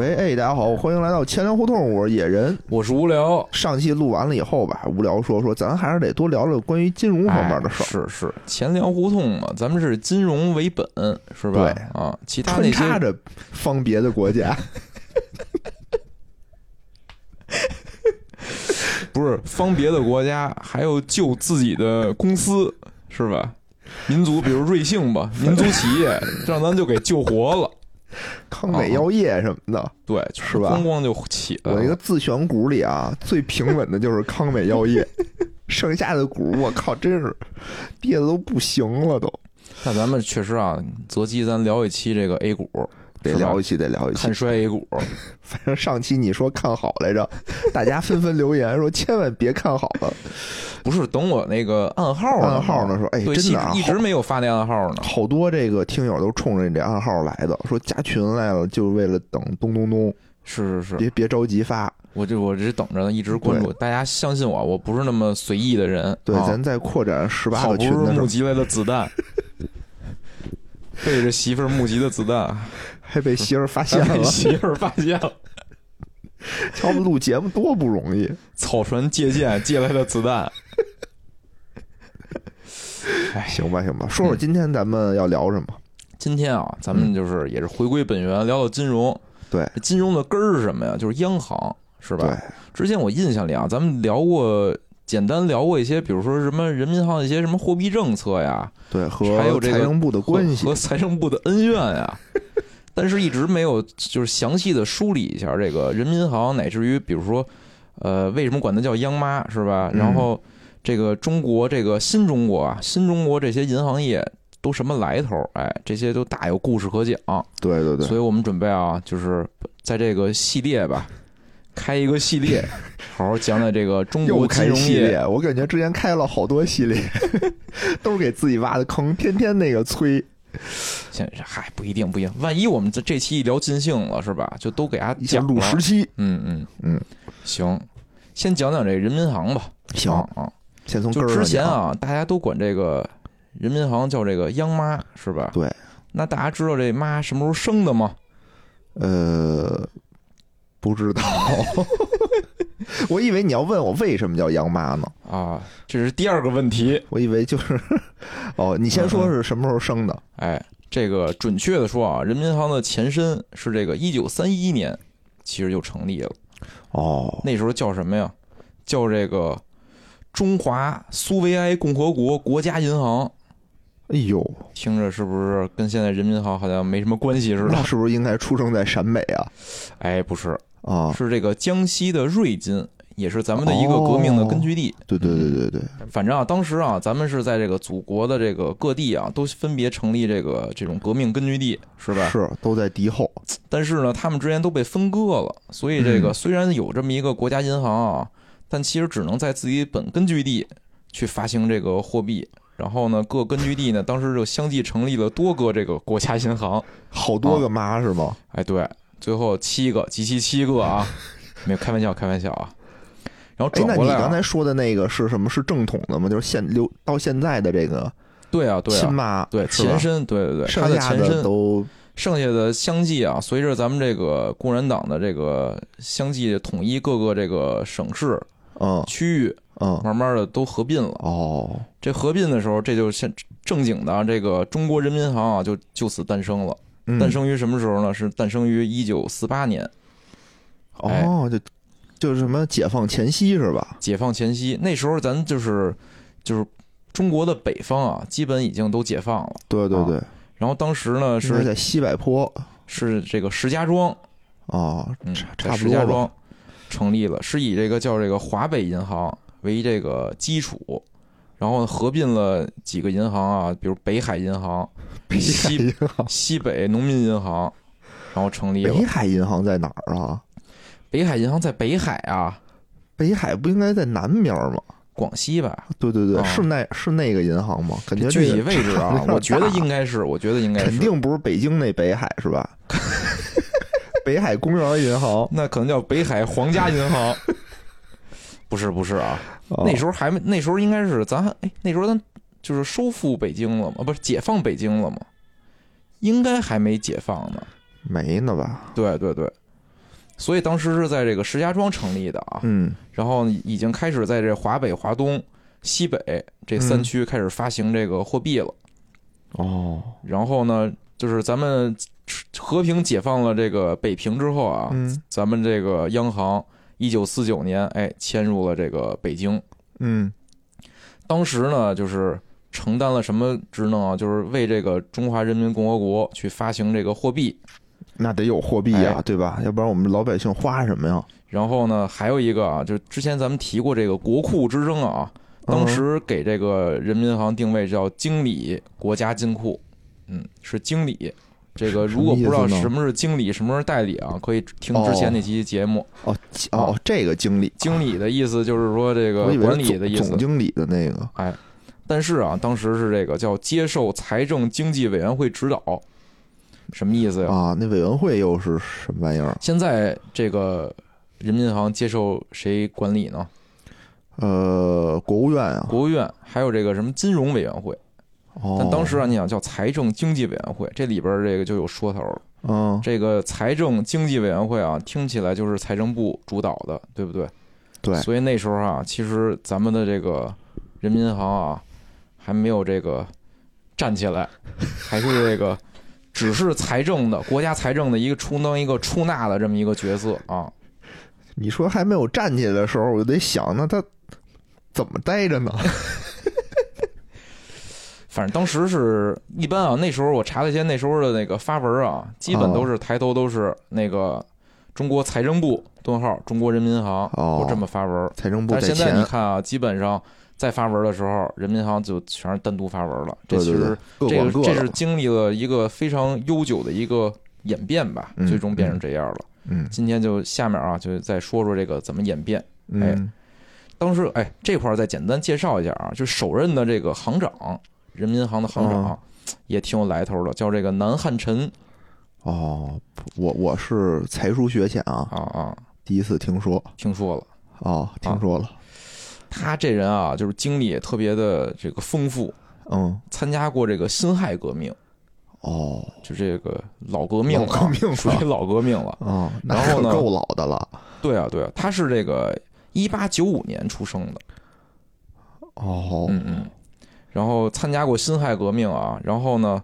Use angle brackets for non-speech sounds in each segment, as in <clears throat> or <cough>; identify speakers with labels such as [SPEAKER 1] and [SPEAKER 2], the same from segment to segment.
[SPEAKER 1] 哎大家
[SPEAKER 2] 哎
[SPEAKER 1] 好，欢迎来到千聊胡同，我是野人。
[SPEAKER 2] 我是无聊，
[SPEAKER 1] 上期录完了以后吧，无聊说说，咱还是得多聊聊关于金融方面的事儿，
[SPEAKER 2] 哎是是，钱粮胡同嘛，咱们是金融为本，是吧？
[SPEAKER 1] 对
[SPEAKER 2] 啊，其他那
[SPEAKER 1] 穿插
[SPEAKER 2] 些
[SPEAKER 1] 着方别的国家。
[SPEAKER 2] 不是方别的国家，还有就自己的公司，是吧？民族，比如瑞幸吧，民族企业，让咱就给救活了，哎
[SPEAKER 1] <laughs> 康美药业什么的，
[SPEAKER 2] 对，
[SPEAKER 1] 是吧
[SPEAKER 2] 风光就起来
[SPEAKER 1] 我那个
[SPEAKER 2] 了。
[SPEAKER 1] 自选股里
[SPEAKER 2] <laughs>
[SPEAKER 1] 啊，最平稳的就是康美药业，剩下的股我靠，真是跌的都不行了都。
[SPEAKER 2] 那咱们确实啊，择机咱聊一期这个 A 股，
[SPEAKER 1] 得
[SPEAKER 2] 是吧
[SPEAKER 1] 聊一期，得聊一期
[SPEAKER 2] 看。衰 A 股，
[SPEAKER 1] 反正上期你说看好来着，大家纷纷留言说千万别看好了。
[SPEAKER 2] 不是等我那个暗号呢
[SPEAKER 1] 暗号呢？说，哎，
[SPEAKER 2] 对，
[SPEAKER 1] 真的啊
[SPEAKER 2] 一直
[SPEAKER 1] 好
[SPEAKER 2] 没有发那暗号呢。
[SPEAKER 1] 好多这个听友都冲着你这暗号来的，说加群来了，就为了等咚咚咚，
[SPEAKER 2] 是是是，
[SPEAKER 1] 别别着急发。
[SPEAKER 2] 我这我这等着呢，一直关注。大家相信我，我不是那么随意的人。
[SPEAKER 1] 对，
[SPEAKER 2] 啊、
[SPEAKER 1] 咱再扩展十八
[SPEAKER 2] 好
[SPEAKER 1] 个
[SPEAKER 2] 不
[SPEAKER 1] 群
[SPEAKER 2] 容
[SPEAKER 1] 的
[SPEAKER 2] 易
[SPEAKER 1] 时
[SPEAKER 2] 募 <laughs>
[SPEAKER 1] 候，
[SPEAKER 2] 集来的子弹，背着媳妇儿募集的
[SPEAKER 1] <laughs>
[SPEAKER 2] 子弹，
[SPEAKER 1] 还被媳妇儿发现
[SPEAKER 2] 被
[SPEAKER 1] 了。
[SPEAKER 2] <laughs> 媳妇儿发现了，
[SPEAKER 1] 瞧不录节目多不容易，
[SPEAKER 2] 草船借箭借来的子弹。哎，
[SPEAKER 1] 行吧行吧，说说今天咱们要聊什么？
[SPEAKER 2] 今天啊，咱们就是也是回归本源，聊聊金融。
[SPEAKER 1] 嗯对，
[SPEAKER 2] 金融的根儿是什么呀？就是央行，是吧？
[SPEAKER 1] 对，
[SPEAKER 2] 之前我印象里啊，咱们聊过，简单聊过一些，比如说什么人民银行的一些什么货币政策呀，
[SPEAKER 1] 对，
[SPEAKER 2] 还有
[SPEAKER 1] 和
[SPEAKER 2] 这个
[SPEAKER 1] 财政部的关系
[SPEAKER 2] 和和财政部的恩怨呀。但是，一直没有就是详细的梳理一下这个人民银行，乃至于比如说，呃，为什么管它叫央妈是吧？
[SPEAKER 1] 嗯
[SPEAKER 2] 然后这个中国这个新中国啊，新中国这些银行业都什么来头？哎，这些都大有故事可讲。
[SPEAKER 1] 对对
[SPEAKER 2] 所
[SPEAKER 1] 对，
[SPEAKER 2] 以我们准备啊，就是在这个系列吧，开一个系
[SPEAKER 1] <laughs>
[SPEAKER 2] 列，好好讲讲这个中
[SPEAKER 1] 又
[SPEAKER 2] 国
[SPEAKER 1] 开
[SPEAKER 2] 金融
[SPEAKER 1] 系
[SPEAKER 2] 业。
[SPEAKER 1] 列，我感觉之前开了好多系列， <laughs> 都是给自己挖的坑，天天那个催，
[SPEAKER 2] 现在嗨，不一定，不一定，万一我们这这期一聊尽兴了，是吧？就都给大家
[SPEAKER 1] 一下
[SPEAKER 2] 讲
[SPEAKER 1] 录
[SPEAKER 2] 了
[SPEAKER 1] 十期。
[SPEAKER 2] 嗯嗯
[SPEAKER 1] 嗯，
[SPEAKER 2] 行，先讲讲这人民银行吧。
[SPEAKER 1] 行，
[SPEAKER 2] 啊，
[SPEAKER 1] 先从根
[SPEAKER 2] 就
[SPEAKER 1] 儿上
[SPEAKER 2] 之前
[SPEAKER 1] 讲，
[SPEAKER 2] 啊，大家都管这个人民银行叫这个“央妈”，是吧？
[SPEAKER 1] 对。
[SPEAKER 2] 那大家知道这妈什么时候生的吗？
[SPEAKER 1] 呃，不知道， <laughs> 我以为你要问我为什么叫央妈呢，
[SPEAKER 2] 啊，这是第二个问题。
[SPEAKER 1] 我以为就是 <laughs> 哦，你先说是什么时候生的？
[SPEAKER 2] 哎，这个准确的说啊，人民银行的前身是这个一九三一年，其实就成立了。
[SPEAKER 1] 哦，
[SPEAKER 2] 那时候叫什么呀？叫这个中华苏维埃共和国国家银行。
[SPEAKER 1] 哎呦，
[SPEAKER 2] 听着是不是跟现在人民银行好像没什么关系似
[SPEAKER 1] 那
[SPEAKER 2] 的？
[SPEAKER 1] 是不是应该出生在陕北啊？
[SPEAKER 2] 哎，不是，
[SPEAKER 1] 啊，
[SPEAKER 2] 是这个江西的瑞金，也是咱们的一个革命的根据地。
[SPEAKER 1] 对对对对对，
[SPEAKER 2] 反正啊，当时啊，咱们是在这个祖国的这个各地啊，都分别成立这个这种革命根据地，是吧？
[SPEAKER 1] 是都在敌后，
[SPEAKER 2] 但是呢，他们之间都被分割了，所以这个
[SPEAKER 1] 嗯
[SPEAKER 2] 虽然有这么一个国家银行啊，但其实只能在自己本根据地去发行这个货币。然后呢，各根据地呢，当时就相继成立了多个这个国家银行。
[SPEAKER 1] 好多个妈是吗？
[SPEAKER 2] 哎，对，最后七个，集齐七
[SPEAKER 1] <laughs>
[SPEAKER 2] 个啊，没有开玩笑，开玩笑啊。然后
[SPEAKER 1] 哎，
[SPEAKER 2] 转
[SPEAKER 1] 那
[SPEAKER 2] 过
[SPEAKER 1] 你
[SPEAKER 2] 来、啊，
[SPEAKER 1] 刚才说的那个是什么？是正统的吗？就是现留到现在的这个
[SPEAKER 2] 对啊，对
[SPEAKER 1] 亲
[SPEAKER 2] 啊，
[SPEAKER 1] 妈，
[SPEAKER 2] 对
[SPEAKER 1] 是吧
[SPEAKER 2] 前身，对对对，它
[SPEAKER 1] 上
[SPEAKER 2] 的
[SPEAKER 1] 下
[SPEAKER 2] 前身，
[SPEAKER 1] 都
[SPEAKER 2] 剩下的相继啊，随着咱们这个共产党的这个相继统一各个这个省市
[SPEAKER 1] 嗯
[SPEAKER 2] 区域，
[SPEAKER 1] 嗯
[SPEAKER 2] 慢慢的都合并了。
[SPEAKER 1] 哦，
[SPEAKER 2] 这合并的时候，这就现正经的啊这个中国人民银行啊，就就此诞生了。
[SPEAKER 1] 嗯
[SPEAKER 2] 诞生于什么时候呢？是诞生于一九四八年哎
[SPEAKER 1] 哦，就就是什么解放前夕是吧？
[SPEAKER 2] 解放前夕。那时候咱就是就是中国的北方啊，基本已经都解放了。
[SPEAKER 1] 对对
[SPEAKER 2] 啊
[SPEAKER 1] 对，
[SPEAKER 2] 然后当时呢
[SPEAKER 1] 是
[SPEAKER 2] 是
[SPEAKER 1] 在西柏坡
[SPEAKER 2] 是这个石家庄， <laughs>
[SPEAKER 1] 哦，
[SPEAKER 2] 嗯，
[SPEAKER 1] 差
[SPEAKER 2] 在
[SPEAKER 1] 不
[SPEAKER 2] 石
[SPEAKER 1] 多
[SPEAKER 2] 家
[SPEAKER 1] 吧
[SPEAKER 2] 庄成立了，是以这个叫这个华北银行为这个基础，然后合并了几个银行啊，比如北海银行、
[SPEAKER 1] 北海
[SPEAKER 2] 西
[SPEAKER 1] 银行，
[SPEAKER 2] 西北农民银行，然后成立了
[SPEAKER 1] 北海银行在哪儿啊？
[SPEAKER 2] 北海银行在北海啊，
[SPEAKER 1] 北海不应该在南面吗？
[SPEAKER 2] 广西吧，
[SPEAKER 1] 对对对，
[SPEAKER 2] 哦
[SPEAKER 1] 是那是那个银行吗？感觉
[SPEAKER 2] 具
[SPEAKER 1] 这
[SPEAKER 2] 体
[SPEAKER 1] 个
[SPEAKER 2] 位置
[SPEAKER 1] 差 <laughs> 有
[SPEAKER 2] 啊
[SPEAKER 1] 点，大
[SPEAKER 2] 我觉得应该是，我觉得应该是，
[SPEAKER 1] 肯定不是北京那北海是
[SPEAKER 2] <laughs>
[SPEAKER 1] 吧？北海公园银行，
[SPEAKER 2] 那可能叫北海皇家银行， <laughs> 不是不是啊，那时
[SPEAKER 1] 候
[SPEAKER 2] 候还没，那时候应该是咱还哎，那时候咱就是收复北京了嘛，啊不是解放北京了嘛，应该还没解放呢。
[SPEAKER 1] 没呢吧？
[SPEAKER 2] 对对对，所以当时是在这个石家庄成立的啊，
[SPEAKER 1] 嗯
[SPEAKER 2] 然后已经开始在这华北、华东、西北这三区开始发行这个货币了。
[SPEAKER 1] 哦，
[SPEAKER 2] 然后呢，就是咱们和平解放了这个北平之后啊，
[SPEAKER 1] 嗯
[SPEAKER 2] 咱们这个央行一九四九年哎迁入了这个北京，
[SPEAKER 1] 嗯
[SPEAKER 2] 当时呢就是承担了什么职能啊？就是为这个中华人民共和国去发行这个货币，
[SPEAKER 1] 那得有货币呀、
[SPEAKER 2] 哎
[SPEAKER 1] 对吧？要不然我们老百姓花什么呀？
[SPEAKER 2] 然后呢还有一个啊，就是之前咱们提过这个国库之争啊，
[SPEAKER 1] 嗯
[SPEAKER 2] 当时给这个人民银行定位叫经理国家金库，嗯，是经理。这个
[SPEAKER 1] 什
[SPEAKER 2] 如果不知
[SPEAKER 1] 什么
[SPEAKER 2] 道
[SPEAKER 1] 意思呢
[SPEAKER 2] 什么是经理，什么是代理啊，可以听之前那期节目。
[SPEAKER 1] 哦哦，这个经理，
[SPEAKER 2] 经理的意思就是说啊这个
[SPEAKER 1] 我以为是
[SPEAKER 2] 管理的
[SPEAKER 1] 总
[SPEAKER 2] 意思
[SPEAKER 1] 总，经理的那个
[SPEAKER 2] 哎，但是啊，当时是这个叫接受财政经济委员会指导，什么意思呀？
[SPEAKER 1] 啊，那委员会又是什么玩意儿？
[SPEAKER 2] 现在这个人民银行接受谁管理呢？
[SPEAKER 1] 呃，国务院啊，
[SPEAKER 2] 国务院还有这个什么金融委员会。
[SPEAKER 1] 哦，
[SPEAKER 2] 但当时啊，你想叫财政经济委员会，这里边儿这个就有说头了。
[SPEAKER 1] 嗯，
[SPEAKER 2] 这个财政经济委员会啊，听起来就是财政部主导的，对不对？
[SPEAKER 1] 对
[SPEAKER 2] 所以那时候啊，其实咱们的这个人民银行啊，还没有这个站起来，还是这个只是财政的国家财政的一个充当一个出纳的这么一个角色啊。
[SPEAKER 1] 你说还没有站起来的时候，我就得想，那他怎么待
[SPEAKER 2] <laughs>
[SPEAKER 1] 着呢？
[SPEAKER 2] 反正当时是一般啊，那时候我查了一些那时候的那个发文啊，基本都是
[SPEAKER 1] 哦
[SPEAKER 2] 抬头都是那个中国财政部顿号中国人民银行
[SPEAKER 1] 哦
[SPEAKER 2] 都这么发文。
[SPEAKER 1] 财政部
[SPEAKER 2] 但
[SPEAKER 1] 在
[SPEAKER 2] 是现在你
[SPEAKER 1] 前，
[SPEAKER 2] 看啊，基本上在发文的时候，人民银行就全是单独发文了。这
[SPEAKER 1] 对
[SPEAKER 2] 其
[SPEAKER 1] 对
[SPEAKER 2] 实
[SPEAKER 1] 对，各
[SPEAKER 2] 这
[SPEAKER 1] 管各
[SPEAKER 2] 个这是
[SPEAKER 1] 的，
[SPEAKER 2] 经历了一个非常悠久的一个演变吧，
[SPEAKER 1] 嗯
[SPEAKER 2] 最终变成这样了。
[SPEAKER 1] 嗯
[SPEAKER 2] 今天就下面啊，就再说说这个怎么演变。
[SPEAKER 1] 嗯，
[SPEAKER 2] 当时哎，这块儿再简单介绍一下啊，就首任的这个行长，人民银行的行长、
[SPEAKER 1] 嗯
[SPEAKER 2] 也挺有来头的，叫这个南汉臣
[SPEAKER 1] 哦，我我是才疏学浅啊，
[SPEAKER 2] 啊啊，
[SPEAKER 1] 第一次听说，
[SPEAKER 2] 听说了。
[SPEAKER 1] 哦，
[SPEAKER 2] 啊
[SPEAKER 1] 听说了，
[SPEAKER 2] 他这人啊，就是经历也特别的这个丰富，
[SPEAKER 1] 嗯，
[SPEAKER 2] 参加过这个辛亥革命，
[SPEAKER 1] 哦，
[SPEAKER 2] 就这个老革命了
[SPEAKER 1] 老革
[SPEAKER 2] 啊，
[SPEAKER 1] 命
[SPEAKER 2] 属于老革命了。
[SPEAKER 1] 哦，那
[SPEAKER 2] 然后
[SPEAKER 1] 可
[SPEAKER 2] 呢
[SPEAKER 1] 够老的了，
[SPEAKER 2] 对啊，对啊，他是这个一八九五年出生的，
[SPEAKER 1] 哦，
[SPEAKER 2] 嗯嗯，然后参加过辛亥革命啊，然后呢，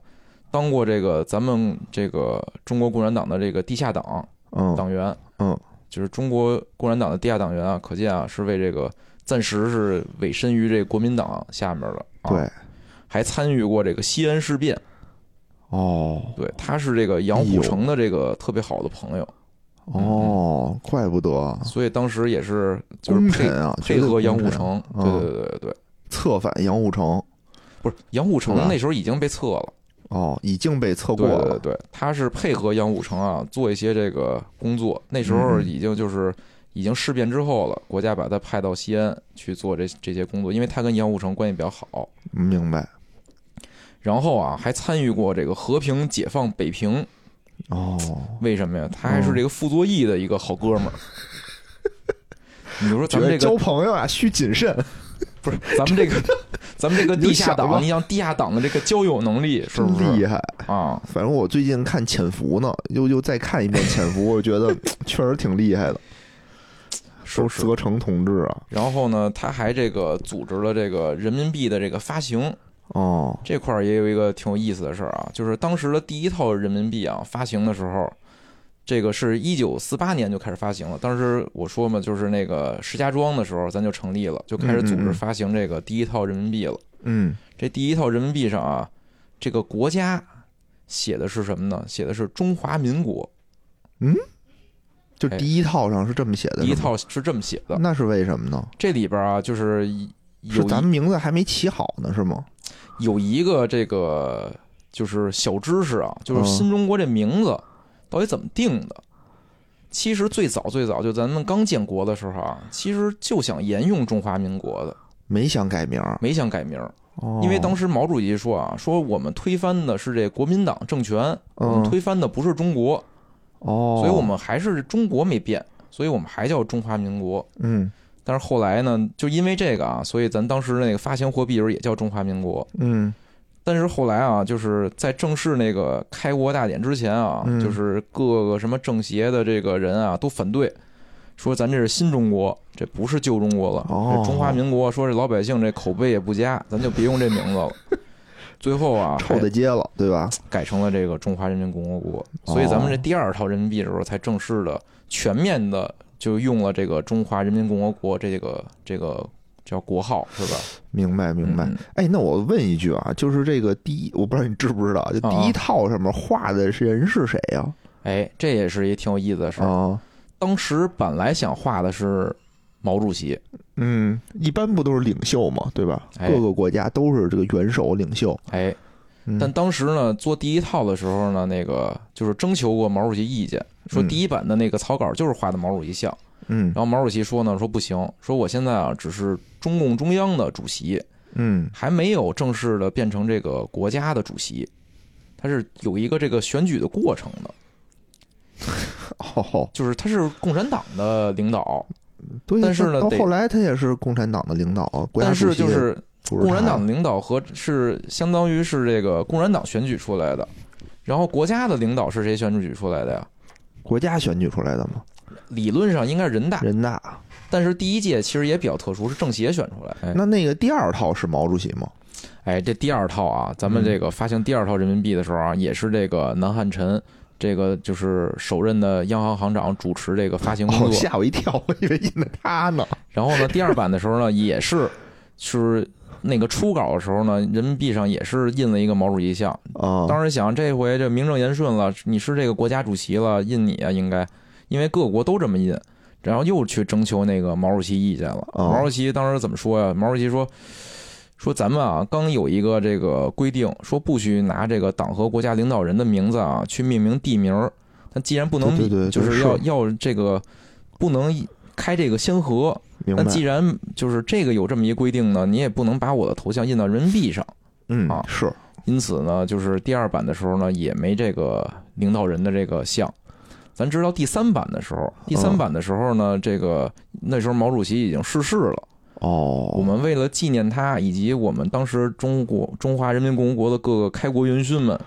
[SPEAKER 2] 当过这个咱们这个中国共产党的这个地下党
[SPEAKER 1] 嗯
[SPEAKER 2] 党员，
[SPEAKER 1] 嗯，
[SPEAKER 2] 就是中国共产党的地下党员啊，可见啊是为这个暂时是委身于这国民党下面了、啊，，
[SPEAKER 1] 对，
[SPEAKER 2] 还参与过这个西安事变，
[SPEAKER 1] 哦
[SPEAKER 2] 对，他是这个杨
[SPEAKER 1] 哎
[SPEAKER 2] 虎
[SPEAKER 1] 呦
[SPEAKER 2] 城的这个特别好的朋友，
[SPEAKER 1] 哎
[SPEAKER 2] 嗯
[SPEAKER 1] 哦，怪不得
[SPEAKER 2] 所以当时也是就是
[SPEAKER 1] 功
[SPEAKER 2] 配
[SPEAKER 1] 臣啊，
[SPEAKER 2] 配合杨虎
[SPEAKER 1] 武
[SPEAKER 2] 城，对
[SPEAKER 1] 嗯
[SPEAKER 2] 对对对对，
[SPEAKER 1] 策反杨虎城，
[SPEAKER 2] 不是杨虎城
[SPEAKER 1] 是吧
[SPEAKER 2] 那时候已经被撤了。
[SPEAKER 1] 哦，已经被测过
[SPEAKER 2] 对对
[SPEAKER 1] 了，
[SPEAKER 2] 对，他是配合杨虎城啊做一些这个工作。那时候
[SPEAKER 1] 嗯嗯
[SPEAKER 2] 已经就是已经事变之后了，国家把他派到西安去做这这些工作，因为他跟杨虎城关系比较好。
[SPEAKER 1] 明白，
[SPEAKER 2] 然后啊，还参与过这个和平解放北平，
[SPEAKER 1] 哦，
[SPEAKER 2] 为什么呀？他还是这个傅作义的一个好哥 <laughs> 们儿。你就说
[SPEAKER 1] 觉
[SPEAKER 2] 咱们这
[SPEAKER 1] 得交
[SPEAKER 2] 个
[SPEAKER 1] 朋友啊需谨慎，
[SPEAKER 2] 不是咱们这个 <laughs> 咱们这个
[SPEAKER 1] 你就
[SPEAKER 2] 地下
[SPEAKER 1] 想吧
[SPEAKER 2] 党，你像地下党的这个交友能力 <laughs> 是
[SPEAKER 1] 真
[SPEAKER 2] 不是
[SPEAKER 1] 厉害。
[SPEAKER 2] 啊？
[SPEAKER 1] 反正我最近看《潜伏》呢，又又再看一遍《潜
[SPEAKER 2] <laughs>
[SPEAKER 1] 伏》，我觉得 <clears throat> 确实挺厉害的，
[SPEAKER 2] 是
[SPEAKER 1] 都
[SPEAKER 2] 是
[SPEAKER 1] 是泽成同志啊，
[SPEAKER 2] 然后呢，他还这个组织了这个人民币的这个发行，
[SPEAKER 1] 哦，
[SPEAKER 2] 这块儿也有一个挺有意思的事儿啊，就是当时的第一套人民币啊发行的时候，这个是一九四八年就开始发行了。当时我说嘛，就是那个石家庄的时候，咱就成立了，就开始组
[SPEAKER 1] 嗯嗯
[SPEAKER 2] 织
[SPEAKER 1] 嗯
[SPEAKER 2] 发行这个第一套人民币了。
[SPEAKER 1] 嗯，
[SPEAKER 2] 这第一套人民币上啊，这个国家写的是什么呢？写的是中华民国，
[SPEAKER 1] 就第一套上是这么写的，
[SPEAKER 2] 哎第一
[SPEAKER 1] 是吗，
[SPEAKER 2] 套是这么写的。
[SPEAKER 1] 那是为什么呢？
[SPEAKER 2] 这里边啊，就是有
[SPEAKER 1] 是
[SPEAKER 2] 一
[SPEAKER 1] 咱们名字还没起好呢，是吗？
[SPEAKER 2] 有一个这个就是小知识啊，就是
[SPEAKER 1] 嗯
[SPEAKER 2] 新中国这名字到底怎么定的？其实最早最早就咱们刚建国的时候啊，其实就想沿用中华民国的，
[SPEAKER 1] 没想改名儿，
[SPEAKER 2] 没想改名儿，
[SPEAKER 1] 哦，
[SPEAKER 2] 因为当时毛主席说啊，说我们推翻的是这国民党政权，我们
[SPEAKER 1] 嗯
[SPEAKER 2] 推翻的不是中国，
[SPEAKER 1] 哦，
[SPEAKER 2] 所以我们还是中国没变，所以我们还叫中华民国。
[SPEAKER 1] 嗯
[SPEAKER 2] 但是后来呢，就因为这个啊，所以咱当时那个发行货币时候也叫中华民国。
[SPEAKER 1] 嗯
[SPEAKER 2] 但是后来啊，就是在正式那个开国大典之前啊，
[SPEAKER 1] 嗯
[SPEAKER 2] 就是各个什么政协的这个人啊都反对，说咱这是新中国，这不是旧中国了，
[SPEAKER 1] 哦
[SPEAKER 2] 这中华民国，说这老百姓这口碑也不佳，咱就别用这名字
[SPEAKER 1] <laughs>
[SPEAKER 2] 了。最后啊，
[SPEAKER 1] 臭的街了，对吧？
[SPEAKER 2] 改成了这个中华人民共和国，
[SPEAKER 1] 哦
[SPEAKER 2] 所以咱们这第二套人民币的时候，才正式的全面的就用了这个中华人民共和国这个这个叫国号是吧？
[SPEAKER 1] 明白明白。
[SPEAKER 2] 嗯
[SPEAKER 1] 哎，那我问一句啊，就是这个第一，我不知道你知不知道，就
[SPEAKER 2] 啊
[SPEAKER 1] 第一套上面画的是人是谁呀？
[SPEAKER 2] 哎，这也是一挺有意思的事儿。
[SPEAKER 1] 啊，
[SPEAKER 2] 当时本来想画的是毛主席，
[SPEAKER 1] 嗯，一般不都是领袖嘛，对吧？
[SPEAKER 2] 哎
[SPEAKER 1] 各个国家都是这个元首领袖，
[SPEAKER 2] 哎，
[SPEAKER 1] 嗯
[SPEAKER 2] 但当时呢做第一套的时候呢，那个就是征求过毛主席意见，说
[SPEAKER 1] 嗯
[SPEAKER 2] 第一版的那个草稿就是画的毛主席像。
[SPEAKER 1] 嗯
[SPEAKER 2] 然后毛主席说呢，说不行，说我现在啊只是中共中央的主席，
[SPEAKER 1] 嗯
[SPEAKER 2] 还没有正式的变成这个国家的主席，他是有一个这个选举的过程的，
[SPEAKER 1] 哦，
[SPEAKER 2] 就是他是共产党的领导，
[SPEAKER 1] 对。
[SPEAKER 2] 但是呢
[SPEAKER 1] 到
[SPEAKER 2] 得
[SPEAKER 1] 后来他也是共产党的领导啊，国家
[SPEAKER 2] 但
[SPEAKER 1] 主
[SPEAKER 2] 是
[SPEAKER 1] 席
[SPEAKER 2] 就是
[SPEAKER 1] 不
[SPEAKER 2] 共产
[SPEAKER 1] 他
[SPEAKER 2] 党的领导和是相当于是这个共产党选举出来的，然后国家的领导是谁选举出来的呀？
[SPEAKER 1] 国家选举出来的嘛，
[SPEAKER 2] 理论上应该是人大，
[SPEAKER 1] 人大。
[SPEAKER 2] 但是第一届其实也比较特殊，是政协选出来。哎
[SPEAKER 1] 那那个第二套是毛主席吗？
[SPEAKER 2] 哎，这第二套啊，咱
[SPEAKER 1] 嗯
[SPEAKER 2] 们这个发行第二套人民币的时候啊，也是这个南汉宸，这个就是首任的央行行长主持这个发行工
[SPEAKER 1] 哦，
[SPEAKER 2] 作。
[SPEAKER 1] 吓我一跳，我以为印的他呢。
[SPEAKER 2] 然后呢，第二版的时候呢，也是就是那个初稿的时候呢，人民币上也是印了一个毛主席像。
[SPEAKER 1] 啊，
[SPEAKER 2] 当时想，这回这名正言顺了，你是这个国家主席了，印你啊，应该，因为各国都这么印。然后又去征求那个毛主席意见了。
[SPEAKER 1] 哦
[SPEAKER 2] 毛主席当时怎么说呀？毛主席说。说咱们啊，刚有一个这个规定，说不许拿这个党和国家领导人的名字啊去命名地名儿。但既然不能，
[SPEAKER 1] 对对对对
[SPEAKER 2] 就是要
[SPEAKER 1] 是
[SPEAKER 2] 要这个不能开这个先河，
[SPEAKER 1] 明白
[SPEAKER 2] 但。既然就是这个有这么一规定呢，你也不能把我的头像印到人民币上。
[SPEAKER 1] 嗯
[SPEAKER 2] 啊，
[SPEAKER 1] 是
[SPEAKER 2] 因此呢，就是第二版的时候呢，也没这个领导人的这个像。咱知道第三版的时候，
[SPEAKER 1] 嗯
[SPEAKER 2] 第三版的时候呢，这个那时候毛主席已经逝世了。
[SPEAKER 1] 哦，
[SPEAKER 2] 我们为了纪念他，以及我们当时中国中华人民共和国的各个开国元勋们，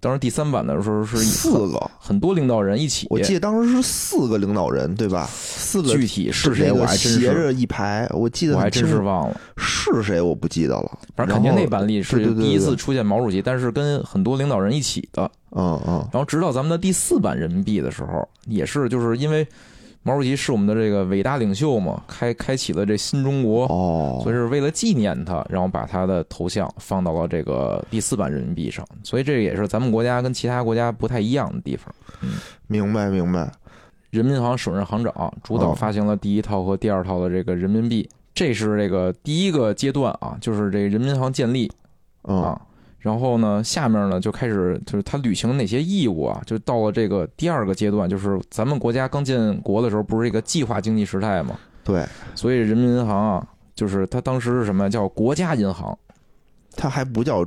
[SPEAKER 2] 当时第三版的时候是以
[SPEAKER 1] 四
[SPEAKER 2] 很
[SPEAKER 1] 个，
[SPEAKER 2] 很多领导人一起，
[SPEAKER 1] 我记得当时是四个领导人对吧？四个
[SPEAKER 2] 具体是谁
[SPEAKER 1] 那
[SPEAKER 2] 我
[SPEAKER 1] 个
[SPEAKER 2] 还真
[SPEAKER 1] 斜
[SPEAKER 2] 是
[SPEAKER 1] 着一排，我记得
[SPEAKER 2] 我还
[SPEAKER 1] 很清
[SPEAKER 2] 真是
[SPEAKER 1] 楚
[SPEAKER 2] 忘了。
[SPEAKER 1] 是谁我不记得了。
[SPEAKER 2] 反正肯定
[SPEAKER 1] 然后
[SPEAKER 2] 那版里
[SPEAKER 1] 对
[SPEAKER 2] 是
[SPEAKER 1] 对对对
[SPEAKER 2] 第一次出现毛主席，但是跟很多领导人一起的。
[SPEAKER 1] 嗯嗯，
[SPEAKER 2] 然后直到咱们的第四版人民币的时候，也是就是因为毛主席是我们的这个伟大领袖嘛，开开启了这新中国，
[SPEAKER 1] 哦，
[SPEAKER 2] 所以是为了纪念他，然后把他的头像放到了这个第四版人民币上。所以这也是咱们国家跟其他国家不太一样的地方。
[SPEAKER 1] 明白明白。
[SPEAKER 2] 人民银行首任行长主导
[SPEAKER 1] 哦
[SPEAKER 2] 发行了第一套和第二套的这个人民币，这是这个第一个阶段啊，就是这个人民银行建立。
[SPEAKER 1] 嗯
[SPEAKER 2] 啊。然后呢，下面呢就开始就是他履行哪些义务啊？就到了这个第二个阶段，就是咱们国家刚建国的时候，不是一个计划经济时代嘛？
[SPEAKER 1] 对，
[SPEAKER 2] 所以人民银行啊，就是它当时是什么呀叫国家银行，
[SPEAKER 1] 他还不叫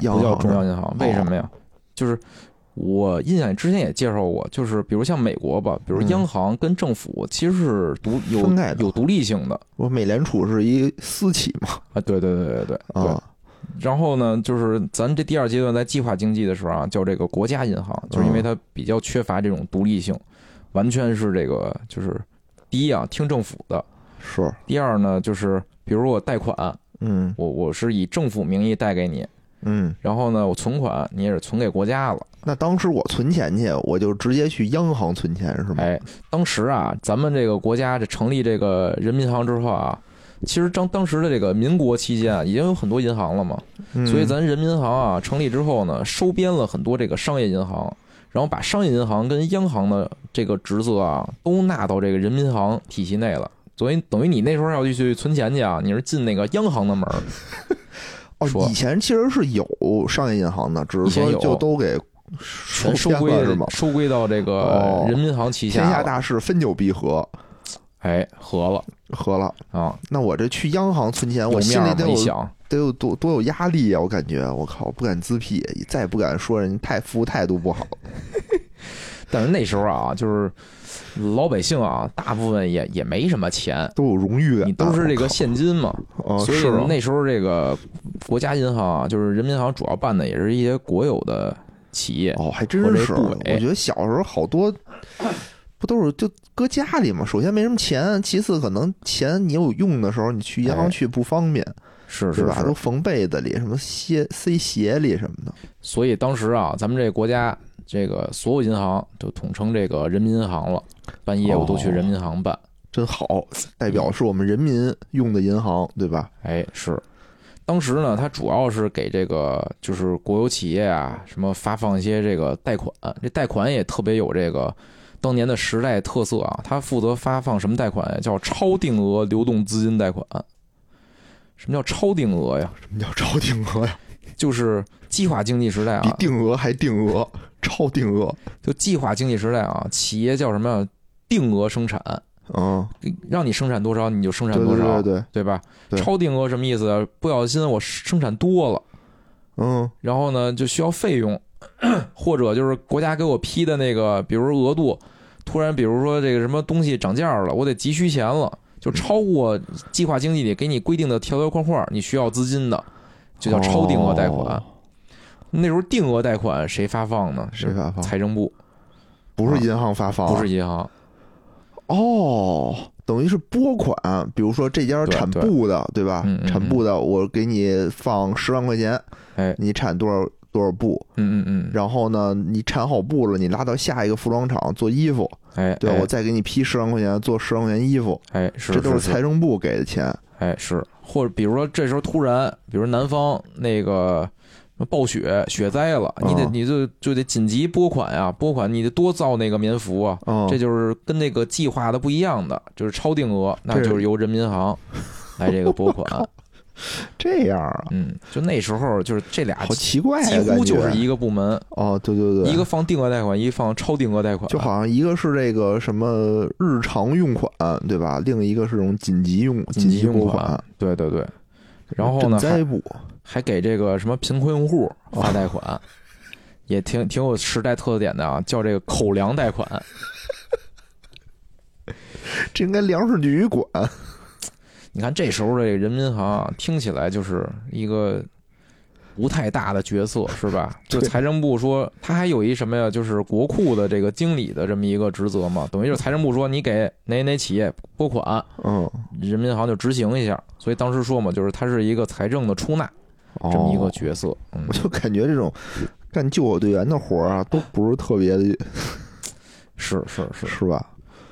[SPEAKER 1] 央
[SPEAKER 2] 不叫
[SPEAKER 1] 行哦
[SPEAKER 2] 中央
[SPEAKER 1] 呢
[SPEAKER 2] 银行，为什么呀？就是我印象之前也介绍过，就是比如像美国吧，比如
[SPEAKER 1] 嗯
[SPEAKER 2] 央行跟政府其实是独有
[SPEAKER 1] 分开的
[SPEAKER 2] 有独立性的
[SPEAKER 1] 我美联储是一私企嘛。
[SPEAKER 2] 啊，对对对对对对，
[SPEAKER 1] 啊，
[SPEAKER 2] 然后呢，就是咱这第二阶段在计划经济的时候啊，叫这个国家银行，就是因为它比较缺乏这种独立性，完全是这个就是第一啊听政府的，
[SPEAKER 1] 是，
[SPEAKER 2] 第二呢就是比如我贷款，
[SPEAKER 1] 嗯
[SPEAKER 2] 我我是以政府名义贷给你，
[SPEAKER 1] 嗯。
[SPEAKER 2] 然后呢我存款你也是存给国家了，
[SPEAKER 1] 那当时我存钱去，我就直接去央行存钱是吗？
[SPEAKER 2] 哎，当时啊咱们这个国家这成立这个人民银行之后啊。其实当当时的这个民国期间啊，已经有很多银行了嘛，
[SPEAKER 1] 嗯
[SPEAKER 2] 所以咱人民银行啊成立之后呢，收编了很多这个商业银行，然后把商业银行跟央行的这个职责啊都纳到这个人民银行体系内了。所以等于你那时候要去存钱去啊，你是进那个央行的门儿。
[SPEAKER 1] 哦
[SPEAKER 2] 说，
[SPEAKER 1] 以前其实是有商业银行的，只是
[SPEAKER 2] 以前
[SPEAKER 1] 说
[SPEAKER 2] 有
[SPEAKER 1] 就都给
[SPEAKER 2] 全收
[SPEAKER 1] 收
[SPEAKER 2] 归
[SPEAKER 1] 编了是吗？
[SPEAKER 2] 收归到这个
[SPEAKER 1] 哦
[SPEAKER 2] 人民银行旗
[SPEAKER 1] 天
[SPEAKER 2] 下
[SPEAKER 1] 下
[SPEAKER 2] 了，
[SPEAKER 1] 大事，分久必合，
[SPEAKER 2] 哎，合了
[SPEAKER 1] 合了。
[SPEAKER 2] 啊！
[SPEAKER 1] 那我这去央行存钱，
[SPEAKER 2] 有
[SPEAKER 1] 我心
[SPEAKER 2] 面
[SPEAKER 1] 里
[SPEAKER 2] 儿
[SPEAKER 1] 得
[SPEAKER 2] 吗？一
[SPEAKER 1] 有
[SPEAKER 2] 想，
[SPEAKER 1] 得有多多有压力呀、我感觉，我靠，不敢自辟，再也不敢说人家太服务态度不好。
[SPEAKER 2] 但是那时候啊，就是老百姓啊，大部分也也没什么钱，
[SPEAKER 1] 都有荣誉感，
[SPEAKER 2] 你都是这个现金嘛，
[SPEAKER 1] 啊，
[SPEAKER 2] 所以
[SPEAKER 1] 是吗
[SPEAKER 2] 那时候这个国家银行啊，就是人民银行主要办的也是一些国有的企业，
[SPEAKER 1] 哦，还真
[SPEAKER 2] 我这
[SPEAKER 1] 是。
[SPEAKER 2] 部
[SPEAKER 1] 我
[SPEAKER 2] 委
[SPEAKER 1] 觉得小时候好
[SPEAKER 2] <laughs>
[SPEAKER 1] 多不都是就搁家里嘛？首先没什么钱，其次可能钱你有用的时候，你去银
[SPEAKER 2] 哎
[SPEAKER 1] 行去不方便，
[SPEAKER 2] 是
[SPEAKER 1] 是
[SPEAKER 2] 是
[SPEAKER 1] 吧？都
[SPEAKER 2] 是。
[SPEAKER 1] 缝被子里，什么塞塞鞋里什么的。
[SPEAKER 2] 所以当时啊，咱们这个国家这个所有银行就统称这个人民银行了，办业务都去
[SPEAKER 1] 哦
[SPEAKER 2] 人民银行办。
[SPEAKER 1] 真好，
[SPEAKER 2] 嗯
[SPEAKER 1] 代表是我们人民用的银行，对吧？
[SPEAKER 2] 哎，是。当时呢，它主要是给这个就是国有企业啊，什么发放一些这个贷款，这贷款也特别有这个当年的时代特色啊。它负责发放什么贷款？叫超定额流动资金贷款。什么叫超定额呀？
[SPEAKER 1] 什么叫超定额呀？
[SPEAKER 2] 就是计划经济时代
[SPEAKER 1] 比
[SPEAKER 2] 啊，
[SPEAKER 1] 定额还定额，超定额。
[SPEAKER 2] 就计划经济时代啊，企业叫什么呀定额生产，
[SPEAKER 1] 嗯，
[SPEAKER 2] 让你生产多少你就生
[SPEAKER 1] 对
[SPEAKER 2] 产
[SPEAKER 1] 对
[SPEAKER 2] 多少，
[SPEAKER 1] 对对，
[SPEAKER 2] 对吧？
[SPEAKER 1] 对
[SPEAKER 2] 超定额什么意思啊？不小心我生产多了。
[SPEAKER 1] 嗯
[SPEAKER 2] 然后呢就需要费用， <clears throat> 或者就是国家给我批的那个，比如额度，突然比如说这个什么东西涨价了，我得急需钱了，就超过计划经济里给你规定的条条框框，你需要资金的，就叫超定额贷款。
[SPEAKER 1] 哦
[SPEAKER 2] 那时候定额贷款谁发放呢？
[SPEAKER 1] 谁发放
[SPEAKER 2] 财政部，
[SPEAKER 1] 不是银行发放啊，
[SPEAKER 2] 不是银行。
[SPEAKER 1] 哦，等于是拨款，比如说这家
[SPEAKER 2] 对
[SPEAKER 1] 产布的，对吧
[SPEAKER 2] 嗯嗯？嗯
[SPEAKER 1] 产布的，我给你放十万块钱，
[SPEAKER 2] 哎，
[SPEAKER 1] 你产多少多少布，
[SPEAKER 2] 嗯嗯嗯，
[SPEAKER 1] 然后呢，你产好布了，你拉到下一个服装厂做衣服，
[SPEAKER 2] 哎，
[SPEAKER 1] 对吧，
[SPEAKER 2] 哎
[SPEAKER 1] 我再给你批十万块钱做十万块钱衣服，
[SPEAKER 2] 哎是，
[SPEAKER 1] 这都
[SPEAKER 2] 是
[SPEAKER 1] 是财政部给的钱。
[SPEAKER 2] 哎，是，或者比如说这时候突然，比如南方那个暴雪雪灾了，你得
[SPEAKER 1] 嗯
[SPEAKER 2] 你就就得紧急拨款呀、拨款你得多造那个棉服啊，
[SPEAKER 1] 嗯，
[SPEAKER 2] 这就是跟那个计划的不一样的，就是超定额，那
[SPEAKER 1] 对
[SPEAKER 2] 就是由人民银行来这个
[SPEAKER 1] <laughs>
[SPEAKER 2] 拨款，
[SPEAKER 1] 这样啊，
[SPEAKER 2] 嗯，就那时候就是这俩
[SPEAKER 1] 好奇怪
[SPEAKER 2] 几
[SPEAKER 1] 啊，
[SPEAKER 2] 乎就是
[SPEAKER 1] 感觉
[SPEAKER 2] 一个部门，
[SPEAKER 1] 哦，对对对，
[SPEAKER 2] 一个放定额贷款，一个放超定额贷款，
[SPEAKER 1] 就好像一个是这个什么日常用款，对吧？另一个是这种紧急用
[SPEAKER 2] 紧急
[SPEAKER 1] 急
[SPEAKER 2] 用
[SPEAKER 1] 拨啊
[SPEAKER 2] 款，对对对，然后呢
[SPEAKER 1] 赈灾部
[SPEAKER 2] 还给这个什么贫困用
[SPEAKER 1] 啊
[SPEAKER 2] 户发贷款，也挺挺有时代特点的啊，叫这个口粮贷款。
[SPEAKER 1] 这应该粮食局管。
[SPEAKER 2] 你看这时候的这个人民银行啊，听起来就是一个不太大的角色，是吧？就
[SPEAKER 1] 对
[SPEAKER 2] 财政部说，他还有一什么呀，就是国库的这个经理的这么一个职责嘛，等于就是财政部说你给哪哪企业拨款，
[SPEAKER 1] 嗯，
[SPEAKER 2] 人民银行就执行一下。所以当时说嘛，就是他是一个财政的出纳这么一个
[SPEAKER 1] 哦
[SPEAKER 2] 角色。嗯
[SPEAKER 1] 我，就感觉这种干救火队员的活儿啊，都不是特别的，
[SPEAKER 2] 是是是。
[SPEAKER 1] 是吧？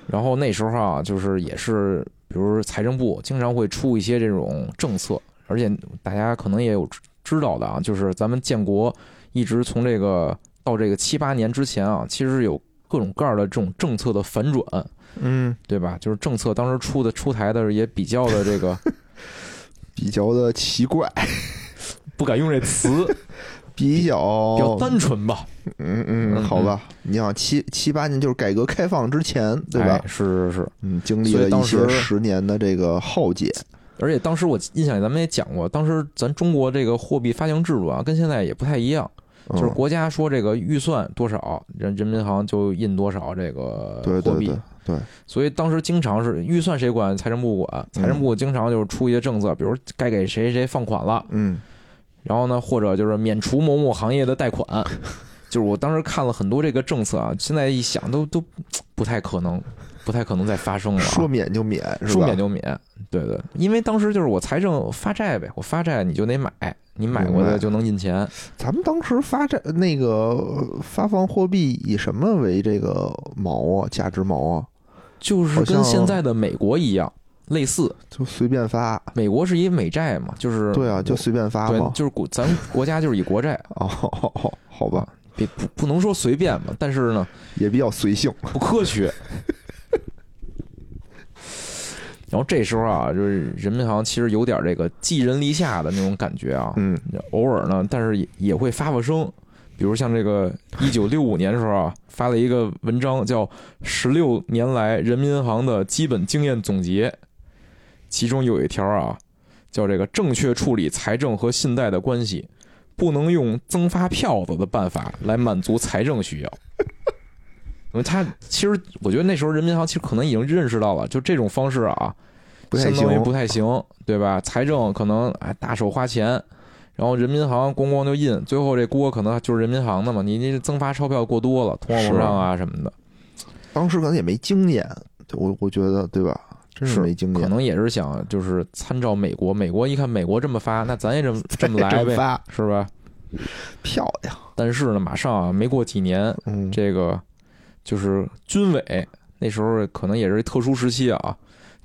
[SPEAKER 2] 然后那时候啊，就是也是，比如财政部经常会出一些这种政策，而且大家可能也有知知道的啊，就是咱们建国一直从这个到这个七八年之前啊，其实是有各种各样的这种政策的反转，
[SPEAKER 1] 嗯，
[SPEAKER 2] 对吧？就是政策当时出的出台的也比较的这个
[SPEAKER 1] 比较的奇
[SPEAKER 2] <laughs>
[SPEAKER 1] 怪，
[SPEAKER 2] 不敢用这词，
[SPEAKER 1] 比较
[SPEAKER 2] 比较单纯吧，
[SPEAKER 1] 嗯
[SPEAKER 2] 嗯
[SPEAKER 1] 嗯，好吧。你想七七八年就是改革开放之前，对吧
[SPEAKER 2] 哎？是是是。
[SPEAKER 1] 嗯，经历
[SPEAKER 2] 所以
[SPEAKER 1] 了
[SPEAKER 2] 当
[SPEAKER 1] 一
[SPEAKER 2] 时
[SPEAKER 1] 些十年的这个浩劫。
[SPEAKER 2] 而且当时我印象里咱们也讲过，当时咱中国这个货币发行制度啊，跟现在也不太一样。
[SPEAKER 1] 嗯
[SPEAKER 2] 就是国家说这个预算多少，人人民银行就印多少这个
[SPEAKER 1] 对
[SPEAKER 2] 货
[SPEAKER 1] 对
[SPEAKER 2] 币
[SPEAKER 1] 对。对，
[SPEAKER 2] 所以当时经常是预算谁管，财政部管。
[SPEAKER 1] 嗯
[SPEAKER 2] 财政部经常就是出一些政策，比如该给谁谁放款了，
[SPEAKER 1] 嗯，
[SPEAKER 2] 然后呢，或者就是免除某某行业的贷款。
[SPEAKER 1] <laughs>
[SPEAKER 2] 就是我当时看了很多这个政策啊，现在一想都都不太可能，不太可能再发生了啊。
[SPEAKER 1] 说免就免，是
[SPEAKER 2] 说
[SPEAKER 1] 吧？
[SPEAKER 2] 免就免，对对，因为当时就是我财政发债呗，我发债你就得买，你买过
[SPEAKER 1] 明
[SPEAKER 2] 的
[SPEAKER 1] 白
[SPEAKER 2] 就能印钱。
[SPEAKER 1] 咱们当时发债那个呃发放货币以什么为这个锚啊，价值锚啊？
[SPEAKER 2] 就是
[SPEAKER 1] 好
[SPEAKER 2] 跟
[SPEAKER 1] 像
[SPEAKER 2] 现在的美国一样，类似。
[SPEAKER 1] 就随便发。
[SPEAKER 2] 美国是以美债嘛，就是
[SPEAKER 1] 对啊，就
[SPEAKER 2] 我
[SPEAKER 1] 随便发
[SPEAKER 2] 对
[SPEAKER 1] 嘛，。
[SPEAKER 2] 就是国咱国家就是以国债，
[SPEAKER 1] 哦， <laughs> 好吧，
[SPEAKER 2] 别不不能说随便嘛，但是呢
[SPEAKER 1] <laughs> 也比较随性。
[SPEAKER 2] 不科学。然后这时候啊，就是人民银行其实有点这个寄人篱下的那种感觉啊，
[SPEAKER 1] 嗯，
[SPEAKER 2] 偶尔呢，但是也也会发发声。比如像这个一九六五年的时候啊，发了一个文章叫《十六年来人民银行的基本经验总结》，其中有一条啊，叫这个正确处理财政和信贷的关系，不能用增发票子的办法来满足财政需要。因为他其实我觉得那时候人民银行其实可能已经认识到了，就这种方式啊，
[SPEAKER 1] 不太
[SPEAKER 2] 相当于
[SPEAKER 1] 行
[SPEAKER 2] 不太行，对吧？财政可能哎大手花钱，然后人民银行咣咣就印，最后这锅可能就是人民银行的嘛。你你增发钞票过多了，通货膨胀啊什么的，
[SPEAKER 1] 当时可能也没经验，对我我觉得对吧？真
[SPEAKER 2] 是
[SPEAKER 1] 没经
[SPEAKER 2] 可
[SPEAKER 1] 验，
[SPEAKER 2] 能也是想就是参照美国，美国一看美国这么发，那咱也
[SPEAKER 1] <laughs>
[SPEAKER 2] 这么这么
[SPEAKER 1] 这么
[SPEAKER 2] 来呗，
[SPEAKER 1] 发
[SPEAKER 2] 是吧？
[SPEAKER 1] 漂亮，
[SPEAKER 2] 但是呢，马上啊，没过几年，
[SPEAKER 1] 嗯，
[SPEAKER 2] 这个就是军委那时候可能也是特殊时期啊，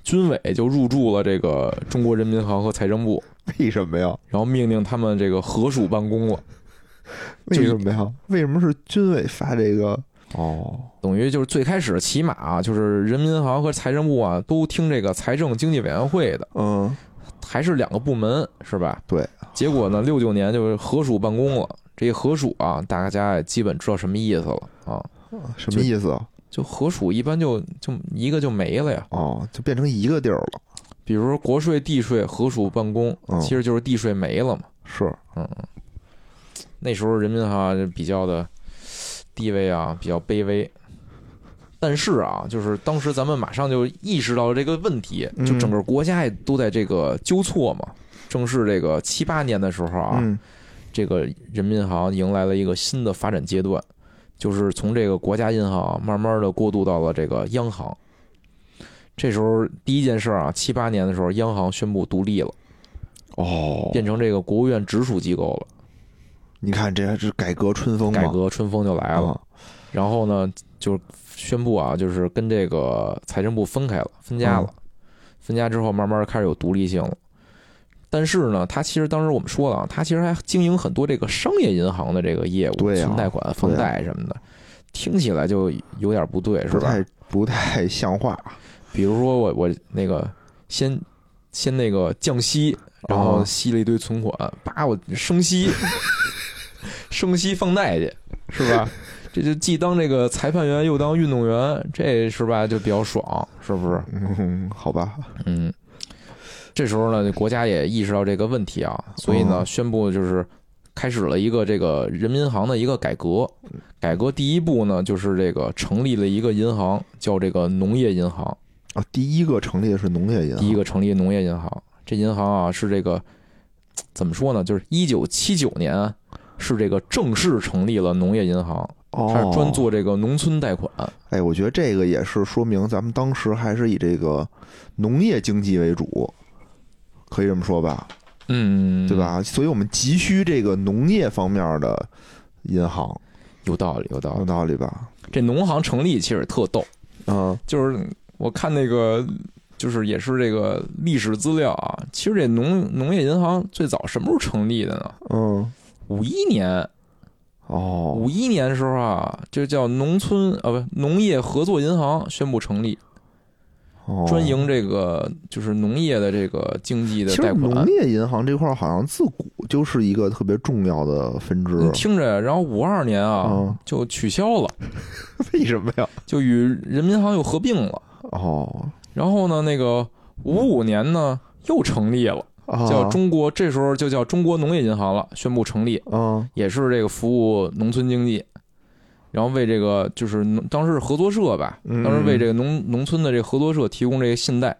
[SPEAKER 2] 军委就入驻了这个中国人民银行和财政部，
[SPEAKER 1] 为什么呀？
[SPEAKER 2] 然后命令他们这个合署办公了。就
[SPEAKER 1] 为什么呀？为什么是军委发这个？哦，
[SPEAKER 2] 等于就是最开始起码啊，就是人民银行和财政部啊都听这个财政经济委员会的，
[SPEAKER 1] 嗯，
[SPEAKER 2] 还是两个部门是吧？
[SPEAKER 1] 对。
[SPEAKER 2] 结果呢，六九年就是合署办公了。这一合署啊，大家也基本知道什么意思了啊。
[SPEAKER 1] 什么意思啊？
[SPEAKER 2] 就合署一般就就一个就没了呀，
[SPEAKER 1] 哦，就变成一个地儿了，
[SPEAKER 2] 比如说国税、地税合署办公，
[SPEAKER 1] 嗯
[SPEAKER 2] 其实就是地税没了嘛。
[SPEAKER 1] 是
[SPEAKER 2] 那时候人民银行就比较的地位啊比较卑微，但是啊，就是当时咱们马上就意识到了这个问题，
[SPEAKER 1] 嗯
[SPEAKER 2] 就整个国家也都在这个纠错嘛。正是这个七八年的时候啊，
[SPEAKER 1] 嗯，
[SPEAKER 2] 这个人民银行迎来了一个新的发展阶段，就是从这个国家银行慢慢的过渡到了这个央行。这时候第一件事啊，七八年的时候，央行宣布独立了，
[SPEAKER 1] 哦，
[SPEAKER 2] 变成这个国务院直属机构了，
[SPEAKER 1] 你看这是改革春风嘛，
[SPEAKER 2] 改革春风就来了。
[SPEAKER 1] 啊，
[SPEAKER 2] 然后呢，就宣布啊，就是跟这个财政部分开了，分家了。分家之后，慢慢开始有独立性了。但是呢，它其实当时我们说了啊，它其实还经营很多这个商业银行的这个业务，
[SPEAKER 1] 对啊
[SPEAKER 2] 存贷款、放贷什么的，听起来就有点不对，是
[SPEAKER 1] 不
[SPEAKER 2] 吧
[SPEAKER 1] 太？不太像话，
[SPEAKER 2] 比如说我我那个先先那个降息，然后
[SPEAKER 1] 哦
[SPEAKER 2] 吸了一堆存款，叭我
[SPEAKER 1] <laughs>
[SPEAKER 2] 升息，升息放贷去，是
[SPEAKER 1] <laughs>
[SPEAKER 2] 吧？这就既当这个裁判员又当运动员，这是吧就比较爽，是不是？
[SPEAKER 1] 嗯，好吧，
[SPEAKER 2] 嗯，这时候呢，国家也意识到这个问题啊，所以呢，
[SPEAKER 1] 哦
[SPEAKER 2] 宣布就是开始了一个这个人民银行的一个改革。
[SPEAKER 1] 嗯
[SPEAKER 2] 改革第一步呢，就是这个成立了一个银行，叫这个农业银行。
[SPEAKER 1] 啊，第一个成立的是农业银行，
[SPEAKER 2] 第一个成立农业银行。这银行啊是这个怎么说呢？就是一九七九年是这个正式成立了农业银行，它
[SPEAKER 1] 哦
[SPEAKER 2] 是，专做这个农村贷款。
[SPEAKER 1] 哎，我觉得这个也是说明咱们当时还是以这个农业经济为主，可以这么说吧，
[SPEAKER 2] 嗯，
[SPEAKER 1] 对？吧？所以我们急需这个农业方面的银行，
[SPEAKER 2] 有道理，有道
[SPEAKER 1] 有
[SPEAKER 2] 理。
[SPEAKER 1] 道理吧？
[SPEAKER 2] 这农行成立其实特逗，
[SPEAKER 1] 嗯，
[SPEAKER 2] 就是我看那个。就是也是这个历史资料啊，其实这农农业银行最早什么时候成立的呢？
[SPEAKER 1] 嗯，
[SPEAKER 2] 五一年，
[SPEAKER 1] 哦，
[SPEAKER 2] 五一年的时候啊，就叫农村啊不农业合作银行宣布成立，
[SPEAKER 1] 哦
[SPEAKER 2] 专营这个就是农业的这个经济的
[SPEAKER 1] 其
[SPEAKER 2] 贷
[SPEAKER 1] 实农
[SPEAKER 2] 款。
[SPEAKER 1] 业银行这块儿好像自古就是一个特别重要的分支，
[SPEAKER 2] 你听着，然后五二年嗯啊、
[SPEAKER 1] 嗯
[SPEAKER 2] 就取消了，
[SPEAKER 1] <laughs> 为什么呀？
[SPEAKER 2] 就与人民银行又合并了。
[SPEAKER 1] 哦，
[SPEAKER 2] 然后呢，那个五五年呢又成立了，
[SPEAKER 1] 啊
[SPEAKER 2] 叫中国，这时候就叫中国农业银行了，宣布成立，
[SPEAKER 1] 嗯
[SPEAKER 2] 也是这个服务农村经济。然后为这个就是农当时是合作社吧，
[SPEAKER 1] 嗯
[SPEAKER 2] 当时为这个农农村的这个合作社提供这个信贷，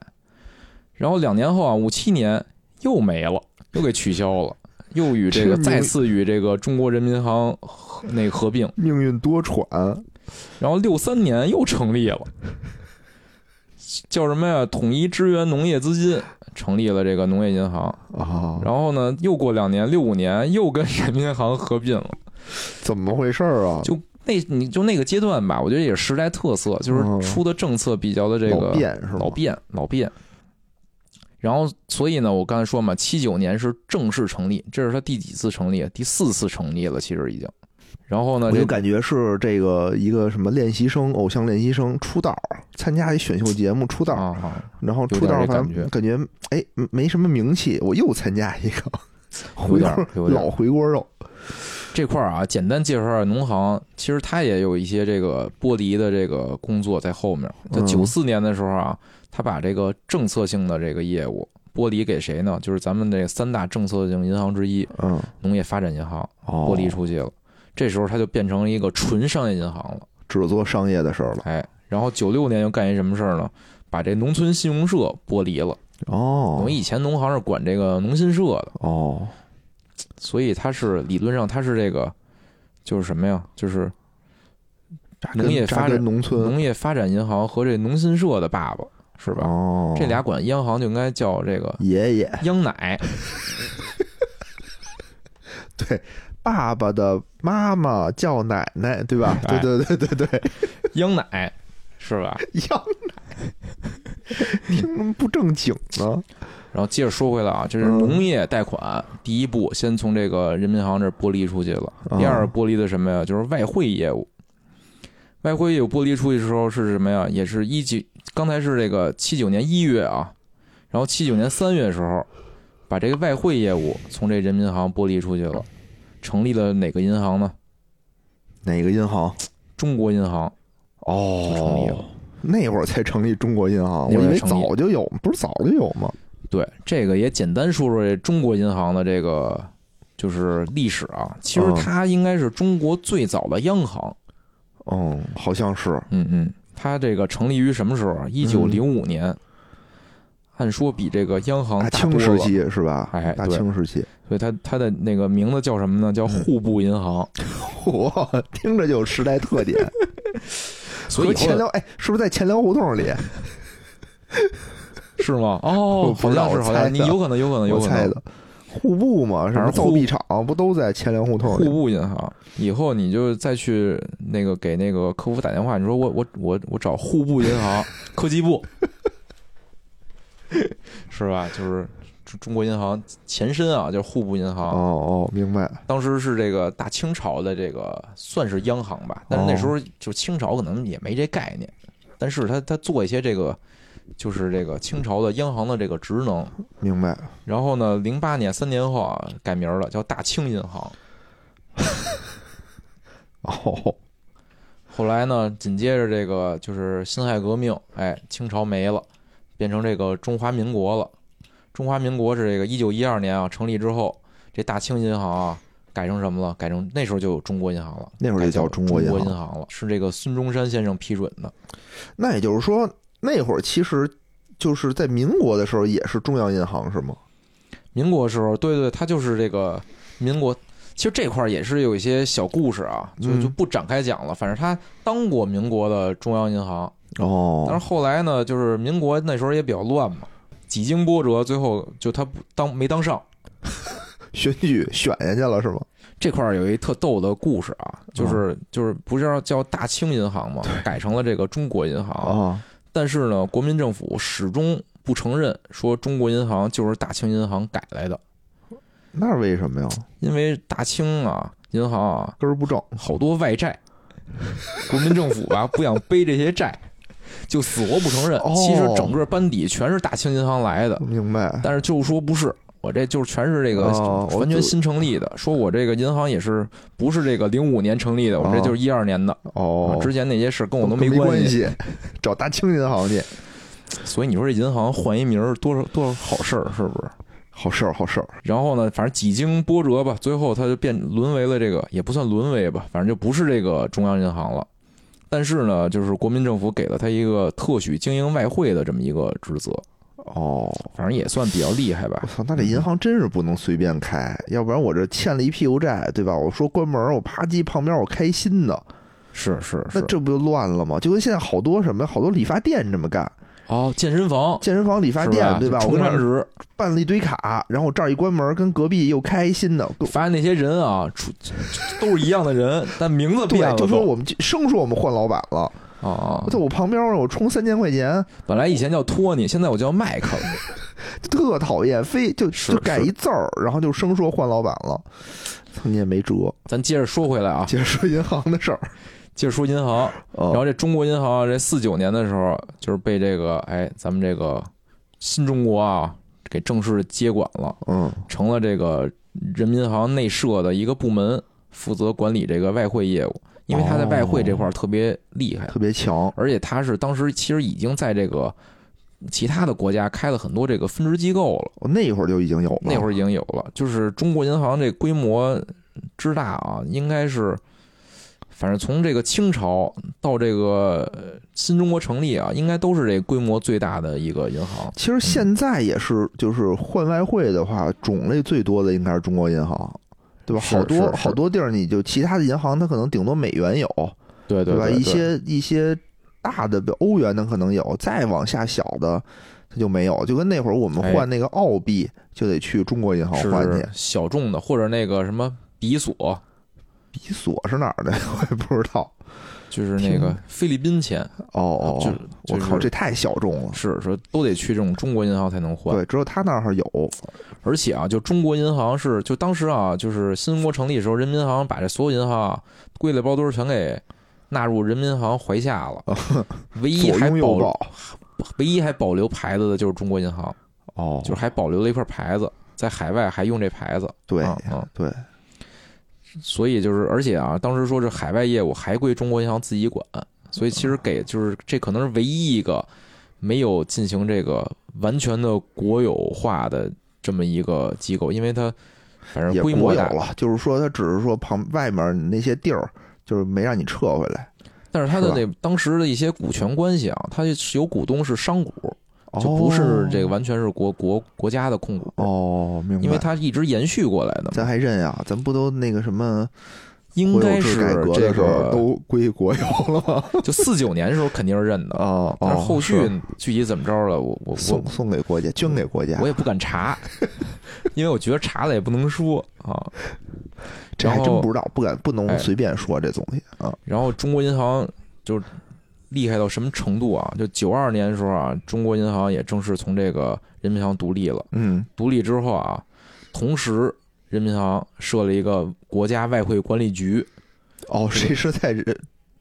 [SPEAKER 2] 然后两年后啊，五七年又没了，又给取消了，又与这个
[SPEAKER 1] 这
[SPEAKER 2] 再次与这个中国人民银行合那个合并，
[SPEAKER 1] 命运多舛，啊
[SPEAKER 2] 然后六三年又成立了，叫什么呀？统一支援农业资金成立了这个农业银行，
[SPEAKER 1] 啊，
[SPEAKER 2] 然后呢，又过两年，六五年又跟人民银行合并了。
[SPEAKER 1] 怎么回事儿啊？
[SPEAKER 2] 就那你就那个阶段吧，我觉得也是时代特色，就是
[SPEAKER 1] 嗯
[SPEAKER 2] 出的政策比较的这个
[SPEAKER 1] 老变是吗？
[SPEAKER 2] 老变老变。然后，所以呢，我刚才说嘛，七九年是正式成立，这是他第几次成立？第四次成立了，其实已经。然后呢，
[SPEAKER 1] 我就
[SPEAKER 2] 这
[SPEAKER 1] 感觉是这个一个什么练习生，偶像练习生出道，参加一选秀节目出道，
[SPEAKER 2] 啊，啊
[SPEAKER 1] 然后
[SPEAKER 2] 有
[SPEAKER 1] 出
[SPEAKER 2] 点
[SPEAKER 1] 道
[SPEAKER 2] 这
[SPEAKER 1] 反
[SPEAKER 2] 感觉
[SPEAKER 1] 正感觉哎没什么名气，我又参加一 <laughs> 个，
[SPEAKER 2] 有
[SPEAKER 1] 回
[SPEAKER 2] 点
[SPEAKER 1] 锅
[SPEAKER 2] 有点
[SPEAKER 1] 老回锅肉，
[SPEAKER 2] 这块儿啊，简单介绍一下农行，其实它也有一些这个剥离的这个工作在后面。在
[SPEAKER 1] 嗯
[SPEAKER 2] 九四年的时候啊，他把这个政策性的这个业务剥离给谁呢？就是咱们这三大政策性银行之一
[SPEAKER 1] 嗯，
[SPEAKER 2] 农业发展银行
[SPEAKER 1] 哦
[SPEAKER 2] 剥离出去了。这时候它就变成一个纯商业银行了。
[SPEAKER 1] 只做商业的事儿了。
[SPEAKER 2] 哎，然后九六年又干一什么事儿呢？把这农村信用社剥离了。等
[SPEAKER 1] 哦
[SPEAKER 2] 于以前农行是管这个农信社的，
[SPEAKER 1] 哦，
[SPEAKER 2] 所以它是理论上它是这个就是什么呀？就是
[SPEAKER 1] 扎
[SPEAKER 2] 农业
[SPEAKER 1] 根
[SPEAKER 2] 发
[SPEAKER 1] 扎
[SPEAKER 2] 展
[SPEAKER 1] 根农村
[SPEAKER 2] 农业发展银行和这农信社的爸爸是吧？
[SPEAKER 1] 哦，
[SPEAKER 2] 这俩管央行就应该叫这个
[SPEAKER 1] 爷爷
[SPEAKER 2] 央奶，
[SPEAKER 1] <laughs> 对。爸爸的妈妈叫奶奶，对吧？
[SPEAKER 2] 哎
[SPEAKER 1] 对对对对对，
[SPEAKER 2] 央奶是吧？
[SPEAKER 1] 要奶，听不正经啊呢。
[SPEAKER 2] 然后接着说回来啊，这是
[SPEAKER 1] 嗯
[SPEAKER 2] 农业贷款第一步，先从这个人民银行这儿剥离出去了。
[SPEAKER 1] 嗯
[SPEAKER 2] 第二剥离的什么呀？就是外汇业务。外汇业务剥离出去的时候是什么呀？也是一九，刚才是这个七九年一月啊，然后七九年三月的时候，把这个外汇业务从这人民银行剥离出去了，成立了哪个银行呢？
[SPEAKER 1] 哪个银行？
[SPEAKER 2] 中国银行。就成立了
[SPEAKER 1] 哦，那会儿才成立中国银行，
[SPEAKER 2] 那
[SPEAKER 1] 我
[SPEAKER 2] 会
[SPEAKER 1] 以
[SPEAKER 2] 儿
[SPEAKER 1] 为
[SPEAKER 2] 成立
[SPEAKER 1] 早就有，不是早就有吗？
[SPEAKER 2] 对，这个也简单说说这中国银行的这个就是历史啊。其实
[SPEAKER 1] 嗯
[SPEAKER 2] 它应该是中国最早的央行。
[SPEAKER 1] 嗯，好像是
[SPEAKER 2] 嗯嗯，它这个成立于什么时候啊？一九零五年。按说比这个央行
[SPEAKER 1] 大
[SPEAKER 2] 大多
[SPEAKER 1] 清
[SPEAKER 2] 了
[SPEAKER 1] 时，期是吧？
[SPEAKER 2] 哎
[SPEAKER 1] 大
[SPEAKER 2] 对
[SPEAKER 1] 清嗯时期， <laughs>
[SPEAKER 2] 所以它它的那个名字叫什么呢？叫户部银行。
[SPEAKER 1] 我听着就有时代特点。
[SPEAKER 2] 所以
[SPEAKER 1] 和
[SPEAKER 2] 以
[SPEAKER 1] 钱
[SPEAKER 2] 后嗯
[SPEAKER 1] 辽，哎，是不是在钱辽胡同里？
[SPEAKER 2] 是吗？
[SPEAKER 1] 我
[SPEAKER 2] 哦，
[SPEAKER 1] 不
[SPEAKER 2] 好
[SPEAKER 1] 知道
[SPEAKER 2] 像是，
[SPEAKER 1] 我
[SPEAKER 2] 好
[SPEAKER 1] 猜
[SPEAKER 2] 像你
[SPEAKER 1] 的
[SPEAKER 2] 有可能，有可能，有
[SPEAKER 1] 我
[SPEAKER 2] 可
[SPEAKER 1] 猜
[SPEAKER 2] 能。
[SPEAKER 1] 的。户部嘛，什
[SPEAKER 2] 反
[SPEAKER 1] 么
[SPEAKER 2] 正
[SPEAKER 1] 造
[SPEAKER 2] 户
[SPEAKER 1] 币厂不都在钱辽胡同
[SPEAKER 2] 户
[SPEAKER 1] 里？
[SPEAKER 2] 部银行，以后你就再去那个给那个客服打电话，你说我我我我找户部银行科技部， <laughs> 是吧？就是中中国银行前身啊，就是户部银
[SPEAKER 1] 哦
[SPEAKER 2] 行，
[SPEAKER 1] 哦，明白。
[SPEAKER 2] 当时是这个大清朝的这个算是央行吧，但是那时候就清朝可能也没这概念，但是他他做一些这个就是这个清朝的央行的这个职能，
[SPEAKER 1] 明白，
[SPEAKER 2] 然后呢，零八年三年后啊改名了，叫大清银行。
[SPEAKER 1] 哦，
[SPEAKER 2] 后来呢，紧接着这个就是辛亥革命，哎，清朝没了，变成这个中华民国了。中华民国是这个一九一二年啊成立之后，这大清银行啊改成什么了？改成那时候就有中国银行了，
[SPEAKER 1] <laughs> 那会儿就叫
[SPEAKER 2] 改
[SPEAKER 1] 中
[SPEAKER 2] 国
[SPEAKER 1] 国银行
[SPEAKER 2] 行了，是这个孙中山先生批准的。
[SPEAKER 1] 那也就是说，那会儿其实就是在民国的时候也是中央银行是吗？
[SPEAKER 2] 民国时候，对对，它就是这个民国。其实这块儿也是有一些小故事啊，就
[SPEAKER 1] 嗯
[SPEAKER 2] 就不展开讲了。反正它当过民国的中央银行，但
[SPEAKER 1] 哦，
[SPEAKER 2] 是后来呢，就是民国那时候也比较乱嘛，几经波折，最后就他不当没当上。
[SPEAKER 1] 选举选下去了是吗？
[SPEAKER 2] 这块儿有一特逗的故事啊，就是就是不是要叫大清银行嘛，改成了这个中国银行，
[SPEAKER 1] 啊，
[SPEAKER 2] 但是呢，国民政府始终不承认说中国银行就是大清银行改来的，
[SPEAKER 1] 那是为什么呀？
[SPEAKER 2] 因为大清啊银行啊
[SPEAKER 1] 根儿不正。
[SPEAKER 2] 好多外 <laughs> 债，国民政府吧不想背这些债，就死活不承认
[SPEAKER 1] 哦。
[SPEAKER 2] 其实整个班底全是大清银行来的，
[SPEAKER 1] 明白。
[SPEAKER 2] 但是就说不是，我这就是全是这个
[SPEAKER 1] 哦我
[SPEAKER 2] 完全新成立的。说我这个银行也是不是这个零五年成立的，我这
[SPEAKER 1] 哦
[SPEAKER 2] 就是一二年的，
[SPEAKER 1] 哦，
[SPEAKER 2] 啊之前那些事跟我都
[SPEAKER 1] 没
[SPEAKER 2] 关
[SPEAKER 1] 系，找大清银行去，
[SPEAKER 2] 所以你说这银行换一名儿多少多少 <laughs> 好事儿是不是？
[SPEAKER 1] 好事儿，好事儿。
[SPEAKER 2] 然后呢，反正几经波折吧，最后它就变沦为了这个，也不算沦为吧，反正就不是这个中央银行了。但是呢，就是国民政府给了他一个特许经营外汇的这么一个职责，
[SPEAKER 1] 哦，
[SPEAKER 2] 反正也算比较厉害吧
[SPEAKER 1] 我。操，那这银行真是不能随便开，要不然我这欠了一屁股债，对吧？我说关门，我啪叽旁边我开新的，
[SPEAKER 2] 是是
[SPEAKER 1] 那
[SPEAKER 2] 是。
[SPEAKER 1] 这不就乱了吗？就跟现在好多什么，好多理发店这么干，
[SPEAKER 2] 哦，健身房，
[SPEAKER 1] 健身房、理发
[SPEAKER 2] 是
[SPEAKER 1] 店，对吧？我
[SPEAKER 2] 充
[SPEAKER 1] 跟这
[SPEAKER 2] 产
[SPEAKER 1] 儿
[SPEAKER 2] 值，
[SPEAKER 1] 办了一堆卡，然后我这儿一关门，跟隔壁又开一新的。
[SPEAKER 2] 发现那些人啊，出都是一样的人，但名字
[SPEAKER 1] 对嗯
[SPEAKER 2] 变了，
[SPEAKER 1] 就说
[SPEAKER 2] 都
[SPEAKER 1] 我们生说我们换老板了，
[SPEAKER 2] 啊啊
[SPEAKER 1] 我！在我旁边我充三千块钱，
[SPEAKER 2] 本来以前叫托尼，现在我叫迈克。 <laughs>
[SPEAKER 1] 特讨厌，非就是就改
[SPEAKER 2] 是
[SPEAKER 1] 一字儿，然后就生说换老板了，操你也没辙。
[SPEAKER 2] 咱接着说回来啊，
[SPEAKER 1] 接着说银行的事儿，
[SPEAKER 2] 接着说银
[SPEAKER 1] 哦
[SPEAKER 2] 行。然
[SPEAKER 1] 然
[SPEAKER 2] 后这中国银行啊这四九年的时候，就是被这个哎咱们这个新中国啊给正式接管了，
[SPEAKER 1] 嗯，
[SPEAKER 2] 成了这个人民银行内设的一个部门，负责管理这个外汇业务，因为他在外汇这
[SPEAKER 1] 哦
[SPEAKER 2] 块儿特别厉害，
[SPEAKER 1] 特别强，哦
[SPEAKER 2] 而且他是当时其实已经在这个其他的国家开了很多这个分支机构了。
[SPEAKER 1] 我那会儿就已经有了，
[SPEAKER 2] 那会儿已经有了，就是中国银行这规模之大啊，应该是，反正从这个清朝到这个呃新中国成立啊，应该都是这规模最大的一个银行。
[SPEAKER 1] 其实
[SPEAKER 2] 嗯
[SPEAKER 1] 现在也是，就是换外汇的话，种类最多的应该是中国银行，对吧？
[SPEAKER 2] 是
[SPEAKER 1] 好多
[SPEAKER 2] 是是
[SPEAKER 1] 好多地儿，你就其他的银行，它可能顶多美元有，
[SPEAKER 2] 对
[SPEAKER 1] 对
[SPEAKER 2] 对
[SPEAKER 1] 吧？一些一些大的，比如欧元的可能有，再往下小的它就没有。就跟那会儿我们
[SPEAKER 2] 哎
[SPEAKER 1] 换那个澳币，就得去中国银行
[SPEAKER 2] 是
[SPEAKER 1] 换去。
[SPEAKER 2] 小众的，或者那个什么比索，
[SPEAKER 1] 比索是哪儿的？ <laughs> 我也不知道。
[SPEAKER 2] 就是那个菲律宾钱，
[SPEAKER 1] 哦哦，
[SPEAKER 2] 就
[SPEAKER 1] 哦我
[SPEAKER 2] 就是
[SPEAKER 1] 靠，这太小众了。
[SPEAKER 2] 是说都得去这种中国银行才能换。
[SPEAKER 1] 对，只有他那儿有。
[SPEAKER 2] 而且啊，就中国银行是就当时啊，就是新中国成立的时候，人民银行把这所有银行啊归类包堆儿全给纳入人民银行麾下了，唯
[SPEAKER 1] <laughs>
[SPEAKER 2] 一
[SPEAKER 1] 左
[SPEAKER 2] 还
[SPEAKER 1] 拥右
[SPEAKER 2] 保
[SPEAKER 1] 抱。
[SPEAKER 2] 唯一还保留牌子的就是中国银行，
[SPEAKER 1] 哦
[SPEAKER 2] 就是还保留了一块牌子，在海外还用这牌子。
[SPEAKER 1] 对
[SPEAKER 2] 嗯嗯
[SPEAKER 1] 对，
[SPEAKER 2] 所以就是，而且啊，当时说是海外业务还归中国银行自己管，所以其实
[SPEAKER 1] 嗯
[SPEAKER 2] 给就是这可能是唯一一个没有进行这个完全的国有化的这么一个机构，因为它反正
[SPEAKER 1] 也
[SPEAKER 2] 规
[SPEAKER 1] 国
[SPEAKER 2] 模
[SPEAKER 1] 有
[SPEAKER 2] 大，
[SPEAKER 1] 了，就是说他只是说旁外面那些地儿，就是没让你撤回来，
[SPEAKER 2] 但是它的
[SPEAKER 1] 是吧
[SPEAKER 2] 那当时的一些股权关系啊，它是有股东是商股，哦就不是这个完全是国国国家的控股，
[SPEAKER 1] 哦，明白。
[SPEAKER 2] 因为它一直延续过来的嘛，
[SPEAKER 1] 咱还认呀，咱不都那个什么
[SPEAKER 2] 应
[SPEAKER 1] 国
[SPEAKER 2] 该
[SPEAKER 1] 有制
[SPEAKER 2] 是
[SPEAKER 1] 改革
[SPEAKER 2] 这
[SPEAKER 1] 的时候
[SPEAKER 2] 个
[SPEAKER 1] 都归国有了
[SPEAKER 2] <laughs>
[SPEAKER 1] 吗？
[SPEAKER 2] 就四九年的时候肯定是认的，
[SPEAKER 1] <laughs> 哦，
[SPEAKER 2] 但是
[SPEAKER 1] 哦
[SPEAKER 2] 后
[SPEAKER 1] 是
[SPEAKER 2] 续具体怎么着了，我我我
[SPEAKER 1] 送送给国家，捐给国家
[SPEAKER 2] 我，也不敢查，因为我觉得查了也不能说啊。
[SPEAKER 1] 这还
[SPEAKER 2] 然
[SPEAKER 1] 真
[SPEAKER 2] 后
[SPEAKER 1] 不知道，不敢不
[SPEAKER 2] 哎嗯
[SPEAKER 1] 能随便说这东西啊。
[SPEAKER 2] 然后中国银行就厉害到什么程度啊？就九二年的时候啊，中国银行也正式从这个人民银行独立了。
[SPEAKER 1] 嗯，
[SPEAKER 2] 独立之后啊，同时人民银行设了一个国家外汇管理局，
[SPEAKER 1] 哦，这是在人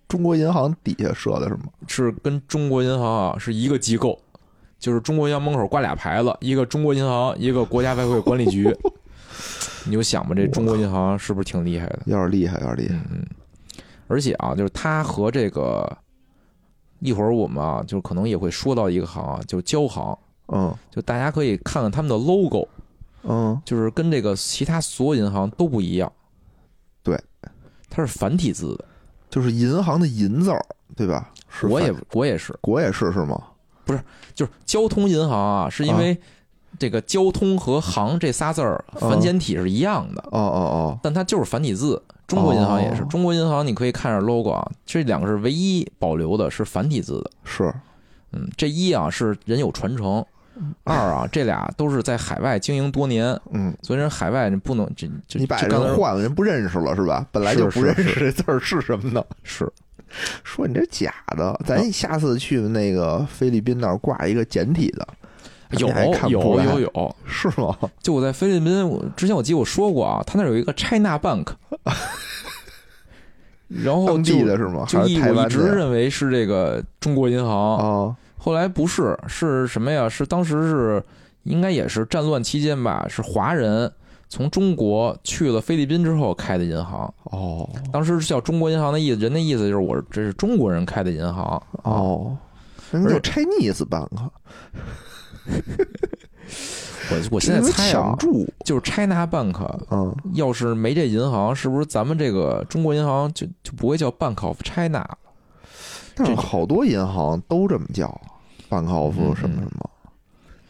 [SPEAKER 1] 中国银行底下设的是吗？
[SPEAKER 2] 是跟中国银行啊是一个机构，就是中国银行门口挂俩牌子，一个中国银行，一个国家外汇管理局。你就想吧，这中国银行是不是挺厉害的？
[SPEAKER 1] 有点厉害，有点厉害。
[SPEAKER 2] 嗯，嗯，而且啊，就是它和这个一会儿我们啊，就可能也会说到一个行啊，就交行，
[SPEAKER 1] 嗯
[SPEAKER 2] 就大家可以看看他们的 logo，
[SPEAKER 1] 嗯，
[SPEAKER 2] 就是跟这个其他所有银行都不一样。
[SPEAKER 1] 对，
[SPEAKER 2] 它是繁体字的。
[SPEAKER 1] 就是银行的银字儿，对吧？是
[SPEAKER 2] 我
[SPEAKER 1] 反
[SPEAKER 2] 也我也是，
[SPEAKER 1] 国也是是吗？
[SPEAKER 2] 就是交通银行啊，是因为这个交通和行这仨字儿繁简体是一样的，
[SPEAKER 1] 哦哦
[SPEAKER 2] 但它就是繁体字。中国银行也是，
[SPEAKER 1] 哦
[SPEAKER 2] 中国银行你可以看着 logo 啊，这两个是唯一保留的是繁体字的。
[SPEAKER 1] 哦，是
[SPEAKER 2] 嗯，这一啊是人有传承，二啊这俩都是在海外经营多年，
[SPEAKER 1] 嗯，
[SPEAKER 2] 所以人海外你不能这这
[SPEAKER 1] 你把
[SPEAKER 2] 这刚才
[SPEAKER 1] 人换了，人不认识了是吧？本来就是不认
[SPEAKER 2] 是
[SPEAKER 1] 识这字儿是什么呢？
[SPEAKER 2] 是
[SPEAKER 1] 说你这假的，
[SPEAKER 2] 啊
[SPEAKER 1] 咱下次去那个菲律宾那儿挂一个简体的，
[SPEAKER 2] 有
[SPEAKER 1] 咱们还看不出
[SPEAKER 2] 有
[SPEAKER 1] 来
[SPEAKER 2] 有有，
[SPEAKER 1] 是吗？
[SPEAKER 2] 就我在菲律宾，我之前我记得我说过啊，他那儿有一个 China Bank，然后
[SPEAKER 1] 当
[SPEAKER 2] 哦就
[SPEAKER 1] 地的是吗？
[SPEAKER 2] 就
[SPEAKER 1] 还
[SPEAKER 2] 一
[SPEAKER 1] 是台
[SPEAKER 2] 我一
[SPEAKER 1] 湾
[SPEAKER 2] 直
[SPEAKER 1] 的呀？
[SPEAKER 2] 认为是这个中国银行，
[SPEAKER 1] 哦
[SPEAKER 2] 后来不是是什么呀？是当时是应该也是战乱期间吧，是华人从中国去了菲律宾之后开的银行。
[SPEAKER 1] 哦
[SPEAKER 2] 当时是叫中国银行的意思，人的意思就是我这是中国人开的银行，
[SPEAKER 1] 哦，人家叫 Chinese 啊 Bank，
[SPEAKER 2] 我我现在
[SPEAKER 1] 这
[SPEAKER 2] 猜啊
[SPEAKER 1] 抢，注，
[SPEAKER 2] 就是 China Bank，
[SPEAKER 1] 嗯，
[SPEAKER 2] 要是没这银行，是不是咱们这个中国银行就就不会叫 Bank of China 啊了？
[SPEAKER 1] 但是
[SPEAKER 2] 这
[SPEAKER 1] 好多银行都这么叫，Bank of
[SPEAKER 2] 嗯
[SPEAKER 1] 什么什么。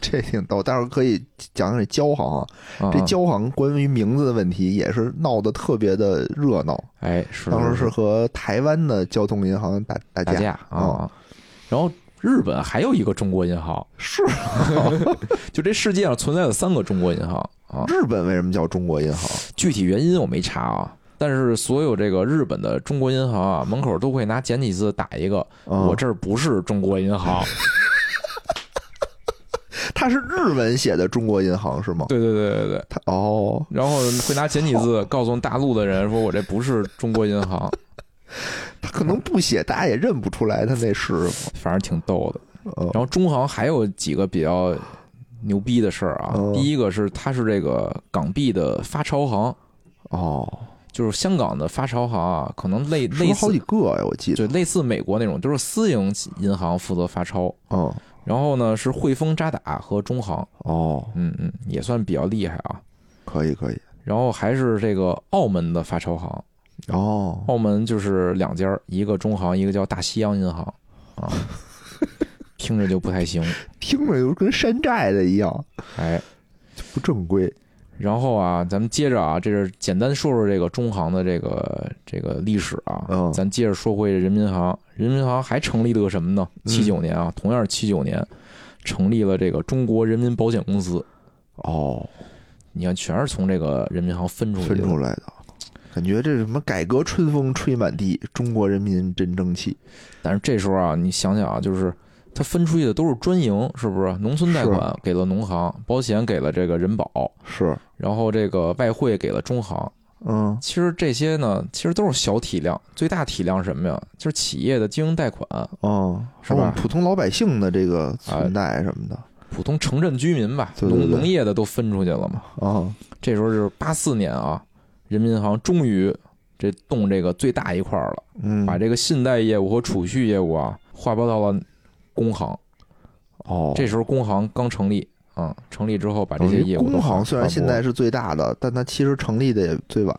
[SPEAKER 1] 这挺逗，待会儿可以讲讲这交行啊，
[SPEAKER 2] 啊
[SPEAKER 1] 这交行关于名字的问题也是闹得特别的热闹。
[SPEAKER 2] 哎是
[SPEAKER 1] 当时
[SPEAKER 2] 是
[SPEAKER 1] 是和台湾的交通银行打打
[SPEAKER 2] 打
[SPEAKER 1] 架，
[SPEAKER 2] 架
[SPEAKER 1] 嗯
[SPEAKER 2] 啊，然后日本还有一个中国银行，
[SPEAKER 1] 是
[SPEAKER 2] 就这世界上存在的三个中国银行啊，
[SPEAKER 1] 日本为什么叫中国银行？
[SPEAKER 2] 具体原因我没查啊。但是所有这个日本的中国银行啊，门口都会拿简体字打一个“
[SPEAKER 1] 嗯
[SPEAKER 2] 我这儿不是中国银行 <laughs>
[SPEAKER 1] 它是日文写的中国银行是吗”。？
[SPEAKER 2] 对对对对对，
[SPEAKER 1] 它哦，
[SPEAKER 2] 然后会拿简体字告诉大陆的人说：“我这不是中国银
[SPEAKER 1] <laughs>
[SPEAKER 2] 行。
[SPEAKER 1] 它可能不写，大家也认不出来它那是什”
[SPEAKER 2] 反正挺逗的。
[SPEAKER 1] 么。哦
[SPEAKER 2] 然后中行还有几个比较牛逼的事儿啊
[SPEAKER 1] 嗯。
[SPEAKER 2] 第一个是它是这个港币的发钞行，
[SPEAKER 1] 哦，
[SPEAKER 2] 就是香港的发钞行啊，可能类
[SPEAKER 1] 是不
[SPEAKER 2] 类
[SPEAKER 1] 是好
[SPEAKER 2] 似
[SPEAKER 1] 几个呀？我记得
[SPEAKER 2] 对，类似美国那种，都是私营银行负责发钞。
[SPEAKER 1] 嗯
[SPEAKER 2] 然后呢是汇丰、渣打和中行，
[SPEAKER 1] 哦，
[SPEAKER 2] 嗯嗯，也算比较厉害啊。
[SPEAKER 1] 可以可以，
[SPEAKER 2] 然后还是这个澳门的发钞行，
[SPEAKER 1] 哦，
[SPEAKER 2] 澳门就是两家儿，一个中行，一个叫大西洋银行啊， <laughs> 听着就不太行。
[SPEAKER 1] 听着就跟山寨的一样，
[SPEAKER 2] 哎，
[SPEAKER 1] 不正规。
[SPEAKER 2] 然后啊，咱们接着啊，这是简单说说这个中行的这个这个历史啊。
[SPEAKER 1] 嗯
[SPEAKER 2] 咱接着说回人民银行，人民银行还成立了个什么呢？
[SPEAKER 1] 嗯
[SPEAKER 2] 七九年啊，同样是七九年，成立了这个中国人民保险公司。
[SPEAKER 1] 哦，
[SPEAKER 2] 你看，全是从这个人民银行分出去
[SPEAKER 1] 分
[SPEAKER 2] 的。
[SPEAKER 1] 出来的，感觉这什么改革春风吹满地，中国人民真争气。
[SPEAKER 2] 但是这时候啊，你想想啊，就是它分出去的都是专营，是不是？农村贷款给了农行，保险给了这个人保，
[SPEAKER 1] 是，
[SPEAKER 2] 然后这个外汇给了中行。
[SPEAKER 1] 嗯，
[SPEAKER 2] 其实这些呢，其实都是小体量，最大体量是什么呀？就是企业的经营贷款，
[SPEAKER 1] 哦，
[SPEAKER 2] 是
[SPEAKER 1] 还
[SPEAKER 2] 吧啊
[SPEAKER 1] 有我们普通老百姓的这个存贷什么的，
[SPEAKER 2] 普通城镇居民吧，
[SPEAKER 1] 对对对
[SPEAKER 2] 农农业的都分出去了嘛。
[SPEAKER 1] 啊，
[SPEAKER 2] 这时候就是八四年啊，人民银行终于这动这个最大一块儿了，
[SPEAKER 1] 嗯，
[SPEAKER 2] 把这个信贷业务和储蓄业务啊划拨到了工行。
[SPEAKER 1] 哦，
[SPEAKER 2] 这时候工行刚成立啊、成立之后把这
[SPEAKER 1] 等
[SPEAKER 2] 些
[SPEAKER 1] 于
[SPEAKER 2] 业务都
[SPEAKER 1] 工
[SPEAKER 2] 划
[SPEAKER 1] 行虽然现，在
[SPEAKER 2] 划拨
[SPEAKER 1] 是最大的，但它其实成立的也最晚。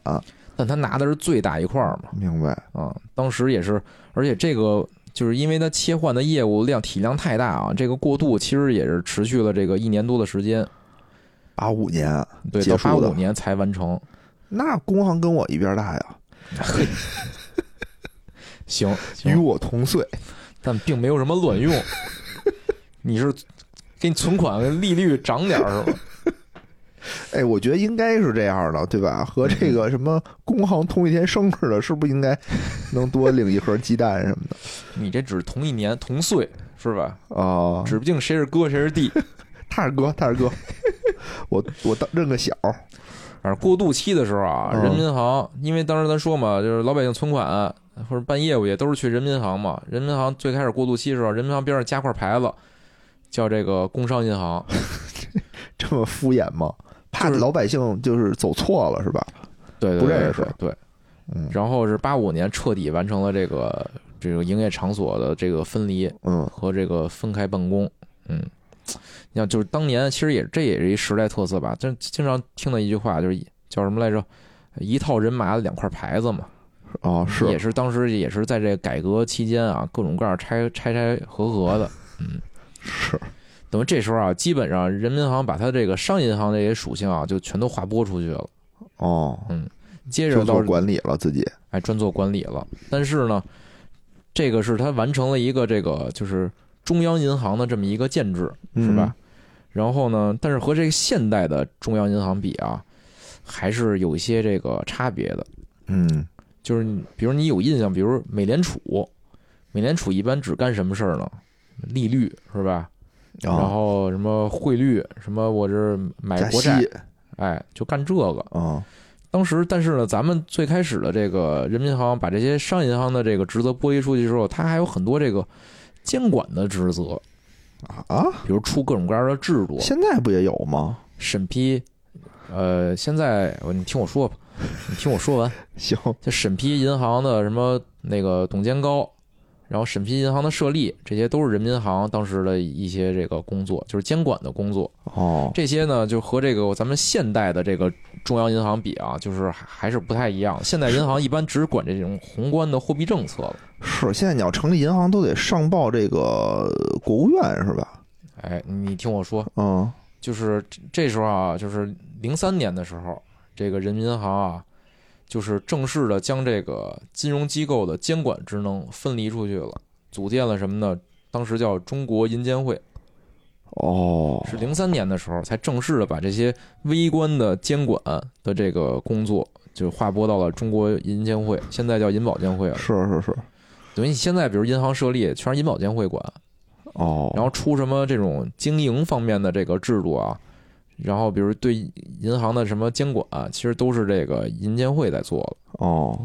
[SPEAKER 2] 但他拿的是最大一块儿嘛
[SPEAKER 1] 明白？
[SPEAKER 2] 啊、当时也是，而且这个。就是因为它切换的业务量体量太大啊，这个过渡其实也是持续了这个一年多的时间，
[SPEAKER 1] 八五年，
[SPEAKER 2] 对，
[SPEAKER 1] 结
[SPEAKER 2] 到
[SPEAKER 1] 束
[SPEAKER 2] 八
[SPEAKER 1] 的
[SPEAKER 2] 五年才
[SPEAKER 1] <laughs>
[SPEAKER 2] 完成。
[SPEAKER 1] 那工行跟我一边大呀，
[SPEAKER 2] 行，行
[SPEAKER 1] 与我同岁。
[SPEAKER 2] 但并没有什么卵用。你是给你存款利率涨点儿是吧？
[SPEAKER 1] 哎，我觉得应该是这样的，对吧？和这个什么工行同一天生日的，是不是应该能多领一盒鸡蛋什么的？
[SPEAKER 2] 你这只是同一年同岁是吧？
[SPEAKER 1] 啊，
[SPEAKER 2] 指不定谁是哥谁是弟。
[SPEAKER 1] 他是哥，他
[SPEAKER 2] <laughs>
[SPEAKER 1] 是哥，我我当认个小。
[SPEAKER 2] 反正过渡期的时候啊，
[SPEAKER 1] 嗯
[SPEAKER 2] 人民银行，因为当时咱说嘛，就是老百姓存款或者办业务也都是去人民银行嘛。人民银行最开始过渡期的时候，人民银行边上加块牌子，叫这个工商银行。
[SPEAKER 1] 这么敷衍吗？怕
[SPEAKER 2] 就是
[SPEAKER 1] 老百姓就是走错了是吧？
[SPEAKER 2] <laughs> 对对
[SPEAKER 1] 不
[SPEAKER 2] 对
[SPEAKER 1] 认
[SPEAKER 2] 对
[SPEAKER 1] 识
[SPEAKER 2] 对。
[SPEAKER 1] 嗯
[SPEAKER 2] 然后是八五年彻底完成了这个这个营业场所的这个分离。
[SPEAKER 1] 嗯，
[SPEAKER 2] 和这个分开办公，嗯，你像就是当年其实也这也是一时代特色吧，这经常听的一句话就是叫什么来着？一套人马两块牌子嘛，
[SPEAKER 1] 哦
[SPEAKER 2] 也
[SPEAKER 1] 是，
[SPEAKER 2] 是当时也是在这改革期间啊，各种各样拆拆拆合
[SPEAKER 1] <laughs>
[SPEAKER 2] 合的。
[SPEAKER 1] 是
[SPEAKER 2] 等于这时候啊，基本上人民银行把它这个商业银行这些属性啊，就全都划拨出去了，
[SPEAKER 1] 哦，
[SPEAKER 2] 接着
[SPEAKER 1] 就
[SPEAKER 2] 到
[SPEAKER 1] 做管理了自己。
[SPEAKER 2] 哎专做管理了。但是呢，这个是它完成了一个这个就是中央银行的这么一个建制，
[SPEAKER 1] 嗯
[SPEAKER 2] 是吧？然后呢，但是和这个现代的中央银行比啊，还是有一些这个差别的。
[SPEAKER 1] 嗯？嗯，
[SPEAKER 2] 就是你比如你有印象，比如美联储，美联储一般只干什么事儿呢？利率是
[SPEAKER 1] 哦
[SPEAKER 2] 吧？然后什么汇率，什么我这买
[SPEAKER 1] 加
[SPEAKER 2] 国
[SPEAKER 1] 息
[SPEAKER 2] 债，哎，就干这个。
[SPEAKER 1] 啊，
[SPEAKER 2] 当时，但是呢，咱们最开始的这个人民银行把这些商业银行的这个职责剥离出去之后，它还有很多这个监管的职责，
[SPEAKER 1] 啊，
[SPEAKER 2] 比如出各种各样的制度。
[SPEAKER 1] 现在不也有吗？
[SPEAKER 2] 审批，呃，现在我你听我说吧，你听我说完，
[SPEAKER 1] 行，
[SPEAKER 2] 就审批银行的什么那个董监高，然后审批银行的设立，这些都是人民银行当时的一些这个工作，就是监管的工作。
[SPEAKER 1] 哦，
[SPEAKER 2] 这些呢，就和这个咱们现代的这个中央银行比啊，就是还还是不太一样。现代银行一般只管这种宏观的货币政策了。
[SPEAKER 1] 是现在你要成立银行都得上报这个国务院是吧？
[SPEAKER 2] 哎，你听我说，
[SPEAKER 1] 嗯，
[SPEAKER 2] 就是这这时候啊，就是零三年的时候，这个人民银行啊，就是正式的将这个金融机构的监管职能分离出去了，组建了什么呢？当时叫中国银监会，
[SPEAKER 1] 哦，
[SPEAKER 2] 是零三年的时候才正式的把这些微观的监管的这个工作就划拨到了中国银监会，现在叫银保监会了。
[SPEAKER 1] 是是是，
[SPEAKER 2] 等于你现在比如银行设立，全是银保监会管，
[SPEAKER 1] 哦，
[SPEAKER 2] 然后出什么这种经营方面的这个制度啊，然后比如对银行的什么监管、啊其实都是这个银监会在做了。
[SPEAKER 1] 哦，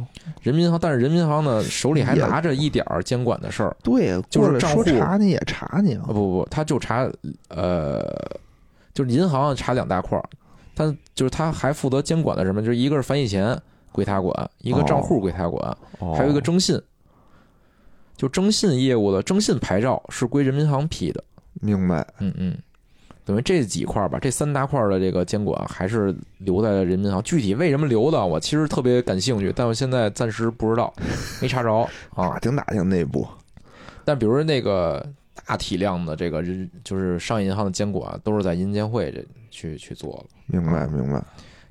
[SPEAKER 2] 人民银行，但是人民银行呢手里还
[SPEAKER 1] 也
[SPEAKER 2] 拿着一点儿监管的事儿
[SPEAKER 1] 对，
[SPEAKER 2] 就
[SPEAKER 1] 过
[SPEAKER 2] 是
[SPEAKER 1] 来
[SPEAKER 2] 账
[SPEAKER 1] 说
[SPEAKER 2] 户
[SPEAKER 1] 查你也查你啊
[SPEAKER 2] 啊，不，不不，他就查呃，就是银行查两大块儿，但就是他还负责监管的什么，就是一个是反洗钱归他管，一个账户归他管，
[SPEAKER 1] 哦
[SPEAKER 2] 呃还有一个征信，就征信业务的征信牌照是归人民银行批的。
[SPEAKER 1] 明白，
[SPEAKER 2] 嗯，嗯，等于这几块儿吧，这三大块儿的这个监管还是留在了人民银行。具体为什么留的，我其实特别感兴趣，但我现在暂时不知道，没查着 <laughs> 啊
[SPEAKER 1] 打。听打听内部，
[SPEAKER 2] 但比如说那个大体量的这个人，就是商业银行的监管，都是在银监会这去去做了。
[SPEAKER 1] 明白明白。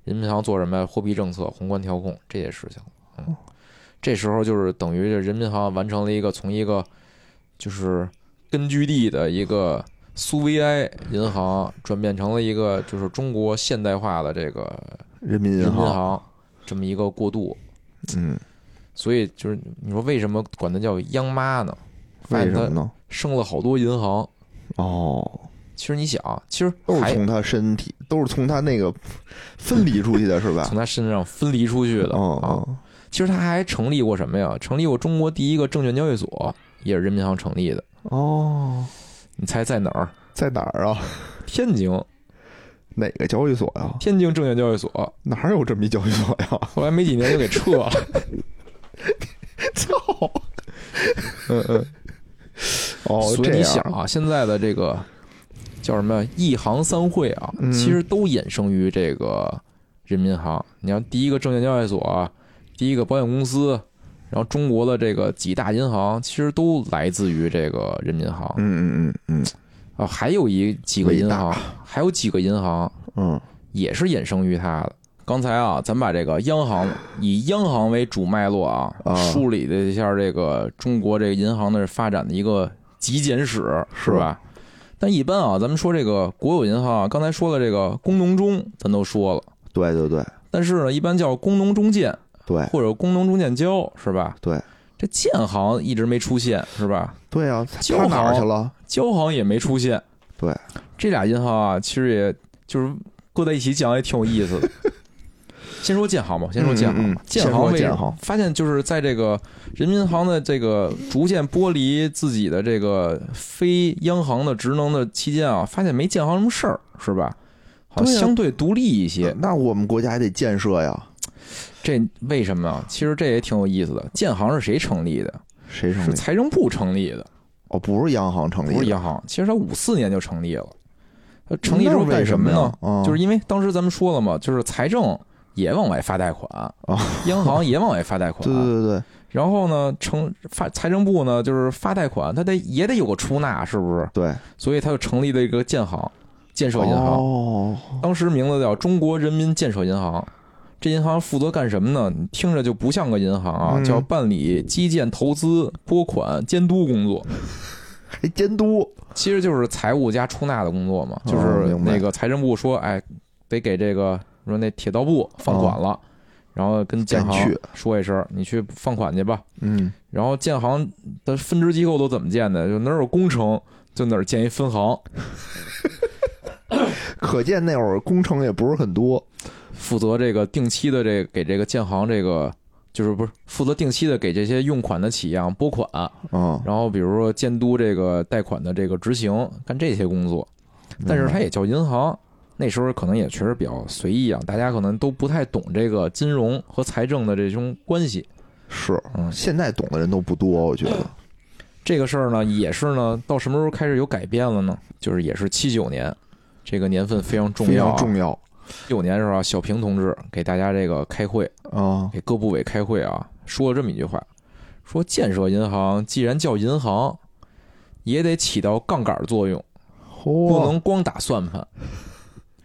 [SPEAKER 2] 人民银行做什么呀？货币政策、宏观调控这些事情。嗯，
[SPEAKER 1] 哦
[SPEAKER 2] 这时候就是等于这人民银行完成了一个从一个就是根据地的一个苏维埃银行转变成了一个就是中国现代化的这个
[SPEAKER 1] 人民
[SPEAKER 2] 人
[SPEAKER 1] 银
[SPEAKER 2] 民银
[SPEAKER 1] 行，
[SPEAKER 2] 行这么一个过渡。
[SPEAKER 1] 嗯，
[SPEAKER 2] 所以就是你说为什么管它叫央妈呢？发
[SPEAKER 1] 为
[SPEAKER 2] 现
[SPEAKER 1] 什么
[SPEAKER 2] 它
[SPEAKER 1] 呢？
[SPEAKER 2] 生了好多银行。
[SPEAKER 1] 哦，
[SPEAKER 2] 其实你想，其实
[SPEAKER 1] 都
[SPEAKER 2] 还
[SPEAKER 1] 是从他身体，都是从他那个分离出去的，是吧
[SPEAKER 2] 从？他身上分离出去的
[SPEAKER 1] 嗯
[SPEAKER 2] 啊。
[SPEAKER 1] 嗯，
[SPEAKER 2] 其实他还成立过什么呀？成立过中国第一个证券交易所，也是人民银行成立的。
[SPEAKER 1] 哦，
[SPEAKER 2] 你猜在哪儿？
[SPEAKER 1] 在哪儿啊？
[SPEAKER 2] 天津，
[SPEAKER 1] 哪个交易所呀、
[SPEAKER 2] 天津证券交易所。
[SPEAKER 1] 哪有这么一交易所呀、
[SPEAKER 2] 后来没几年就给撤了。
[SPEAKER 1] 操！
[SPEAKER 2] 嗯嗯。
[SPEAKER 1] <laughs> <laughs> 哦，
[SPEAKER 2] 所以
[SPEAKER 1] 这
[SPEAKER 2] 你
[SPEAKER 1] 样
[SPEAKER 2] 想啊，现在的这个叫什么呀？一行三会啊，
[SPEAKER 1] 嗯
[SPEAKER 2] 其实都衍生于这个人民银行。你看，第一个证券交易所啊，第一个保险公司，然后中国的这个几大银行，其实都来自于这个人民银行。
[SPEAKER 1] 嗯嗯嗯
[SPEAKER 2] 啊，还有一几个
[SPEAKER 1] 伟
[SPEAKER 2] 银
[SPEAKER 1] 大
[SPEAKER 2] 行，还有几个银行
[SPEAKER 1] 嗯
[SPEAKER 2] 也是衍生于它的。刚才啊，咱把这个央行以央行为主脉络啊
[SPEAKER 1] 啊，
[SPEAKER 2] 梳理了一下这个中国这个银行的发展的一个极简史，是
[SPEAKER 1] 是
[SPEAKER 2] 吧？但一般啊，咱们说这个国有银行啊，刚才说了这个工农中，咱都说了，
[SPEAKER 1] 嗯，对对对
[SPEAKER 2] 但是呢，一般叫工农中建
[SPEAKER 1] 对
[SPEAKER 2] 或者工农中建交，是吧？
[SPEAKER 1] 对，
[SPEAKER 2] 这建行一直没出现，是吧？
[SPEAKER 1] 对啊，
[SPEAKER 2] 交
[SPEAKER 1] 他哪儿
[SPEAKER 2] 行
[SPEAKER 1] 去了？
[SPEAKER 2] 交行也没出现。
[SPEAKER 1] 对，
[SPEAKER 2] 这俩银行啊，其实也就是搁在一起讲也挺有意
[SPEAKER 1] <laughs>
[SPEAKER 2] 思的。先说建行吧，先说建行
[SPEAKER 1] 嗯嗯
[SPEAKER 2] 吧
[SPEAKER 1] 嗯。
[SPEAKER 2] 建
[SPEAKER 1] 先说
[SPEAKER 2] 行为什
[SPEAKER 1] 建
[SPEAKER 2] 么
[SPEAKER 1] 行
[SPEAKER 2] 发现就是在这个人民银行的这个逐渐剥离自己的这个非央行的职能的期间啊，发现没建行什么事儿，是吧？好，
[SPEAKER 1] 对啊嗯
[SPEAKER 2] 相对独立一些。
[SPEAKER 1] 那我们国家还得建设呀，
[SPEAKER 2] 这为什么啊？其实这也挺有意思的。建行是谁成立的？
[SPEAKER 1] 谁成
[SPEAKER 2] 是
[SPEAKER 1] 立？
[SPEAKER 2] 财政部成立的。
[SPEAKER 1] 哦，不是央行成立的，
[SPEAKER 2] 不是央行，其实它五四年就成立了。它成立之
[SPEAKER 1] 那
[SPEAKER 2] 后
[SPEAKER 1] 为
[SPEAKER 2] 干
[SPEAKER 1] 什
[SPEAKER 2] 么呢
[SPEAKER 1] 呀？？嗯
[SPEAKER 2] 就是因为当时咱们说了嘛，就是财政也往外发贷款，央行也往外发贷款。
[SPEAKER 1] 哦 <laughs> 对对对对，
[SPEAKER 2] 然后呢，成发财政部呢，就是发贷款，它得也得有个出纳，是不是？
[SPEAKER 1] 对，
[SPEAKER 2] 所以它就成立了一个建行，建设银行，
[SPEAKER 1] 哦，
[SPEAKER 2] 当时名字叫中国人民建设银行。这银行负责干什么呢？你听着就不像个银行啊，
[SPEAKER 1] 嗯
[SPEAKER 2] 叫办理基建投资、拨款、监督工作。
[SPEAKER 1] 还监督，
[SPEAKER 2] 其实就是财务加出纳的工作嘛，
[SPEAKER 1] 哦
[SPEAKER 2] 就是
[SPEAKER 1] 明白
[SPEAKER 2] 那个财政部说，哎，得给这个说那铁道部放款了，然后跟建
[SPEAKER 1] 赶
[SPEAKER 2] 行
[SPEAKER 1] 哦去
[SPEAKER 2] 说一声，你去放款去吧。
[SPEAKER 1] 嗯，
[SPEAKER 2] 然后建行的分支机构都怎么建的？就哪儿有工程，就哪儿建一分行，
[SPEAKER 1] 可见那会儿工程也不是很多，
[SPEAKER 2] 负责这个定期的这个给这个建行这个。就是不是负责定期的给这些用款的企业啊拨款，
[SPEAKER 1] 嗯，
[SPEAKER 2] 然后比如说监督这个贷款的这个执行，干这些工作。但
[SPEAKER 1] 嗯
[SPEAKER 2] 是它也叫银行。那时候可能也确实比较随意啊，大家可能都不太懂这个金融和财政的这种关系。
[SPEAKER 1] 是
[SPEAKER 2] 嗯
[SPEAKER 1] 现在懂的人都不多，我觉得，
[SPEAKER 2] 这个事儿呢，也是呢，到什么时候开始有改变了呢？就是也是七九年，这个年份非常重
[SPEAKER 1] 非
[SPEAKER 2] 要、
[SPEAKER 1] 常
[SPEAKER 2] 啊。
[SPEAKER 1] 重要
[SPEAKER 2] 七九年的时候啊，小平同志给大家这个开会，
[SPEAKER 1] 啊，
[SPEAKER 2] 给各部委开会啊，说了这么一句话，说建设银行既然叫银行，也得起到杠杆作用，不
[SPEAKER 1] 嚯，
[SPEAKER 2] 能光打算盘。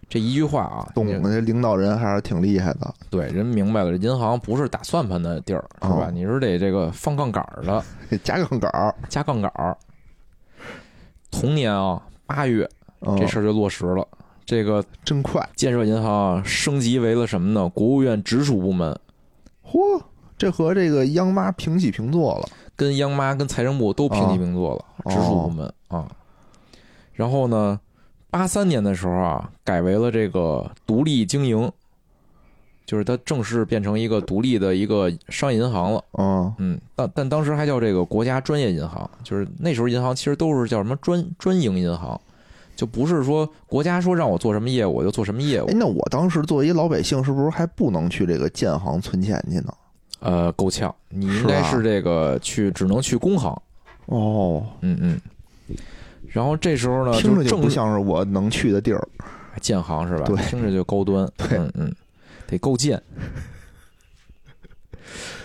[SPEAKER 2] 这一句话啊，
[SPEAKER 1] 懂的领导人还是挺厉害的，
[SPEAKER 2] 对，人明白了，这银行不是打算盘的地儿，是吧？
[SPEAKER 1] 哦
[SPEAKER 2] 你是得这个放杠杆儿的，
[SPEAKER 1] 给加杠杆儿，
[SPEAKER 2] 加杠杆儿。同年啊，八月
[SPEAKER 1] 嗯
[SPEAKER 2] 这事儿就落实了。这个
[SPEAKER 1] 真快，
[SPEAKER 2] 建设银行啊，升级为了什么呢？国务院直属部门，
[SPEAKER 1] 嚯，这和这个央妈平起平坐了，
[SPEAKER 2] 跟央妈、跟财政部都平起平坐了，
[SPEAKER 1] 哦
[SPEAKER 2] 直属部门啊。然后呢，八三年的时候啊，改为了这个独立经营，就是它正式变成一个独立的一个商业银行了。
[SPEAKER 1] 嗯，
[SPEAKER 2] 嗯，但但当时还叫这个国家专业银行，就是那时候银行其实都是叫什么专专营银行，就不是说国家说让我做什么业务我就做什么业务
[SPEAKER 1] 哎，。那我当时作为一老百姓，是不是还不能去这个建行存钱去呢？
[SPEAKER 2] 呃，够呛，你应
[SPEAKER 1] 是
[SPEAKER 2] 该
[SPEAKER 1] 吧
[SPEAKER 2] 是这个去只能去工行。
[SPEAKER 1] 哦，
[SPEAKER 2] 嗯嗯。然后这时候呢，
[SPEAKER 1] 听着就
[SPEAKER 2] 呃正
[SPEAKER 1] 不像是我能去的地儿。
[SPEAKER 2] 建行是吧？
[SPEAKER 1] 对
[SPEAKER 2] 听着就高端。
[SPEAKER 1] 对
[SPEAKER 2] 嗯嗯，得够贱。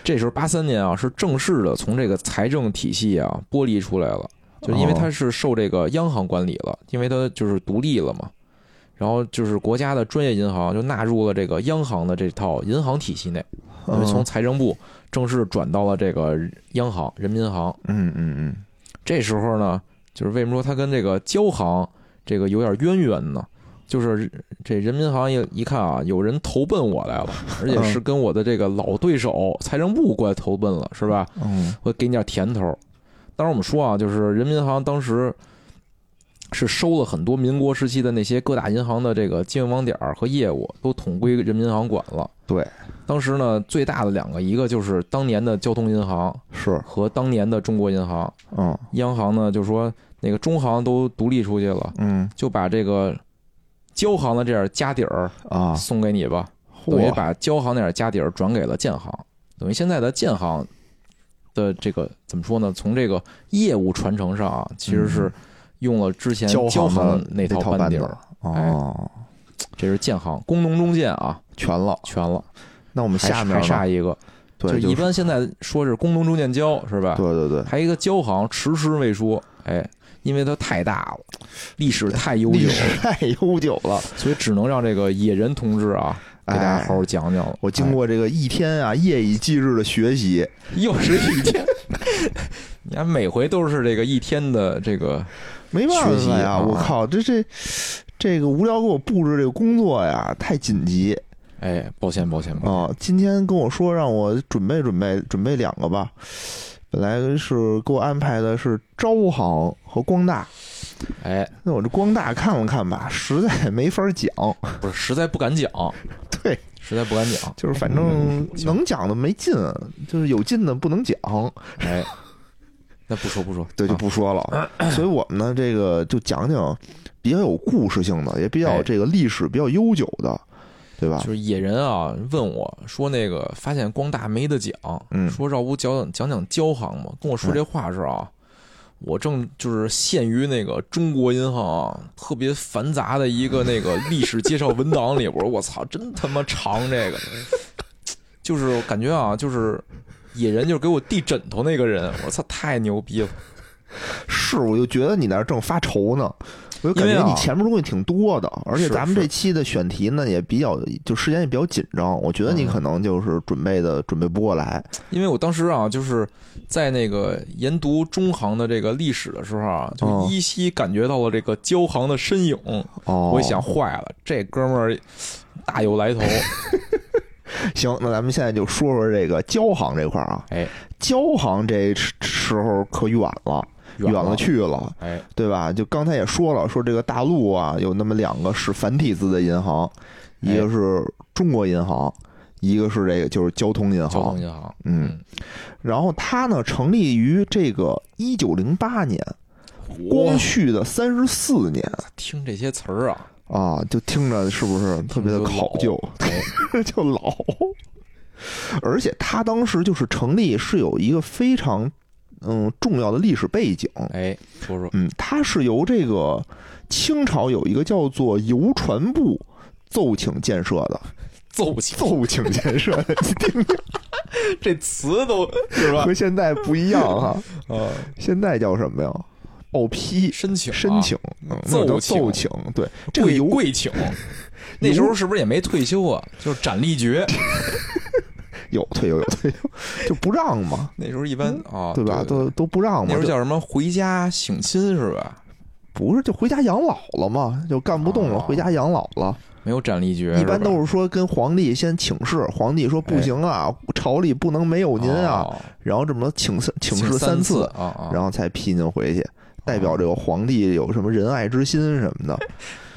[SPEAKER 2] 这时候八三年啊，是正式的从这个财政体系啊剥离出来了，就
[SPEAKER 1] 哦
[SPEAKER 2] 因为它是受这个央行管理了，因为它就是独立了嘛。然后就是国家的专业银行就纳入了这个央行的这套银行体系内，
[SPEAKER 1] 哦啊
[SPEAKER 2] 因为从财政部正式转到了这个央行人民银行。
[SPEAKER 1] 嗯嗯嗯
[SPEAKER 2] 这时候呢，就是为什么说它跟这个交行这个有点渊源呢？就是这人民银行一一看啊，有人投奔我来了，而且是跟我的这个老对手财政部过来投奔了，是吧？
[SPEAKER 1] 嗯
[SPEAKER 2] 我给你点甜头。当然我们说啊，就是人民银行当时是收了很多民国时期的那些各大银行的这个经营网点儿和业务，都统归人民银行管了。
[SPEAKER 1] 对，
[SPEAKER 2] 当时呢最大的两个，一个就是当年的交通银行
[SPEAKER 1] 是
[SPEAKER 2] 和当年的中国银行。
[SPEAKER 1] 嗯
[SPEAKER 2] 央行呢就说那个中行都独立出去了，
[SPEAKER 1] 嗯
[SPEAKER 2] 就把这个交行的这点家底儿
[SPEAKER 1] 啊，
[SPEAKER 2] 送给你吧，等于
[SPEAKER 1] 嚯
[SPEAKER 2] 把交行那点家底儿转给了建行，等于现在的建行的这个怎么说呢？从这个业务传承上啊，其实是用了之前
[SPEAKER 1] 交
[SPEAKER 2] 交行
[SPEAKER 1] 的
[SPEAKER 2] 的那套
[SPEAKER 1] 套
[SPEAKER 2] 班
[SPEAKER 1] 底
[SPEAKER 2] 底
[SPEAKER 1] 儿
[SPEAKER 2] 儿，哎
[SPEAKER 1] 哦，
[SPEAKER 2] 这是建行，工农中建啊，
[SPEAKER 1] 全了。
[SPEAKER 2] 全了，
[SPEAKER 1] 那我们
[SPEAKER 2] 还
[SPEAKER 1] 下面
[SPEAKER 2] 还
[SPEAKER 1] 呢
[SPEAKER 2] 差一个，就
[SPEAKER 1] 对，
[SPEAKER 2] 一
[SPEAKER 1] 是
[SPEAKER 2] 般现在说是工农中建交是吧？
[SPEAKER 1] 对
[SPEAKER 2] <laughs>
[SPEAKER 1] 对对，
[SPEAKER 2] 还有一个交行迟迟未说，哎，因为它太大了，历史太悠
[SPEAKER 1] 历
[SPEAKER 2] 久，
[SPEAKER 1] 史太悠久了。
[SPEAKER 2] 所以只能让这个野人同志啊给大家
[SPEAKER 1] 哎
[SPEAKER 2] 好好讲讲了。
[SPEAKER 1] 我经过这个一天啊夜以继日的学习，
[SPEAKER 2] 哎又是一天， <laughs> 你看每回都是这个一天的这个
[SPEAKER 1] 没办
[SPEAKER 2] 学习
[SPEAKER 1] 法呀，
[SPEAKER 2] 啊
[SPEAKER 1] 我靠，这这这个无聊给我布置这个工作呀，太紧急
[SPEAKER 2] 哎，抱歉抱歉吧，
[SPEAKER 1] 啊！今天跟我说让我准备准备准备两个吧，本来是给我安排的是招行和光大，
[SPEAKER 2] 哎，
[SPEAKER 1] 那我这光大看了看吧，实在没法讲， <laughs>
[SPEAKER 2] 不是实在不敢讲，
[SPEAKER 1] 对，
[SPEAKER 2] 实在不敢讲，
[SPEAKER 1] 就是反正
[SPEAKER 2] 嗯行
[SPEAKER 1] 能讲的没劲，就是有劲的不能讲，
[SPEAKER 2] 哎，那不说不说，
[SPEAKER 1] 对，就
[SPEAKER 2] 啊
[SPEAKER 1] 不说了。所以我们呢，这个就讲讲比较有故事性的，也比较
[SPEAKER 2] 哎
[SPEAKER 1] 这个历史比较悠久的，对吧
[SPEAKER 2] 就？是野人啊问我说那个发现光大没得讲，
[SPEAKER 1] 嗯哎
[SPEAKER 2] 说要不讲讲讲交行嘛，跟我说这话是啊，我正就是陷于那个中国银行啊特别繁杂的一个那个历史介绍文档里，我 <laughs> 说我操，真他妈长这个，就是我感觉啊，就是野人就是给我递枕头那个人，我操，太牛逼了，
[SPEAKER 1] 是，我就觉得你那儿正发愁呢，我就感
[SPEAKER 2] 因为
[SPEAKER 1] 觉
[SPEAKER 2] 啊
[SPEAKER 1] 你前面东西挺多的，而且
[SPEAKER 2] 是
[SPEAKER 1] 咱们这
[SPEAKER 2] 是
[SPEAKER 1] 期的选题呢也比较，就时间也比较紧张，我觉得你
[SPEAKER 2] 嗯
[SPEAKER 1] 可能就是准备的准备不过来。
[SPEAKER 2] 因为我当时啊，就是在那个研读中行的这个历史的时候啊，就
[SPEAKER 1] 哦
[SPEAKER 2] 依稀感觉到了这个交行的身影。
[SPEAKER 1] 哦，
[SPEAKER 2] 我一想，，坏了，这哥们儿大有
[SPEAKER 1] <laughs>
[SPEAKER 2] 来头。
[SPEAKER 1] 行，那咱们现在就说说这个交行这块儿啊，
[SPEAKER 2] 哎，
[SPEAKER 1] 交行这时候可远了，远
[SPEAKER 2] 了
[SPEAKER 1] 了！去了。
[SPEAKER 2] 哎，
[SPEAKER 1] 对吧？就刚才也说了，说这个大陆啊，有那么两个是繁体字的银行，一个是中国银行，一个是这个就是交通银
[SPEAKER 2] 交
[SPEAKER 1] 行
[SPEAKER 2] 通。银行，
[SPEAKER 1] 嗯，然后它呢成立于这个一九零八年，光
[SPEAKER 2] 嗯光
[SPEAKER 1] 绪的三十四年
[SPEAKER 2] 听这些词儿啊，
[SPEAKER 1] 啊，就听着是不是特别的考究，
[SPEAKER 2] 哎，
[SPEAKER 1] <laughs> 就老。而且它当时就是成立是有一个非常嗯重要的历史背景，
[SPEAKER 2] 哎，说说，
[SPEAKER 1] 嗯，它是由这个清朝有一个叫做邮传部奏请建设的，
[SPEAKER 2] 奏起
[SPEAKER 1] 奏请建设的，你听
[SPEAKER 2] 这词都 <laughs> 是吧？
[SPEAKER 1] <laughs> 和现在不一样哈、
[SPEAKER 2] 呃，
[SPEAKER 1] 现在叫什么呀？报批
[SPEAKER 2] 申请啊，
[SPEAKER 1] 申请，嗯那叫
[SPEAKER 2] 奏请
[SPEAKER 1] 哦奏请。对，这个
[SPEAKER 2] 跪
[SPEAKER 1] 邮 <laughs>
[SPEAKER 2] 跪请。那时
[SPEAKER 1] 邮
[SPEAKER 2] 候是不是也没退休啊？就是斩
[SPEAKER 1] <laughs>
[SPEAKER 2] 立决。
[SPEAKER 1] 有退有有退就不让嘛，
[SPEAKER 2] 那时候一般啊，
[SPEAKER 1] 对吧？都都不让嘛
[SPEAKER 2] 那时候，
[SPEAKER 1] 就
[SPEAKER 2] 叫什么？回家省亲是吧？
[SPEAKER 1] 不是就回家养老了嘛，就干不动了，
[SPEAKER 2] 哦
[SPEAKER 1] 回家养老了。
[SPEAKER 2] 没有斩立决，
[SPEAKER 1] 一般都
[SPEAKER 2] 是
[SPEAKER 1] 是说跟皇帝先请示，皇帝说不
[SPEAKER 2] 哎
[SPEAKER 1] 行啊，朝里不能没有
[SPEAKER 2] 吧
[SPEAKER 1] 您啊，
[SPEAKER 2] 哦
[SPEAKER 1] 然后这么着请示请示
[SPEAKER 2] 三
[SPEAKER 1] 次，
[SPEAKER 2] 啊啊！
[SPEAKER 1] 然后才批您回去，代表这个皇帝有什么仁爱之心什么
[SPEAKER 2] <laughs>
[SPEAKER 1] 的。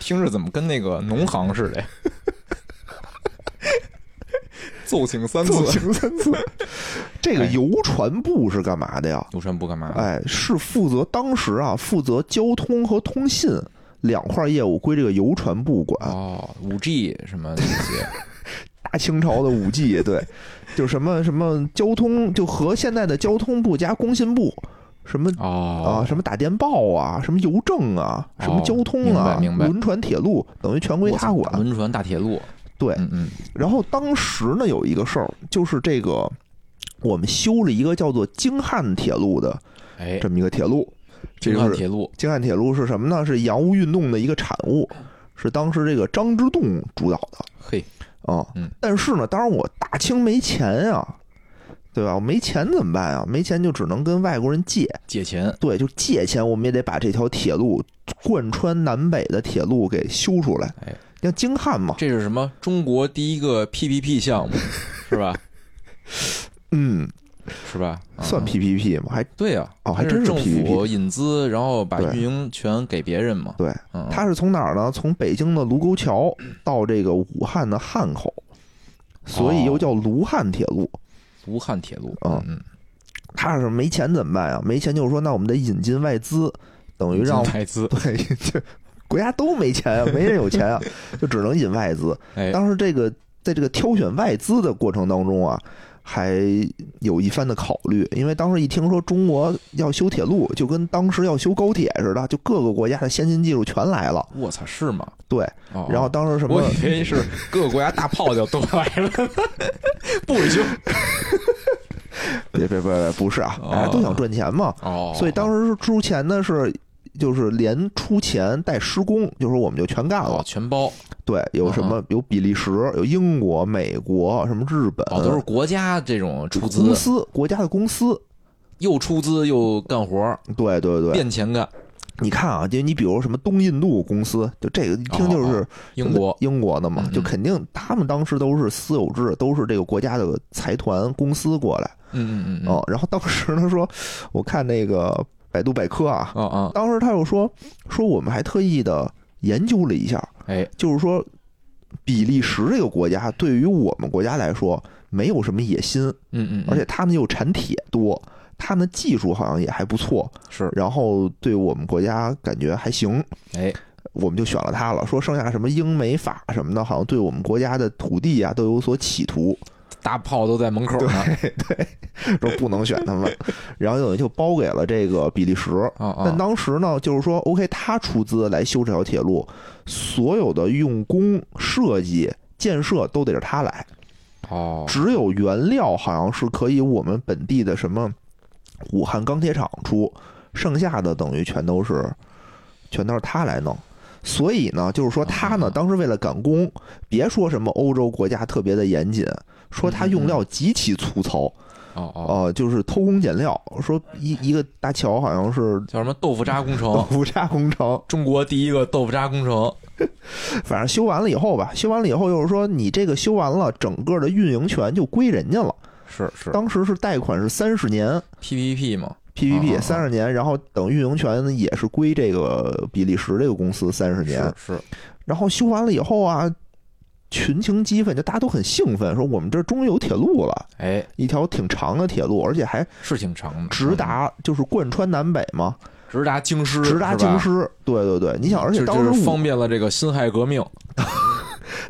[SPEAKER 2] 听着怎么跟那个农行似
[SPEAKER 1] <laughs>
[SPEAKER 2] 的？奏请三次，
[SPEAKER 1] 奏请三次， <laughs> 这个
[SPEAKER 2] 哎啊
[SPEAKER 1] 邮传部是干嘛的呀？
[SPEAKER 2] 邮传部干嘛？
[SPEAKER 1] 哎，是负责当时啊，负责交通和通信两块业务归这个邮传部管。
[SPEAKER 2] 哦，五 G 什么这些？
[SPEAKER 1] 大清朝的五 G，对，就什么什么交通，就和现在的交通部加工信部什么啊、
[SPEAKER 2] 哦
[SPEAKER 1] 什么打电报啊，什么邮政啊，什么
[SPEAKER 2] 哦
[SPEAKER 1] 交通啊，
[SPEAKER 2] 明白明白
[SPEAKER 1] 轮船、铁路，等于全归他啊
[SPEAKER 2] 我操
[SPEAKER 1] 管。
[SPEAKER 2] 轮船大铁路，
[SPEAKER 1] 对
[SPEAKER 2] 嗯嗯，
[SPEAKER 1] 然后当时呢，有一个事儿，就是这个我们修了一个叫做京汉铁路的
[SPEAKER 2] 哎，
[SPEAKER 1] 这么一个铁路。这
[SPEAKER 2] 京
[SPEAKER 1] 就是
[SPEAKER 2] 汉铁路，
[SPEAKER 1] 京汉铁路是什么呢？是洋务运动的一个产物，是当时这个张之洞主导的
[SPEAKER 2] 嘿，
[SPEAKER 1] 啊。
[SPEAKER 2] 嗯
[SPEAKER 1] 但是呢，当然我大清没钱啊，对吧？我没钱怎么办啊？没钱就只能跟外国人借，
[SPEAKER 2] 借钱，
[SPEAKER 1] 对，就借钱，我们也得把这条铁路贯穿南北的铁路给修出来。
[SPEAKER 2] 哎，
[SPEAKER 1] 像京汉嘛，
[SPEAKER 2] 这是什么？中国第一个 PPP 项
[SPEAKER 1] <laughs>
[SPEAKER 2] 目是吧？
[SPEAKER 1] 嗯，
[SPEAKER 2] 是吧？嗯
[SPEAKER 1] 算 PPP 嘛，还
[SPEAKER 2] 对呀，
[SPEAKER 1] 哦还
[SPEAKER 2] 它
[SPEAKER 1] 真是
[SPEAKER 2] 是政
[SPEAKER 1] PPP
[SPEAKER 2] 府引资，然后把
[SPEAKER 1] 对
[SPEAKER 2] 运营权给别人嘛。
[SPEAKER 1] 对。
[SPEAKER 2] 嗯，
[SPEAKER 1] 它是从哪儿呢？从北京的卢沟桥到这个武汉的汉口，所以又叫卢汉铁路。
[SPEAKER 2] 武汉铁路，
[SPEAKER 1] 嗯
[SPEAKER 2] 嗯，
[SPEAKER 1] 他是没钱怎么办呀？没钱就是说，那我们得引进外资，等于让，
[SPEAKER 2] 台资
[SPEAKER 1] 对这国家都没钱啊，没人有钱啊，
[SPEAKER 2] <laughs>
[SPEAKER 1] 就只能引外资。
[SPEAKER 2] 哎，
[SPEAKER 1] 当时这个在这个挑选外资的过程当中啊，还有一番的考虑，因为当时一听说中国要修铁路，就跟当时要修高铁似的，就各个国家的先进技术全来了。
[SPEAKER 2] 我操，是吗？
[SPEAKER 1] 对，
[SPEAKER 2] 哦
[SPEAKER 1] 然后当时什么
[SPEAKER 2] 我以为是各个国家大炮就都来了，不许修。
[SPEAKER 1] 别别别别，不是啊，
[SPEAKER 2] 哦
[SPEAKER 1] 大家都想赚钱嘛，
[SPEAKER 2] 哦，
[SPEAKER 1] <laughs> 所以当时是出钱呢是。就是连出钱带施工，就是我们就全干
[SPEAKER 2] 哦
[SPEAKER 1] 了。
[SPEAKER 2] 全包
[SPEAKER 1] 对，有
[SPEAKER 2] 啊
[SPEAKER 1] 什么有比利时、有英国、美国，什么日本，
[SPEAKER 2] 哦都是国家这种出
[SPEAKER 1] 呃公
[SPEAKER 2] 资，
[SPEAKER 1] 司国家的公司。
[SPEAKER 2] 又出资又干活儿，
[SPEAKER 1] 对对对，
[SPEAKER 2] 变钱干。
[SPEAKER 1] 你看啊，就你比如什么东印度公司，就这个一听就是
[SPEAKER 2] 哦英国
[SPEAKER 1] 英国的嘛
[SPEAKER 2] 嗯，嗯
[SPEAKER 1] 就肯定他们当时都是私有制，都是这个国家的财团公司过来
[SPEAKER 2] 嗯嗯嗯，
[SPEAKER 1] 哦。然后当时呢说，我看那个百度百科啊，
[SPEAKER 2] 哦哦，
[SPEAKER 1] 当时他又说说我们还特意的研究了一下，
[SPEAKER 2] 哎，
[SPEAKER 1] 就是说比利时这个国家对于我们国家来说没有什么野心，
[SPEAKER 2] 嗯嗯，嗯
[SPEAKER 1] 而且他们又产铁多，他们技术好像也还不错，
[SPEAKER 2] 是
[SPEAKER 1] 然后对我们国家感觉还行，
[SPEAKER 2] 哎，
[SPEAKER 1] 我们就选了他了。说剩下什么英美法什么的，好像对我们国家的土地啊都有所企图，
[SPEAKER 2] 大炮都在门口呢。
[SPEAKER 1] 说不能选他们，然后等于就包给了这个比利时。
[SPEAKER 2] 哦
[SPEAKER 1] 但
[SPEAKER 2] 哦，
[SPEAKER 1] 当时呢，就是说，OK，他出资来修这条铁路，所有的用工、设计、建设都得是他来，
[SPEAKER 2] 哦，
[SPEAKER 1] 只有原料好像是可以我们本地的什么武汉钢铁厂出，剩下的等于全都是全都是他来弄。所以呢，就是说他呢，
[SPEAKER 2] 啊
[SPEAKER 1] 当时为了赶工，别说什么欧洲国家特别的严谨，说他用
[SPEAKER 2] 嗯
[SPEAKER 1] 料极其粗糙，
[SPEAKER 2] 哦哦，
[SPEAKER 1] 哦、就是偷工减料。说一一个大桥好像是
[SPEAKER 2] 叫什么豆腐渣工程？
[SPEAKER 1] 不渣工程，
[SPEAKER 2] 中国第一个豆腐渣工程。
[SPEAKER 1] 反正修完了以后吧，修完了以后又是说你这个修完了，整个的运营权就归人家了。
[SPEAKER 2] 是是
[SPEAKER 1] 当时是贷款是三十年，
[SPEAKER 2] ，PPP 嘛，啊啊
[SPEAKER 1] PPP
[SPEAKER 2] 啊
[SPEAKER 1] 三十年，然后等运营权也是归这个比利时这个公司三十年
[SPEAKER 2] 是，是，
[SPEAKER 1] 然后修完了以后啊，群情激愤，就大家都很兴奋，说我们这儿终于有铁路了，
[SPEAKER 2] 哎，
[SPEAKER 1] 一条挺长的铁路，而且还
[SPEAKER 2] 是挺长的，
[SPEAKER 1] 直达，就是贯穿南北嘛，
[SPEAKER 2] 嗯直达京师，
[SPEAKER 1] 直达
[SPEAKER 2] 嗯是吧
[SPEAKER 1] 京，
[SPEAKER 2] 嗯
[SPEAKER 1] 师。对对对，你想，而且
[SPEAKER 2] 这
[SPEAKER 1] 当时
[SPEAKER 2] 这是
[SPEAKER 1] 武
[SPEAKER 2] 方便了这个辛亥革命，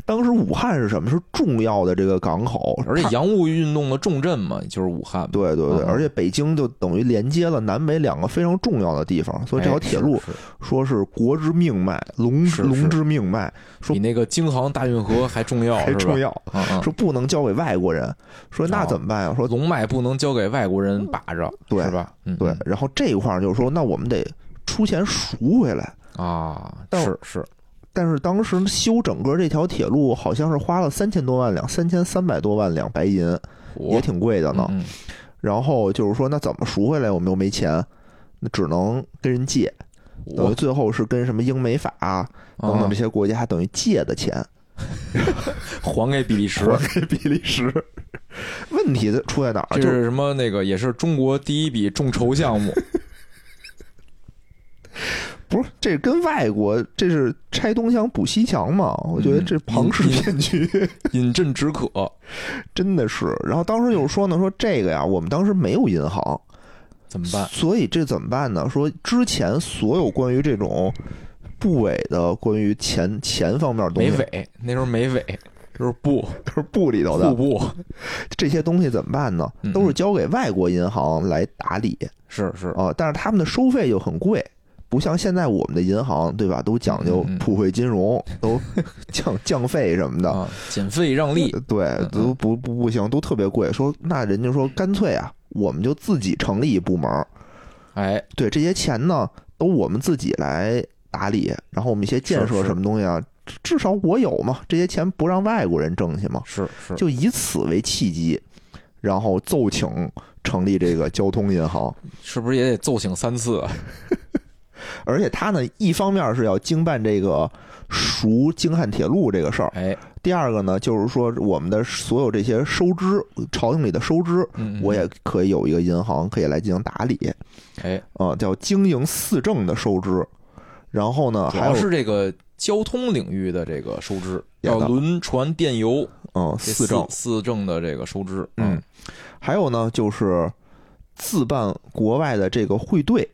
[SPEAKER 1] 当时武汉是什么？是重要的这个港口，
[SPEAKER 2] 而且
[SPEAKER 1] 它
[SPEAKER 2] 洋务运动的重镇嘛，就是武汉嘛。
[SPEAKER 1] 对对对，
[SPEAKER 2] 嗯
[SPEAKER 1] 而且北京就等于连接了南北两个非常重要的地方，所以这条
[SPEAKER 2] 哎
[SPEAKER 1] 铁
[SPEAKER 2] 是
[SPEAKER 1] 路
[SPEAKER 2] 是
[SPEAKER 1] 说是国之命脉，龙
[SPEAKER 2] 是
[SPEAKER 1] 龙
[SPEAKER 2] 是
[SPEAKER 1] 之命脉。说
[SPEAKER 2] 比那个京杭大运河还重要，
[SPEAKER 1] 还重
[SPEAKER 2] 要。
[SPEAKER 1] 要，
[SPEAKER 2] 嗯嗯，
[SPEAKER 1] 说不能交给外国人，说那怎么办呀？说
[SPEAKER 2] 龙脉不能交给外国人把着，
[SPEAKER 1] 对
[SPEAKER 2] 是吧？嗯，
[SPEAKER 1] 对
[SPEAKER 2] 嗯，
[SPEAKER 1] 然后这一块儿就是说，那我们得出钱赎回来。
[SPEAKER 2] 啊，
[SPEAKER 1] 但
[SPEAKER 2] 是是，
[SPEAKER 1] 但是当时修整个这条铁路好像是花了三千多万两，三千三百多万两白银，也挺贵的
[SPEAKER 2] 可
[SPEAKER 1] 呢。
[SPEAKER 2] 嗯，
[SPEAKER 1] 然后就是说，那怎么赎回来？我们又没钱，那只能跟人借。等于
[SPEAKER 2] 我
[SPEAKER 1] 最后是跟什么英美法啊等
[SPEAKER 2] 嗯
[SPEAKER 1] 等这些国家等于借的钱，
[SPEAKER 2] 还给比利时。
[SPEAKER 1] 还给 <laughs> 比利时。问题的出在哪儿？啊
[SPEAKER 2] 这
[SPEAKER 1] 就是
[SPEAKER 2] 是什么？那个也是中国第一笔众筹项目，
[SPEAKER 1] 不是，这跟外国这是拆东墙补西墙嘛？我觉得
[SPEAKER 2] 嗯
[SPEAKER 1] 这庞氏
[SPEAKER 2] 你
[SPEAKER 1] 骗局
[SPEAKER 2] 饮鸩止渴。
[SPEAKER 1] <laughs> 真的是。然后当时就是说呢，说这个呀，我们当时没有银行，
[SPEAKER 2] 怎么办？
[SPEAKER 1] 所以这怎么办呢？说之前所有关于这种部委的关于钱钱方面的东
[SPEAKER 2] 没
[SPEAKER 1] 西
[SPEAKER 2] 尾，那时候没尾，就是布
[SPEAKER 1] <laughs> 都是部里头
[SPEAKER 2] 户
[SPEAKER 1] 的
[SPEAKER 2] 部，
[SPEAKER 1] 这些东西怎么办呢
[SPEAKER 2] 嗯？
[SPEAKER 1] 都是交给外国银行来打理
[SPEAKER 2] 是是，
[SPEAKER 1] 啊，但是他们的收费就很贵。不像现在我们的银行，对吧？都讲究
[SPEAKER 2] 嗯嗯嗯
[SPEAKER 1] 普惠金融，都降降费什么的。呃
[SPEAKER 2] 啊，减费让利，
[SPEAKER 1] 对
[SPEAKER 2] 嗯，
[SPEAKER 1] 都不不不行，都特别贵。说那人家说干脆啊，我们就自己成立一部门儿，
[SPEAKER 2] 哎，
[SPEAKER 1] 对这些钱呢，都我们自己来打理，然后我们一些建
[SPEAKER 2] 是
[SPEAKER 1] 设
[SPEAKER 2] 是
[SPEAKER 1] 什么东西啊，至至少我有嘛，这些钱不让外国人挣去嘛，
[SPEAKER 2] 是是，
[SPEAKER 1] 就以此为契机，然后奏请成立这个交通银行。
[SPEAKER 2] 是不是也得奏请三次啊？
[SPEAKER 1] 而且他呢，一方面是要经办这个赎京汉铁路这个事儿， <laughs>
[SPEAKER 2] 哎，
[SPEAKER 1] 第二个呢，就是说我们的所有这些收支，朝廷里的收支，
[SPEAKER 2] 嗯，嗯
[SPEAKER 1] 我也可以有一个银行可以来进行打理，
[SPEAKER 2] 哎，
[SPEAKER 1] 啊，叫经营四政的收支。然后呢，
[SPEAKER 2] 主
[SPEAKER 1] 还
[SPEAKER 2] 要
[SPEAKER 1] 有
[SPEAKER 2] 是这个交通领域的这个收支，
[SPEAKER 1] 也
[SPEAKER 2] 要
[SPEAKER 1] 到
[SPEAKER 2] 轮船电邮
[SPEAKER 1] 嗯
[SPEAKER 2] 这
[SPEAKER 1] 四政，
[SPEAKER 2] 四政的这个收支，
[SPEAKER 1] 嗯，还有呢就是自办国外的这个汇兑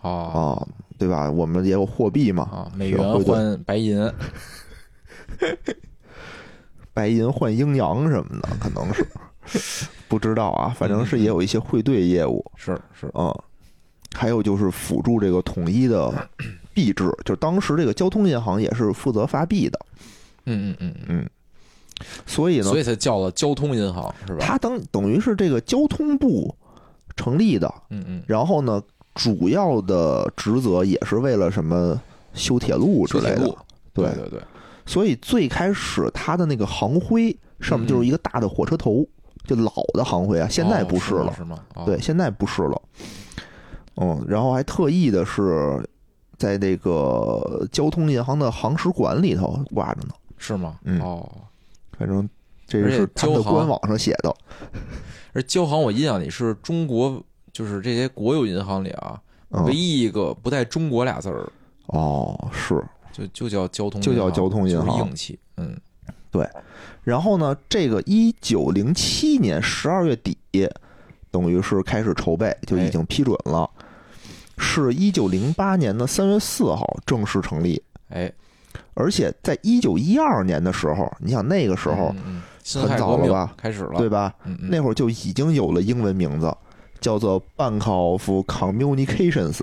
[SPEAKER 2] 啊
[SPEAKER 1] 啊，对吧？我们也有货币嘛，
[SPEAKER 2] 啊，美
[SPEAKER 1] 是汇
[SPEAKER 2] 元
[SPEAKER 1] 兑
[SPEAKER 2] 换白银，
[SPEAKER 1] 白银换英洋什么的，可能
[SPEAKER 2] <laughs>
[SPEAKER 1] 是不知道啊，反正是也有一些汇兑业务
[SPEAKER 2] 是是，
[SPEAKER 1] 啊。还有就是辅助这个统一的币制，就是当时这个交通银行也是负责发币的，
[SPEAKER 2] 嗯嗯嗯
[SPEAKER 1] 所以呢
[SPEAKER 2] 嗯，所，以才叫了交通银行是吧？
[SPEAKER 1] 它等等于是这个交通部成立的，
[SPEAKER 2] 嗯嗯，
[SPEAKER 1] 然后呢，主要的职责也是为了什么修铁路之类
[SPEAKER 2] 修铁
[SPEAKER 1] 的
[SPEAKER 2] 路。
[SPEAKER 1] 对，
[SPEAKER 2] 对对，
[SPEAKER 1] 所以最开始它的那个航徽上面就是一个大的火车头，就老的航徽啊，现在不
[SPEAKER 2] 嗯哦
[SPEAKER 1] 是
[SPEAKER 2] 是
[SPEAKER 1] 了
[SPEAKER 2] 吗，是吗？哦
[SPEAKER 1] 对，现在不是了。嗯，然后还特意的是在那个交通银行的航使馆里头挂着呢，
[SPEAKER 2] 是吗？
[SPEAKER 1] 嗯
[SPEAKER 2] 哦，
[SPEAKER 1] 反正这
[SPEAKER 2] 而且
[SPEAKER 1] 是他们的
[SPEAKER 2] 交行
[SPEAKER 1] 官网上写的。
[SPEAKER 2] 而交行我印象里是中国，就是这些国有银行里啊，唯
[SPEAKER 1] 嗯，
[SPEAKER 2] 一一个不带“中国”俩字儿，
[SPEAKER 1] 哦，是。
[SPEAKER 2] 就就叫交通银
[SPEAKER 1] 就
[SPEAKER 2] 行，
[SPEAKER 1] 叫交通银行
[SPEAKER 2] 就是硬气。嗯，
[SPEAKER 1] 然后呢，这个一九零七年十二月底，等于是开始筹备，就已经批准了。
[SPEAKER 2] 哎
[SPEAKER 1] 是一九零八年的三月四号正式成立，
[SPEAKER 2] 哎，
[SPEAKER 1] 而且在一九一二年的时候，你想那个时候、
[SPEAKER 2] 嗯，嗯嗯辛
[SPEAKER 1] 很
[SPEAKER 2] 亥
[SPEAKER 1] 早
[SPEAKER 2] 革
[SPEAKER 1] 了
[SPEAKER 2] 命
[SPEAKER 1] 吧
[SPEAKER 2] 开始了，
[SPEAKER 1] 对吧？
[SPEAKER 2] 嗯，嗯
[SPEAKER 1] 那会儿就已经有了英文名字，叫做 Bank of Communications。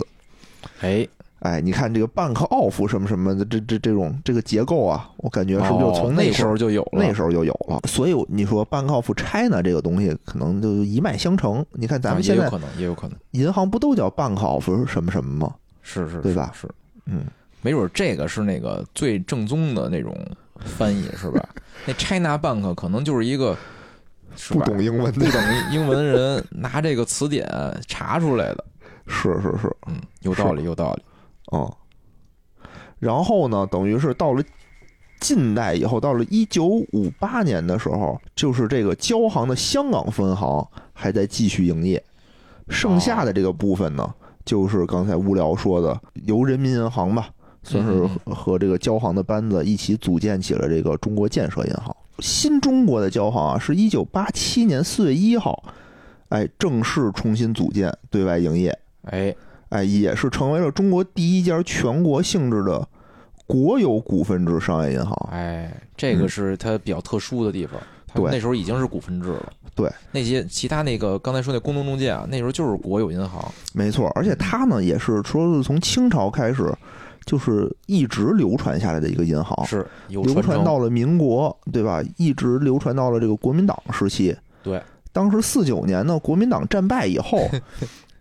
[SPEAKER 2] 哎，
[SPEAKER 1] 哎，你看这个 Bank of 什么什么的，这这这种这个结构啊，我感觉是不是就
[SPEAKER 2] 哦
[SPEAKER 1] 从
[SPEAKER 2] 那
[SPEAKER 1] 时
[SPEAKER 2] 时
[SPEAKER 1] 候？
[SPEAKER 2] 候就有了？
[SPEAKER 1] 那时候就有了。所以你说 Bank of China 这个东西可能就一脉相承。你看咱
[SPEAKER 2] 啊
[SPEAKER 1] 们
[SPEAKER 2] 也
[SPEAKER 1] 现
[SPEAKER 2] 有
[SPEAKER 1] 在
[SPEAKER 2] 可能，也有可能，
[SPEAKER 1] 银行不都叫 Bank of 什么什么吗？
[SPEAKER 2] 是是，
[SPEAKER 1] 对吧
[SPEAKER 2] 是，是
[SPEAKER 1] 嗯，
[SPEAKER 2] 没准这个是那个最正宗的那种翻译，是吧？ <laughs> 那 China Bank 可能就是一个是吧
[SPEAKER 1] 英文
[SPEAKER 2] 不懂英文人拿这个词典查出来的。
[SPEAKER 1] <laughs> 是是是，
[SPEAKER 2] 嗯，有道理，有道理。
[SPEAKER 1] 嗯。然后呢，等于是到了近代以后，到了一九五八年的时候，就是这个交行的香港分行还在继续营业，剩下的这个部分呢，就是刚才无聊说的，由人民银行吧，算是
[SPEAKER 2] 嗯嗯
[SPEAKER 1] 和这个交行的班子一起组建起了这个中国建设银行。新中国的交行啊，是一九八七年四月一号，哎，正式重新组建，对外营业。
[SPEAKER 2] 哎，
[SPEAKER 1] 哎，也是成为了中国第一家全国性质的国有股份制商业银行。
[SPEAKER 2] 哎，这个是它比较特殊的地方。它
[SPEAKER 1] 嗯对
[SPEAKER 2] 那时候已经是股份制了。
[SPEAKER 1] 对，
[SPEAKER 2] 那些其他那个刚才说那工农中介啊，那时候就是国有银行。
[SPEAKER 1] 没错，而且它呢也是说是从清朝开始，就是一直流传下来的一个银行，
[SPEAKER 2] 是有
[SPEAKER 1] 哦流
[SPEAKER 2] 承
[SPEAKER 1] 传到了民国，对吧？一直流传到了这个国民党时期。
[SPEAKER 2] 对，
[SPEAKER 1] 当时四九年呢，国民党战败以
[SPEAKER 2] <laughs>
[SPEAKER 1] 后，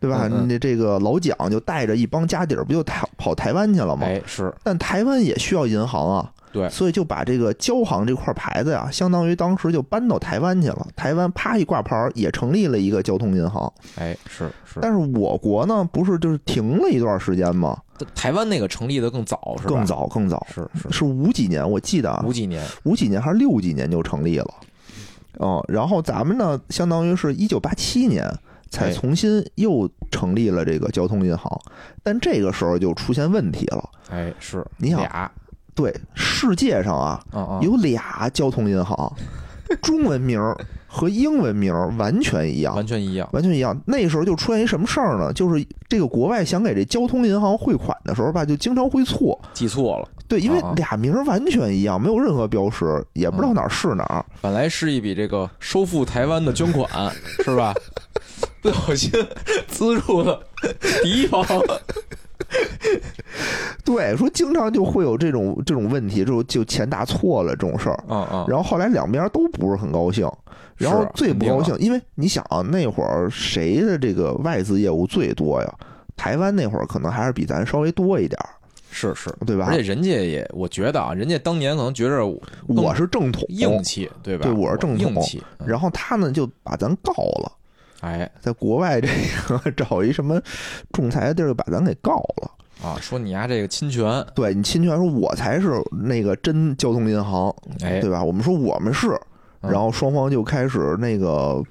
[SPEAKER 1] 对吧？
[SPEAKER 2] 嗯嗯
[SPEAKER 1] 那这个老蒋就带着一帮家底儿，不就逃跑台湾去了吗？
[SPEAKER 2] 哎，是
[SPEAKER 1] 但台湾也需要银行啊，
[SPEAKER 2] 对
[SPEAKER 1] 所以就把这个交行这块牌子呀、相当于当时就搬到台湾去了。台湾啪一挂牌儿，也成立了一个交通银行。
[SPEAKER 2] 哎是是。
[SPEAKER 1] 但是我国呢，不是就是停了一段时间吗？
[SPEAKER 2] 台湾那个成立的更早是吧？
[SPEAKER 1] 更早，更早，
[SPEAKER 2] 是是
[SPEAKER 1] 是五几年，我记得啊
[SPEAKER 2] 五，几年。
[SPEAKER 1] 五几年还是六几年就成立了。哦，然后咱们呢，相当于是一九八七年才
[SPEAKER 2] 哎
[SPEAKER 1] 重新又成立了这个交通银行，但这个时候就出现问题了。
[SPEAKER 2] 哎是。
[SPEAKER 1] 你想
[SPEAKER 2] 俩，
[SPEAKER 1] 对，世界上啊，
[SPEAKER 2] 嗯嗯，
[SPEAKER 1] 有俩交通银
[SPEAKER 2] <laughs>
[SPEAKER 1] 行，中文名儿和英文名儿完全一样
[SPEAKER 2] 完，全一样。
[SPEAKER 1] 完全一样。那时候就出现一什么事儿呢？就是这个国外想给这交通银行汇款的时候吧，就经常会错，
[SPEAKER 2] 记错了。
[SPEAKER 1] 对，因为
[SPEAKER 2] 啊
[SPEAKER 1] 俩名儿完全一样，没有任何标识，也不知道哪儿是哪儿。
[SPEAKER 2] 本来是一笔这个收复台湾的捐款，是吧？ <laughs> 不小心 <laughs> 资助了敌方，
[SPEAKER 1] 对，说经常就会有这种这种问题，就就钱打错了这种事儿。
[SPEAKER 2] 嗯嗯，
[SPEAKER 1] 然后后来两边都不是很高兴，然后
[SPEAKER 2] 是
[SPEAKER 1] 最不高，兴
[SPEAKER 2] 肯定，
[SPEAKER 1] 因为你想啊，那会儿谁的这个外资业务最多呀？台湾那会儿可能还是比咱稍微多一点儿，
[SPEAKER 2] 啊是是，
[SPEAKER 1] 对吧
[SPEAKER 2] 而且？人家也，我觉得啊，人家当年可能觉着我更
[SPEAKER 1] 我是正统，
[SPEAKER 2] 硬气，对吧？
[SPEAKER 1] 对我
[SPEAKER 2] 我
[SPEAKER 1] 是正
[SPEAKER 2] 硬
[SPEAKER 1] 统
[SPEAKER 2] 气，嗯
[SPEAKER 1] 然后他呢就把咱告了，
[SPEAKER 2] 哎
[SPEAKER 1] 在国外这个找一什么仲裁的地儿就把咱给告了。
[SPEAKER 2] 啊，说你丫这个侵权，
[SPEAKER 1] 对你侵权说我才是那个真交通银行，
[SPEAKER 2] 哎
[SPEAKER 1] 对吧？我们说我们是，
[SPEAKER 2] 嗯
[SPEAKER 1] 然后双方就开始那个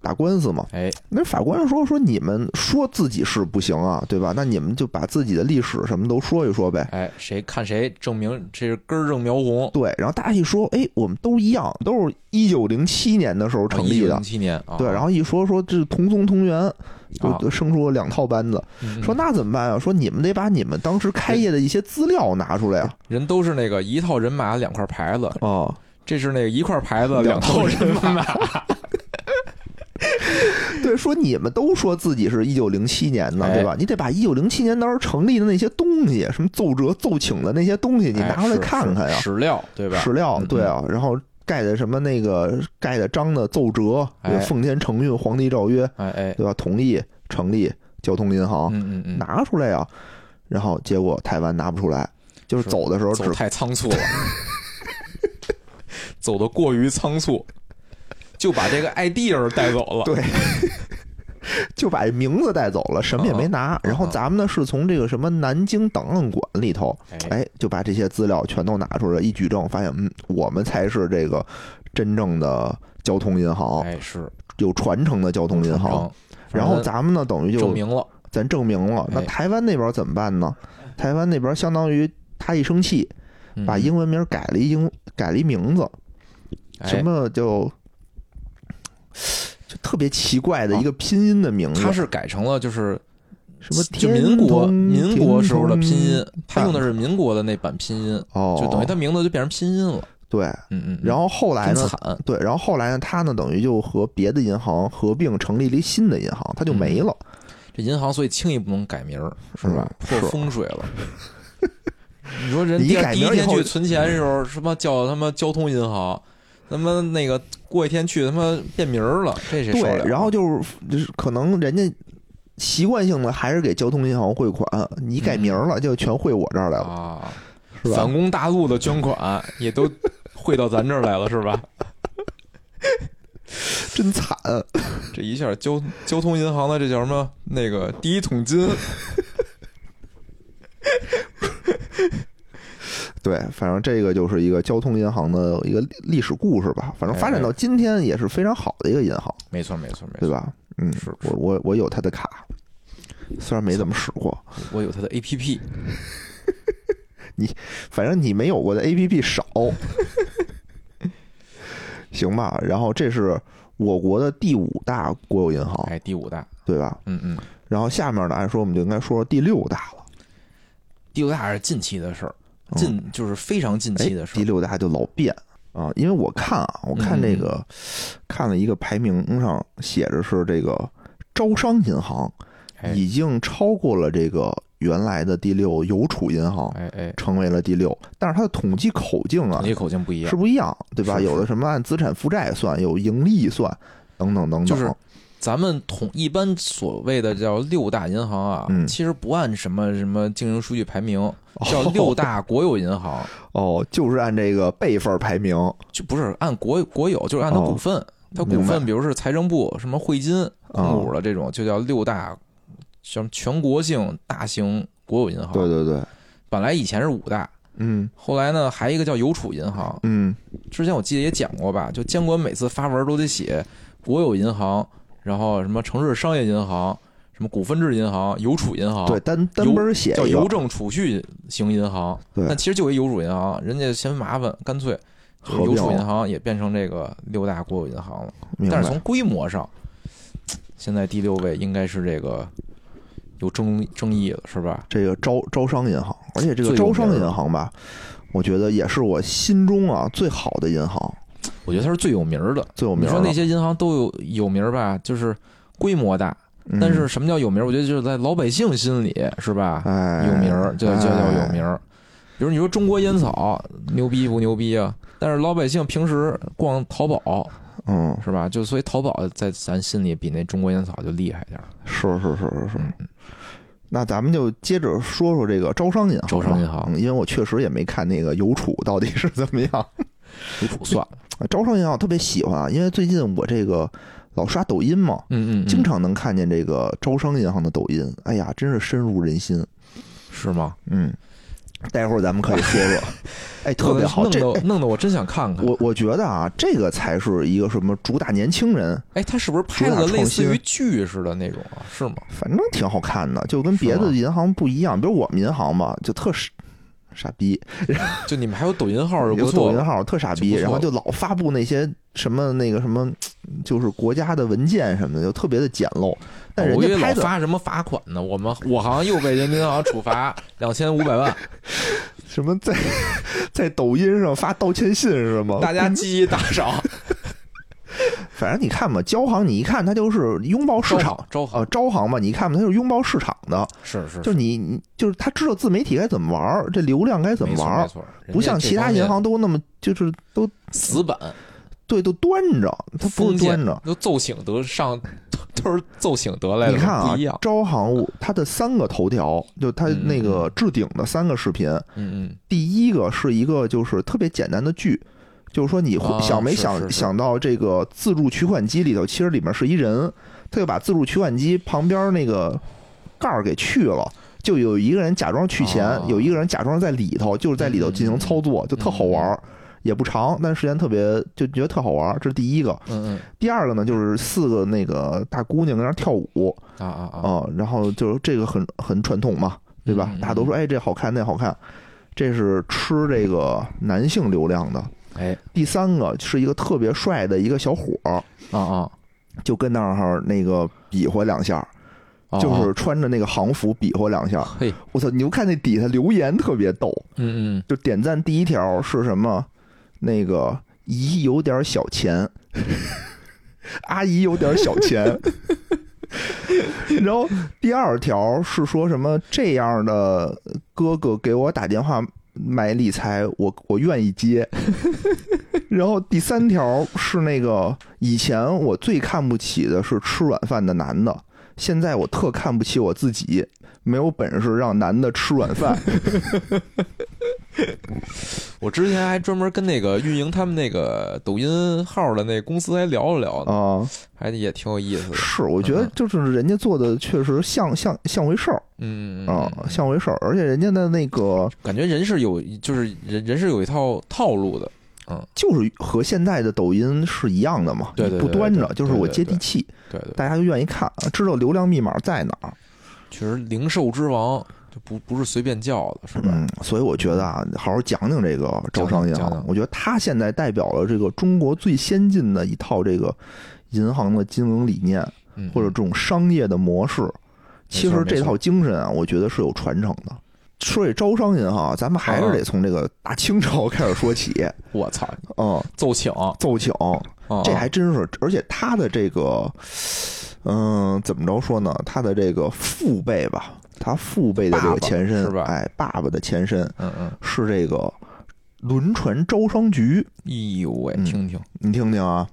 [SPEAKER 1] 打官司嘛。
[SPEAKER 2] 哎，
[SPEAKER 1] 那法官说说你们说自己是不行啊，对吧？那你们就把自己的历史什么都说一说呗。
[SPEAKER 2] 哎，谁看谁证明这是根儿正苗红，
[SPEAKER 1] 对，然后大家一说，哎，我们都一样，都是一九零七年的时候成立的
[SPEAKER 2] 零。七年啊，
[SPEAKER 1] 对，然后一说说这是同宗同源，
[SPEAKER 2] 啊
[SPEAKER 1] 就生出了两套班子。
[SPEAKER 2] 嗯嗯
[SPEAKER 1] 说那怎么办啊？说你们得把你们当时开业的一些资料拿出来
[SPEAKER 2] <laughs>
[SPEAKER 1] 啊。
[SPEAKER 2] 人都是那个一套人马两块牌子，
[SPEAKER 1] 哦，
[SPEAKER 2] 这是那个一块牌子
[SPEAKER 1] 两
[SPEAKER 2] 两
[SPEAKER 1] 套
[SPEAKER 2] 套人马，
[SPEAKER 1] 对，说你们都说自己是一九零七年
[SPEAKER 2] 哎
[SPEAKER 1] 的，对吧？你得把一九零七年当时成立的那些东西，什么奏折、奏请的那些东西，你拿出来看看
[SPEAKER 2] 哎
[SPEAKER 1] 呀
[SPEAKER 2] <laughs> 是，史料对吧？
[SPEAKER 1] 史料
[SPEAKER 2] 嗯
[SPEAKER 1] 对啊，然后。盖的什么那个盖的章的奏折，
[SPEAKER 2] 哎
[SPEAKER 1] 奉天承运、皇帝诏约，
[SPEAKER 2] 哎哎，
[SPEAKER 1] 对吧？同意成立交通银行，
[SPEAKER 2] 嗯嗯嗯，
[SPEAKER 1] 拿出来呀。然后结果台湾拿不出来，就是
[SPEAKER 2] 是
[SPEAKER 1] 走的时候只
[SPEAKER 2] 走太仓促了， <laughs> 走的过于仓促，就把这个 idea 带走了。
[SPEAKER 1] 对， <laughs> 就把名字带走了，什么也
[SPEAKER 2] 啊
[SPEAKER 1] 没拿。然后咱们呢是从这个什么南京档案馆里头，
[SPEAKER 2] 哎，
[SPEAKER 1] 哎，就把这些资料全都拿出来一举证，发现嗯，我们才是这个真正的交通银行，
[SPEAKER 2] 哎是
[SPEAKER 1] 有传承的交通银行。然后咱们呢，等于
[SPEAKER 2] 证
[SPEAKER 1] 就
[SPEAKER 2] 明了，
[SPEAKER 1] 咱证明了。那
[SPEAKER 2] 哎
[SPEAKER 1] 台湾那边怎么办呢？台湾那边相当于他一生气，
[SPEAKER 2] 嗯
[SPEAKER 1] 把英文名改了一英改了一名字，
[SPEAKER 2] 哎
[SPEAKER 1] 什么就就特别奇怪的一个拼音的名字
[SPEAKER 2] 哦他。是改成了就是
[SPEAKER 1] 什么天
[SPEAKER 2] 就民国
[SPEAKER 1] 童
[SPEAKER 2] 民国时候的拼音
[SPEAKER 1] 天，
[SPEAKER 2] 他用的是民国的那版拼音，
[SPEAKER 1] 童哦，
[SPEAKER 2] 就等于他名字就变成拼音了。
[SPEAKER 1] 对。
[SPEAKER 2] 嗯嗯，嗯
[SPEAKER 1] 然后后来
[SPEAKER 2] 真
[SPEAKER 1] 呢？
[SPEAKER 2] 惨，
[SPEAKER 1] 对，然后后来呢？他呢，等于就和别的银行合并，成立了一新的银行，他就
[SPEAKER 2] 嗯
[SPEAKER 1] 没了。
[SPEAKER 2] 这银行所以轻易不能改名儿，是吧？
[SPEAKER 1] 嗯
[SPEAKER 2] 破
[SPEAKER 1] 是
[SPEAKER 2] 风
[SPEAKER 1] <laughs>
[SPEAKER 2] 水了。你说人
[SPEAKER 1] 你一
[SPEAKER 2] 第
[SPEAKER 1] 改
[SPEAKER 2] 第一
[SPEAKER 1] 名儿以
[SPEAKER 2] 天
[SPEAKER 1] 后
[SPEAKER 2] 去存钱的时候，什么叫他妈交通银行，他妈那个过一天去他妈变名儿了，这谁受得
[SPEAKER 1] 对
[SPEAKER 2] 了，
[SPEAKER 1] 然后就是就是可能人家习惯性的还是给交通银行汇款，你改名儿了就全汇我这儿来了，
[SPEAKER 2] 嗯啊，
[SPEAKER 1] 是吧
[SPEAKER 2] 反？攻大陆的捐
[SPEAKER 1] <laughs>
[SPEAKER 2] 款也都汇到咱这儿来了，是吧？
[SPEAKER 1] 真惨，
[SPEAKER 2] 这一下交交通银行的这叫什么？那个第一桶金，
[SPEAKER 1] 对，反正这个就是一个交通银行的一个历历史故事吧。反正发展到今天也是非常好的一个银行，
[SPEAKER 2] 没错没哎错没
[SPEAKER 1] 对
[SPEAKER 2] 错，
[SPEAKER 1] 吧？嗯，
[SPEAKER 2] 是
[SPEAKER 1] 我我我有他的卡，虽然没怎么使过，
[SPEAKER 2] 我有他的 A P P，
[SPEAKER 1] 反正你没有过的 A P P
[SPEAKER 2] <laughs>
[SPEAKER 1] 少，行吧？然后这是我国的第五大国有银行，
[SPEAKER 2] 哎，第五大，
[SPEAKER 1] 对吧？
[SPEAKER 2] 嗯嗯，
[SPEAKER 1] 然后下面呢，按说我们就应该说说第六大了。
[SPEAKER 2] 第六大是近期的事儿，
[SPEAKER 1] 嗯
[SPEAKER 2] 近就是非常近
[SPEAKER 1] 哎
[SPEAKER 2] 期的，事
[SPEAKER 1] 第
[SPEAKER 2] 儿，
[SPEAKER 1] 六大就老变啊，因为我看啊，我看这个、
[SPEAKER 2] 嗯
[SPEAKER 1] 看了一个排名上写着是这个招商银行
[SPEAKER 2] 哎
[SPEAKER 1] 已经超过了这个原来的第六邮储银行，
[SPEAKER 2] 哎哎，
[SPEAKER 1] 成为了第六，但是它的统计口径啊
[SPEAKER 2] 统计口径不一样
[SPEAKER 1] 是。不一样，对吧？
[SPEAKER 2] 是是
[SPEAKER 1] 有的什么按资产负债算，有盈利算，等等等等。
[SPEAKER 2] 就是咱们统一般所谓的叫六大银行啊，
[SPEAKER 1] 嗯
[SPEAKER 2] 其实不按什么什么经营数据排名，
[SPEAKER 1] 哦
[SPEAKER 2] 叫
[SPEAKER 1] <laughs>
[SPEAKER 2] 六大国有银行，
[SPEAKER 1] 哦，就是按这个辈分排名。
[SPEAKER 2] 就不是按国国有，就是按它
[SPEAKER 1] 哦
[SPEAKER 2] 股份，它股
[SPEAKER 1] 明白啊
[SPEAKER 2] 份比如是财政部什么汇金控股的这种，就叫六大像全国性大型国有银行。
[SPEAKER 1] 对对对，
[SPEAKER 2] 本来以前是五大。
[SPEAKER 1] 嗯
[SPEAKER 2] 后来呢，还一个叫邮储银行，
[SPEAKER 1] 嗯，
[SPEAKER 2] 之前我记得也讲过吧，就监管每次发文都得写国有银行，然后什么城市商业银行、什么股份制银行、邮储银行，
[SPEAKER 1] 对，单单门写
[SPEAKER 2] 叫
[SPEAKER 1] 一
[SPEAKER 2] 邮
[SPEAKER 1] 个，
[SPEAKER 2] 政储蓄型银行，
[SPEAKER 1] 对
[SPEAKER 2] 但其实就一邮储银行，人家嫌麻烦，干脆就是
[SPEAKER 1] 合
[SPEAKER 2] 邮
[SPEAKER 1] 并
[SPEAKER 2] 储银
[SPEAKER 1] 了。
[SPEAKER 2] 行也变成这个六大国有银行了。
[SPEAKER 1] 明
[SPEAKER 2] 但
[SPEAKER 1] 白
[SPEAKER 2] 是从规模上，现在第六位应该是这个有争争议的，是吧？
[SPEAKER 1] 这个招招商银行，而且这个
[SPEAKER 2] 最有
[SPEAKER 1] 招
[SPEAKER 2] 名
[SPEAKER 1] 商
[SPEAKER 2] 儿
[SPEAKER 1] 银行吧，我觉得也是我心中啊最好的银行，
[SPEAKER 2] 我觉得它是最有名儿的。
[SPEAKER 1] 最有
[SPEAKER 2] 你
[SPEAKER 1] 名
[SPEAKER 2] 说
[SPEAKER 1] 儿的
[SPEAKER 2] 那。些银行都有有名儿吧，就是规模大，
[SPEAKER 1] 嗯
[SPEAKER 2] 但是，什么叫有名儿？我觉得就是在老百姓心里，是吧？
[SPEAKER 1] 哎，
[SPEAKER 2] 有名儿，就就叫有
[SPEAKER 1] 哎。
[SPEAKER 2] 名儿。比如你说中国烟草牛逼不牛逼啊？但是老百姓平时逛淘宝
[SPEAKER 1] 嗯，
[SPEAKER 2] 是吧？就所以淘宝在咱心里比那中国烟草就厉害点儿。
[SPEAKER 1] 是是是是是。
[SPEAKER 2] 嗯
[SPEAKER 1] 那咱们就接着说说这个招商银行吧。
[SPEAKER 2] 招商银行
[SPEAKER 1] 嗯，因为我确实也没看那个邮储到底是怎么样。 <laughs>
[SPEAKER 2] 不处算了，
[SPEAKER 1] 招商银行我特别喜欢啊，因为最近我这个老刷抖音嘛，
[SPEAKER 2] 嗯嗯，嗯
[SPEAKER 1] 经常能看见这个招商银行的抖音。哎呀，真是深入人心。啊
[SPEAKER 2] 是吗？
[SPEAKER 1] 嗯，待会儿咱们可以说
[SPEAKER 2] <laughs>
[SPEAKER 1] 说。哎，特别好，
[SPEAKER 2] 弄
[SPEAKER 1] 这
[SPEAKER 2] 得
[SPEAKER 1] 哎
[SPEAKER 2] 弄得我真想看看。
[SPEAKER 1] 我我觉得啊，这个才是一个什么主打年轻人，
[SPEAKER 2] 哎，他是不是拍了个类似于剧似的那种啊？是吗？
[SPEAKER 1] 反正挺好看的，就跟别
[SPEAKER 2] 是
[SPEAKER 1] 的
[SPEAKER 2] 吗
[SPEAKER 1] 银行不一样。比如我们银行吧，就特傻傻逼，
[SPEAKER 2] 就你们还有抖音号是
[SPEAKER 1] 有
[SPEAKER 2] 不
[SPEAKER 1] 抖
[SPEAKER 2] 错
[SPEAKER 1] 音
[SPEAKER 2] 的，
[SPEAKER 1] 号特傻逼，
[SPEAKER 2] 就不错
[SPEAKER 1] 然后就老发布那些什么那个什么，就是国家的文件什么的，就特别的简陋。但人
[SPEAKER 2] 哦我以
[SPEAKER 1] 家
[SPEAKER 2] 为
[SPEAKER 1] 拍
[SPEAKER 2] 老
[SPEAKER 1] 的
[SPEAKER 2] 发什么罚款呢？我们我好像又被人民银行处罚两千五
[SPEAKER 1] <laughs>
[SPEAKER 2] 百万，
[SPEAKER 1] 什么在在抖音上发道歉信是吗？
[SPEAKER 2] 大家积极打赏，
[SPEAKER 1] 反正你看吧，交行你一看它就是拥抱市场。
[SPEAKER 2] 招
[SPEAKER 1] 呃
[SPEAKER 2] 行，
[SPEAKER 1] 招行吧，你看吧，它就是拥抱市场的，
[SPEAKER 2] 是是
[SPEAKER 1] 就是是你，你就是他知道自媒体该怎么玩儿，这流量该怎么玩
[SPEAKER 2] 没
[SPEAKER 1] 儿，
[SPEAKER 2] 错没错
[SPEAKER 1] 不像其他银行都那么就是都
[SPEAKER 2] 死板，
[SPEAKER 1] 对都端着，他不
[SPEAKER 2] 封
[SPEAKER 1] 是
[SPEAKER 2] 建
[SPEAKER 1] 端着。
[SPEAKER 2] 都奏请得上， <laughs> 都都是奏请得来的，
[SPEAKER 1] 你看啊
[SPEAKER 2] 不一样，，
[SPEAKER 1] 招行它的三个头条，就它
[SPEAKER 2] 嗯嗯
[SPEAKER 1] 那个置顶的三个视频，
[SPEAKER 2] 嗯嗯，
[SPEAKER 1] 第一个是一个就是特别简单的剧，就是说你
[SPEAKER 2] 啊
[SPEAKER 1] 想没
[SPEAKER 2] 是
[SPEAKER 1] 想、
[SPEAKER 2] 是是
[SPEAKER 1] 想到这个自助取款机里头，其实里面是一人，他就把自助取款机旁边那个盖儿给去了。就有一个人假装取钱，
[SPEAKER 2] 啊嗯
[SPEAKER 1] 有一个人假装在里头，就是在里头进行操作，就特好玩儿，也不长，但是时间特别，就觉得特好玩儿。这是第一个。
[SPEAKER 2] 嗯
[SPEAKER 1] 第二个呢，就是四个那个大姑娘在那儿跳舞
[SPEAKER 2] 嗯啊啊啊，
[SPEAKER 1] 啊、然后就是这个很很传统嘛，对吧
[SPEAKER 2] 嗯嗯？嗯
[SPEAKER 1] 大家都说哎这好看那好看，这是吃这个男性流量的。
[SPEAKER 2] 哎
[SPEAKER 1] 第三个是一个特别帅的一个小伙儿，
[SPEAKER 2] 啊啊
[SPEAKER 1] 就跟那儿那个比划两下，
[SPEAKER 2] 啊，
[SPEAKER 1] 就是穿着那个行服比划两下。
[SPEAKER 2] 嘿，
[SPEAKER 1] 我操！你就看那底下留言特别逗，
[SPEAKER 2] 嗯嗯，
[SPEAKER 1] 就点赞第一条是什么？那个姨有点小钱， <laughs> 阿姨有点小钱。 <laughs> 然后第二条是说什么这样的哥哥给我打电话买理财，我我愿意接。 <laughs> 然后第三条是那个以前我最看不起的是吃软饭的男的，现在我特看不起我自己，没有本事让男的吃软饭。
[SPEAKER 2] 我之前还专门跟那个运营他们那个抖音号的那公司还聊了聊呢，
[SPEAKER 1] 啊、
[SPEAKER 2] 还也挺有意思的，
[SPEAKER 1] 是，我觉得
[SPEAKER 2] 嗯
[SPEAKER 1] 就是人家做的确实像像像回事儿
[SPEAKER 2] 嗯嗯
[SPEAKER 1] 啊，
[SPEAKER 2] 嗯
[SPEAKER 1] 像回事儿，而且人家的那个
[SPEAKER 2] 感觉人是有，就是人人是有一套套路的，
[SPEAKER 1] 就是和现在的抖音是一样的嘛，
[SPEAKER 2] 对对对
[SPEAKER 1] 不端着，
[SPEAKER 2] 对对
[SPEAKER 1] 就是我接地气，
[SPEAKER 2] 对对，
[SPEAKER 1] 大家就愿意看，知道流量密码在哪儿，
[SPEAKER 2] 确实零售之王就不不是随便叫的，是吧？
[SPEAKER 1] 嗯，所以我觉得啊，好好讲讲这个招商银
[SPEAKER 2] 讲讲
[SPEAKER 1] 行
[SPEAKER 2] 讲，
[SPEAKER 1] 我觉得它现在代表了这个中国最先进的一套这个银行的经营理念
[SPEAKER 2] 嗯
[SPEAKER 1] 或者这种商业的模式。其实
[SPEAKER 2] 没错
[SPEAKER 1] 这套精神啊，我觉得是有传承的。说这招商银行啊，咱们还是
[SPEAKER 2] 嗯
[SPEAKER 1] 得从这个大清朝开始说起。
[SPEAKER 2] <laughs> 我操，
[SPEAKER 1] 嗯，
[SPEAKER 2] 奏请，啊
[SPEAKER 1] 奏请，这还真是，而且他的这个，嗯，怎么着说呢？他的这个父辈吧，他父辈的这
[SPEAKER 2] 爸
[SPEAKER 1] 个
[SPEAKER 2] 爸
[SPEAKER 1] 前身
[SPEAKER 2] 是吧
[SPEAKER 1] 哎，爸爸的前身
[SPEAKER 2] 嗯嗯，
[SPEAKER 1] 是这个轮船招商局，
[SPEAKER 2] 哎呦喂，
[SPEAKER 1] 嗯
[SPEAKER 2] 听听，
[SPEAKER 1] 你听听啊。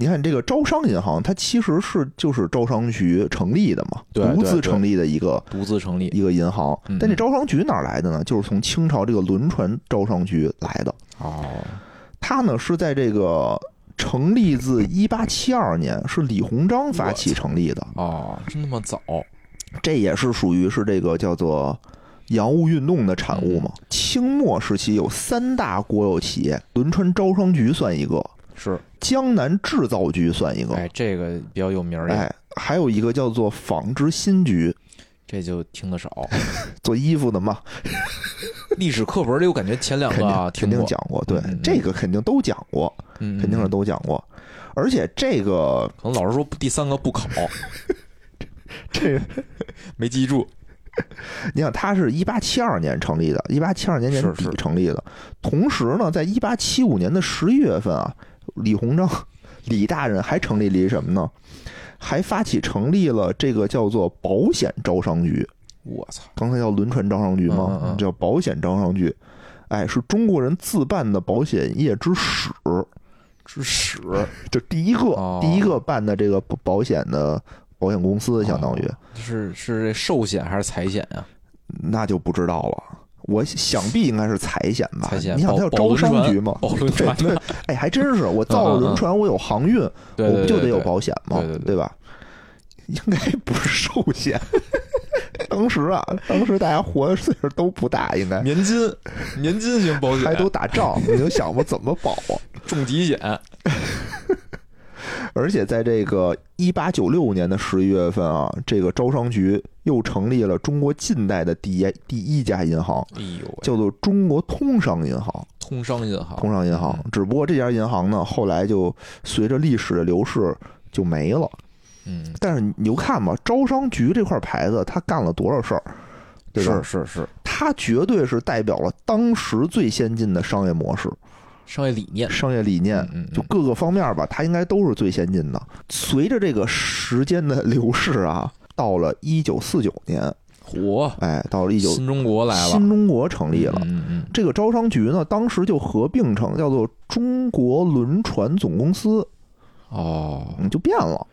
[SPEAKER 1] 你看这个招商银行，它其实是就是招商局成立的嘛，
[SPEAKER 2] 对
[SPEAKER 1] 独
[SPEAKER 2] 对
[SPEAKER 1] 自
[SPEAKER 2] 对
[SPEAKER 1] 成立的一个
[SPEAKER 2] 独自成立，
[SPEAKER 1] 一个银行
[SPEAKER 2] 嗯，
[SPEAKER 1] 但这招商局哪儿来的呢？就是从清朝这个轮船招商局来的。
[SPEAKER 2] 哦，
[SPEAKER 1] 它呢是在这个成立自一八七二年，是李鸿章发起成立的。
[SPEAKER 2] 哦，真他妈早，
[SPEAKER 1] 这也是属于是这个叫做洋务运动的产物
[SPEAKER 2] 嗯
[SPEAKER 1] 嘛。清末时期有三大国有企业，轮船招商局算一个，
[SPEAKER 2] 是，
[SPEAKER 1] 江南制造局算一个，
[SPEAKER 2] 哎，这个比较有名儿，
[SPEAKER 1] 哎，还有一个叫做纺织新局，
[SPEAKER 2] 这就听得少。
[SPEAKER 1] 做衣服的嘛。
[SPEAKER 2] 历史课文里，我感觉前两
[SPEAKER 1] 肯
[SPEAKER 2] 个啊
[SPEAKER 1] 定肯
[SPEAKER 2] 听
[SPEAKER 1] 定
[SPEAKER 2] 过，
[SPEAKER 1] 讲过，对
[SPEAKER 2] 嗯嗯，
[SPEAKER 1] 这个肯定都讲过，
[SPEAKER 2] 嗯，
[SPEAKER 1] 肯定是
[SPEAKER 2] 嗯，
[SPEAKER 1] 都讲过。而且这个
[SPEAKER 2] 可能老师说不第三个不考，
[SPEAKER 1] <laughs> 这个
[SPEAKER 2] <laughs> 没记住。
[SPEAKER 1] 你想，它是一八七二年成立的，一八七二年年
[SPEAKER 2] 是
[SPEAKER 1] 底
[SPEAKER 2] 是
[SPEAKER 1] 成立的。同时呢，在一八七五年的十一月份啊，李鸿章、李大人还成立了一什么呢？还发起成立了这个叫做保险招商局，
[SPEAKER 2] 我操，
[SPEAKER 1] 刚才叫轮船招商局吗？
[SPEAKER 2] 嗯嗯嗯
[SPEAKER 1] 叫保险招商局，哎，是中国人自办的保险业之始，
[SPEAKER 2] 之屎！
[SPEAKER 1] 就第一个、
[SPEAKER 2] 哦
[SPEAKER 1] 第一个办的这个保保险的保险公司，相当于、
[SPEAKER 2] 是是这寿险还是财险啊呀、
[SPEAKER 1] 那就不知道了。我想必应该是财险吧？
[SPEAKER 2] 财险
[SPEAKER 1] 你想它有
[SPEAKER 2] 保
[SPEAKER 1] 招商局吗？
[SPEAKER 2] 保轮
[SPEAKER 1] 对
[SPEAKER 2] 船？
[SPEAKER 1] 对，哎，还真是，我造了轮船，我有航运，
[SPEAKER 2] 对
[SPEAKER 1] 我
[SPEAKER 2] 对
[SPEAKER 1] 不就
[SPEAKER 2] 对
[SPEAKER 1] 得有
[SPEAKER 2] 对
[SPEAKER 1] 保险吗？
[SPEAKER 2] 对对对
[SPEAKER 1] 吧？应该不是寿险。 <laughs> 当时啊，当时大家活的岁数都不大，应
[SPEAKER 2] <laughs>
[SPEAKER 1] 该
[SPEAKER 2] 年金，年金型保险，
[SPEAKER 1] 还都打仗，你就想吧，怎么保啊？
[SPEAKER 2] 重疾险，哎
[SPEAKER 1] 而且在这个一八九六年的十一月份啊，这个招商局又成立了中国近代的第一第一家银行，
[SPEAKER 2] 哎呦喂，
[SPEAKER 1] 叫做中国通商银行。
[SPEAKER 2] 通商银行，
[SPEAKER 1] 通商银行，
[SPEAKER 2] 嗯
[SPEAKER 1] 只不过这家银行呢，后来就随着历史的流逝就没了。
[SPEAKER 2] 嗯，
[SPEAKER 1] 但是你就看吧，招商局这块牌子，他干了多少事儿，对吧
[SPEAKER 2] 是？是是，
[SPEAKER 1] 他绝对是代表了当时最先进的商业模式、
[SPEAKER 2] 商业理念，
[SPEAKER 1] 商业理念，
[SPEAKER 2] 嗯嗯，
[SPEAKER 1] 就各个方面吧，他应该都是最先进的。随着这个时间的流逝啊，到了一九四九年，
[SPEAKER 2] 火，
[SPEAKER 1] 哎，到了一九
[SPEAKER 2] 新中国来了，
[SPEAKER 1] 新中国成立了。
[SPEAKER 2] 嗯嗯
[SPEAKER 1] 这个招商局呢，当时就合并成叫做中国轮船总公司，
[SPEAKER 2] 嗯，哦，
[SPEAKER 1] 嗯，就变了。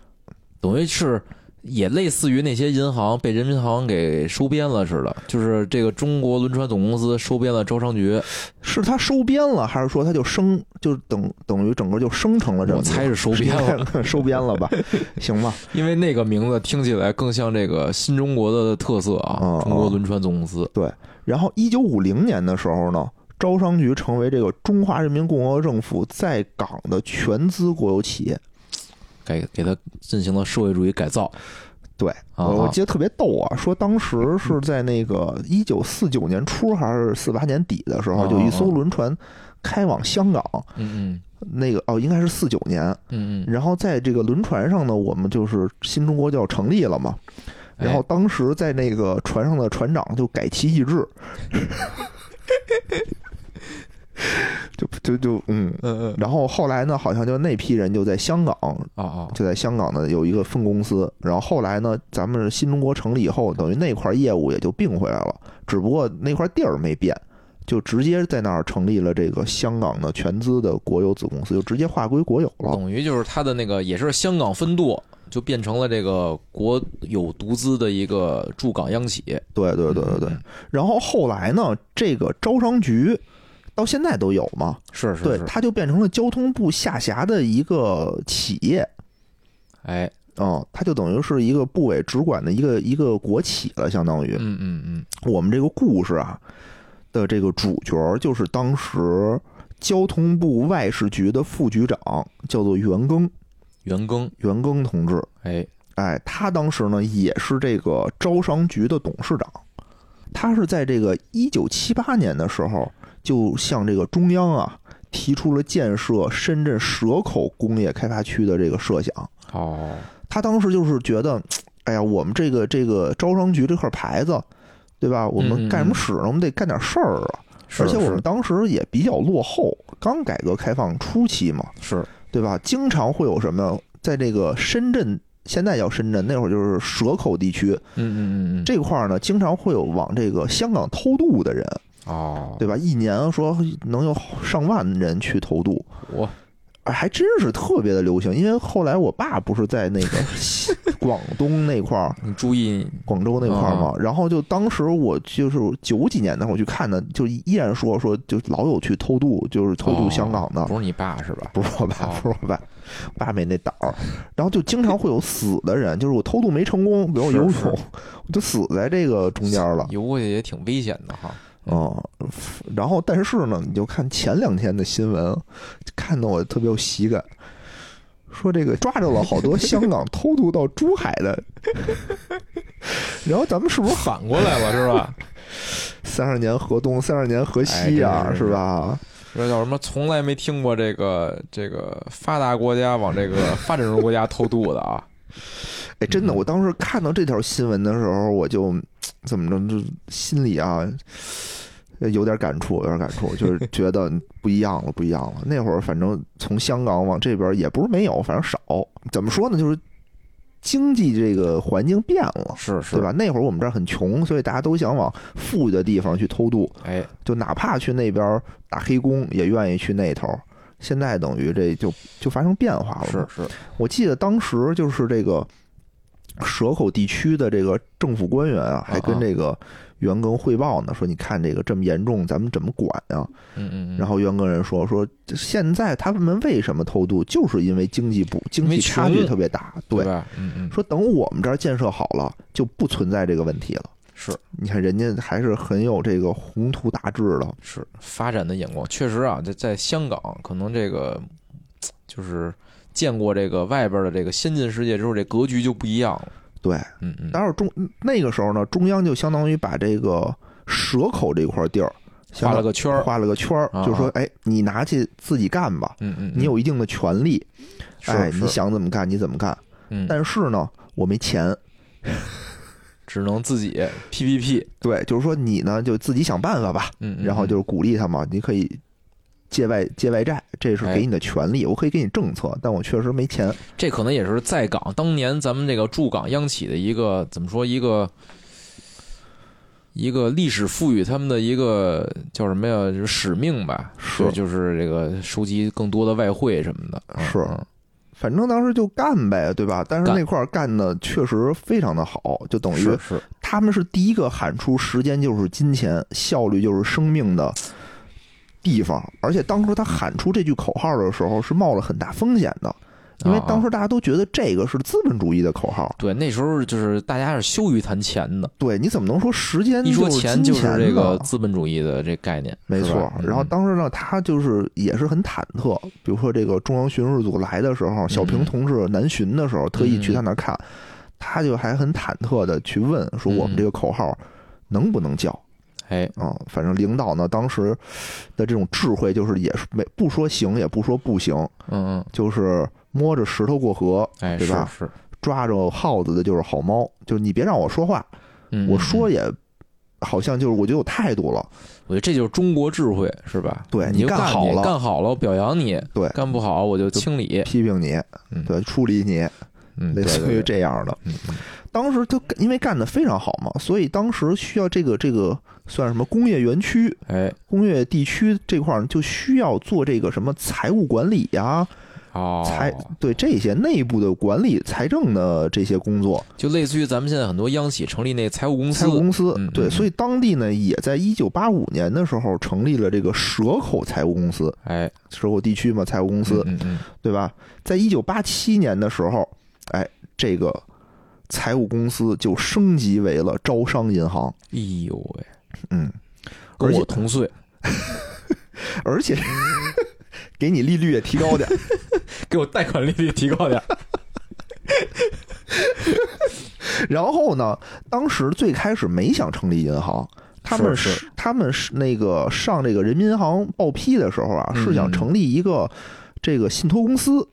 [SPEAKER 2] 等于是也类似于那些银行被人民银行给收编了似的，就是这个中国轮船总公司收编了招商局，
[SPEAKER 1] 是他收编了，还是说他就生就等等于整个就生成了这么
[SPEAKER 2] 我
[SPEAKER 1] 一个？
[SPEAKER 2] 猜是收编了，
[SPEAKER 1] 了， <laughs> 收编了
[SPEAKER 2] <laughs>
[SPEAKER 1] 吧？行吧，
[SPEAKER 2] 因为那个名字听起来更像这个新中国的特色
[SPEAKER 1] 嗯
[SPEAKER 2] 啊，中国轮船总公司，
[SPEAKER 1] 然后，一九五零年的时候呢，招商局成为这个中华人民共和国政府在港的全资国有企业。
[SPEAKER 2] 改给它进行了社会主义改造，
[SPEAKER 1] 对，
[SPEAKER 2] 啊，
[SPEAKER 1] 我我
[SPEAKER 2] 啊
[SPEAKER 1] 记得特别逗啊，说当时是在那个一九四九年初还是四八年底的时候，
[SPEAKER 2] 嗯
[SPEAKER 1] 有一艘轮船开往香港，
[SPEAKER 2] 嗯
[SPEAKER 1] 那个哦，应该是四九年。
[SPEAKER 2] 嗯嗯嗯，
[SPEAKER 1] 然后在这个轮船上呢，我们就是新中国就要成立了嘛。
[SPEAKER 2] 哎
[SPEAKER 1] 然后当时在那个船上的船长就改旗易帜，就就就嗯，
[SPEAKER 2] 嗯嗯
[SPEAKER 1] 然后后来呢，好像就那批人就在香港，
[SPEAKER 2] 哦哦，
[SPEAKER 1] 就在香港呢有一个分公司。然后后来呢，咱们新中国成立以后，等于那块业务也就并回来了，只不过那块地儿没变，就直接在那儿成立了这个香港的全资的国有子公司，就直接划归国有了。
[SPEAKER 2] 等于就是它的那个也是香港分舵，就变成了这个国有独资的一个驻港央企。
[SPEAKER 1] 对对对对对
[SPEAKER 2] 嗯。
[SPEAKER 1] 然后后来呢，这个招商局到现在都有嘛。
[SPEAKER 2] 是是
[SPEAKER 1] 对，
[SPEAKER 2] 是，
[SPEAKER 1] 它就变成了交通部下辖的一个企业
[SPEAKER 2] 哎，
[SPEAKER 1] 啊、它就等于是一个部委直管的一个一个国企了，相当于。
[SPEAKER 2] 嗯嗯嗯，
[SPEAKER 1] 我们这个故事啊的这个主角儿就是当时交通部外事局的副局长，叫做袁庚，
[SPEAKER 2] 袁庚，
[SPEAKER 1] 袁庚同志。
[SPEAKER 2] 哎，
[SPEAKER 1] 哎，他当时呢也是这个招商局的董事长，他是在这个一九七八年的时候，就向这个中央啊提出了建设深圳蛇口工业开发区的这个设想。
[SPEAKER 2] 哦，
[SPEAKER 1] 他当时就是觉得，哎呀，我们这个这个招商局这块牌子，对吧？我们
[SPEAKER 2] 嗯嗯
[SPEAKER 1] 干什么使呢？我们得干点事儿啊！
[SPEAKER 2] 是
[SPEAKER 1] 而且我
[SPEAKER 2] 是
[SPEAKER 1] 们当时也比较落后，刚改革开放初期嘛，
[SPEAKER 2] 是
[SPEAKER 1] 对吧？经常会有什么，在这个深圳，现在叫深圳，那会儿就是蛇口地区
[SPEAKER 2] 嗯嗯嗯嗯，
[SPEAKER 1] 这块儿呢，经常会有往这个香港偷渡的人，
[SPEAKER 2] 哦，
[SPEAKER 1] 对吧？一年说能有上万人去偷渡，
[SPEAKER 2] 我
[SPEAKER 1] 哎还真是特别的流行。因为后来我爸不是在那个西广东那块儿、
[SPEAKER 2] 你注意，
[SPEAKER 1] 广州那块儿嘛，然后就当时我就是九几年的时候我去看的，就依然说说就老有去偷渡，就是偷渡
[SPEAKER 2] 哦
[SPEAKER 1] 香港的。
[SPEAKER 2] 不是你爸是吧？
[SPEAKER 1] 不是我爸，
[SPEAKER 2] 哦
[SPEAKER 1] 不是我爸，爸没那胆儿。然后就经常会有死的人，就是我偷渡没成功，比如我
[SPEAKER 2] 是
[SPEAKER 1] 游泳，
[SPEAKER 2] 是
[SPEAKER 1] 我就死在这个中间了。
[SPEAKER 2] 游过去也挺危险的哈。
[SPEAKER 1] 嗯，然后但是呢，你就看前两天的新闻，看得我特别有喜感，说这个抓着了好
[SPEAKER 2] <laughs>
[SPEAKER 1] 多香港偷渡到珠海的。然后咱们是不是
[SPEAKER 2] 反过来了是吧？
[SPEAKER 1] <laughs> 三十年河东，三十年河
[SPEAKER 2] 哎真
[SPEAKER 1] 西
[SPEAKER 2] 是
[SPEAKER 1] 呀、
[SPEAKER 2] 真
[SPEAKER 1] 是
[SPEAKER 2] 是
[SPEAKER 1] 吧？
[SPEAKER 2] 这叫什么？从来没听
[SPEAKER 1] <laughs>
[SPEAKER 2] 过这个这个发达国家往这个发展中国家偷渡的啊！
[SPEAKER 1] 哎，真的，
[SPEAKER 2] 嗯
[SPEAKER 1] 我当时看到这条新闻的时候，我就怎么着，就心里啊呃有点感触，有点感触，就是
[SPEAKER 2] <laughs>
[SPEAKER 1] 觉得不一样了，不一样了。那会儿反正从香港往这边也不是没有，反正少。怎么说呢？就是经济这个环境变了。
[SPEAKER 2] 是是
[SPEAKER 1] 对？吧？那会儿我们这儿很穷，所以大家都想往富裕的地方去偷渡，
[SPEAKER 2] 哎，
[SPEAKER 1] 就哪怕去那边打黑工，也愿意去那头儿。现在等于这就就发生变化了嘛，
[SPEAKER 2] 是是，
[SPEAKER 1] 我记得当时就是这个蛇口地区的这个政府官员啊，还跟这个袁庚汇报呢，说你看这个这么严重，咱们怎么管啊？
[SPEAKER 2] 嗯嗯嗯。
[SPEAKER 1] 然后袁庚人说说现在他们为什么偷渡，就是因为经济不经济差距特别大，
[SPEAKER 2] 对
[SPEAKER 1] 对。
[SPEAKER 2] 吧？嗯嗯，
[SPEAKER 1] 说等我们这儿建设好了，就不存在这个问题了。
[SPEAKER 2] 是
[SPEAKER 1] 你看人家还是很有这个宏图大志的，
[SPEAKER 2] 是发展的眼光，确实啊，在在香港，可能这个就是见过这个外边的这个先进世界之后，这格局就不一样了。
[SPEAKER 1] 对。
[SPEAKER 2] 嗯嗯，
[SPEAKER 1] 当然中那个时候呢，中央就相当于把这个蛇口这块地儿相当
[SPEAKER 2] 画了个圈儿。
[SPEAKER 1] 画了个圈儿
[SPEAKER 2] 啊，啊
[SPEAKER 1] 就说：“哎，你拿去自己干吧，
[SPEAKER 2] 嗯嗯，嗯
[SPEAKER 1] 你有一定的权利，
[SPEAKER 2] 是
[SPEAKER 1] 哎，
[SPEAKER 2] 是
[SPEAKER 1] 你想怎么干你怎么干。
[SPEAKER 2] 嗯，
[SPEAKER 1] 但是呢，我没钱，
[SPEAKER 2] 只能自己 PPP。
[SPEAKER 1] 对，就是说你呢就自己想办法吧。
[SPEAKER 2] 嗯，嗯
[SPEAKER 1] 然后就是鼓励他嘛，你可以借外借外债，这是
[SPEAKER 2] 哎
[SPEAKER 1] 给你的权利，我可以给你政策，但我确实没钱。
[SPEAKER 2] 这可能也是在港当年咱们这个驻港央企的一个怎么说一个一个历史赋予他们的一个叫什么呀？就是使命吧，
[SPEAKER 1] 是
[SPEAKER 2] 就就是这个收集更多的外汇什么的。嗯
[SPEAKER 1] 是
[SPEAKER 2] 嗯
[SPEAKER 1] 反正当时就干呗，对吧？但是
[SPEAKER 2] 干
[SPEAKER 1] 那块儿干的确实非常的好，就等于
[SPEAKER 2] 是是
[SPEAKER 1] 他们是第一个喊出“时间就是金钱，效率就是生命”的地方。而且当时他喊出这句口号的时候，是冒了很大风险
[SPEAKER 2] 啊
[SPEAKER 1] 的，因为当时大家都觉得这个是资本主义的口号。
[SPEAKER 2] 对那时候就是大家是羞于谈钱的，
[SPEAKER 1] 对，你怎么能说时间
[SPEAKER 2] 一说
[SPEAKER 1] 就是
[SPEAKER 2] 钱
[SPEAKER 1] 金
[SPEAKER 2] 就
[SPEAKER 1] 钱
[SPEAKER 2] 是
[SPEAKER 1] 呢？
[SPEAKER 2] 这个资本主义的这概念，
[SPEAKER 1] 没
[SPEAKER 2] 是
[SPEAKER 1] 错
[SPEAKER 2] 吧。嗯
[SPEAKER 1] 然后当时呢，他就是也是很忐忑。比如说这个中央巡视组来的时候，小平同志南巡的时候，特意
[SPEAKER 2] 嗯
[SPEAKER 1] 去他那儿看，他就还很忐忑的去问说：“我
[SPEAKER 2] 嗯
[SPEAKER 1] 们这个口号能不能叫？”
[SPEAKER 2] 哎
[SPEAKER 1] 啊，反正领导呢，当时的这种智慧就是也是没不说行，也不说不行，
[SPEAKER 2] 嗯嗯
[SPEAKER 1] 就是摸着石头过河，
[SPEAKER 2] 哎
[SPEAKER 1] 对
[SPEAKER 2] 是
[SPEAKER 1] 吧
[SPEAKER 2] 是，
[SPEAKER 1] 抓着耗子的就是好猫，就是你别让我说话，
[SPEAKER 2] 嗯
[SPEAKER 1] 我
[SPEAKER 2] 嗯
[SPEAKER 1] 说
[SPEAKER 2] 嗯
[SPEAKER 1] 也好像就是我就有态度了，
[SPEAKER 2] 我觉得这就是中国智慧是吧？
[SPEAKER 1] 对
[SPEAKER 2] 你
[SPEAKER 1] 你
[SPEAKER 2] 就
[SPEAKER 1] 干
[SPEAKER 2] 干
[SPEAKER 1] 好了
[SPEAKER 2] 干好了我表扬你，
[SPEAKER 1] 对
[SPEAKER 2] 干不好我就清理，
[SPEAKER 1] 批评你，
[SPEAKER 2] 嗯
[SPEAKER 1] 对，处理你，
[SPEAKER 2] 嗯，
[SPEAKER 1] 类
[SPEAKER 2] 对
[SPEAKER 1] 似于，这样的。
[SPEAKER 2] 对对嗯嗯
[SPEAKER 1] 当时就因为干得非常好嘛，所以当时需要这个这个算什么工业园区、
[SPEAKER 2] 哎，
[SPEAKER 1] 工业地区这块儿就需要做这个什么财务管理呀、
[SPEAKER 2] 哦，
[SPEAKER 1] 财对这些内部的管理、财政的这些工作，
[SPEAKER 2] 就类似于咱们现在很多央企成立那财务公司
[SPEAKER 1] 财务，公司
[SPEAKER 2] 嗯嗯
[SPEAKER 1] 对，
[SPEAKER 2] 嗯
[SPEAKER 1] 所以当地呢也在一九八五年的时候成立了这个蛇口财务公司，
[SPEAKER 2] 哎，
[SPEAKER 1] 蛇口地区嘛财务公司，
[SPEAKER 2] 嗯嗯，
[SPEAKER 1] 对吧？在一九八七年的时候，哎，这个财务公司就升级为了招商银行，
[SPEAKER 2] 哎呦喂，
[SPEAKER 1] 嗯，
[SPEAKER 2] 跟
[SPEAKER 1] 而且
[SPEAKER 2] 我同岁，
[SPEAKER 1] 而且 <laughs> 给你利率也提高点儿，
[SPEAKER 2] 给我贷款利率提高点儿，
[SPEAKER 1] 然后呢，当时最开始没想成立银行，他们
[SPEAKER 2] 是
[SPEAKER 1] 他们是那个上这个人民银行报批的时候啊，
[SPEAKER 2] 嗯
[SPEAKER 1] 是想成立一个这个信托公司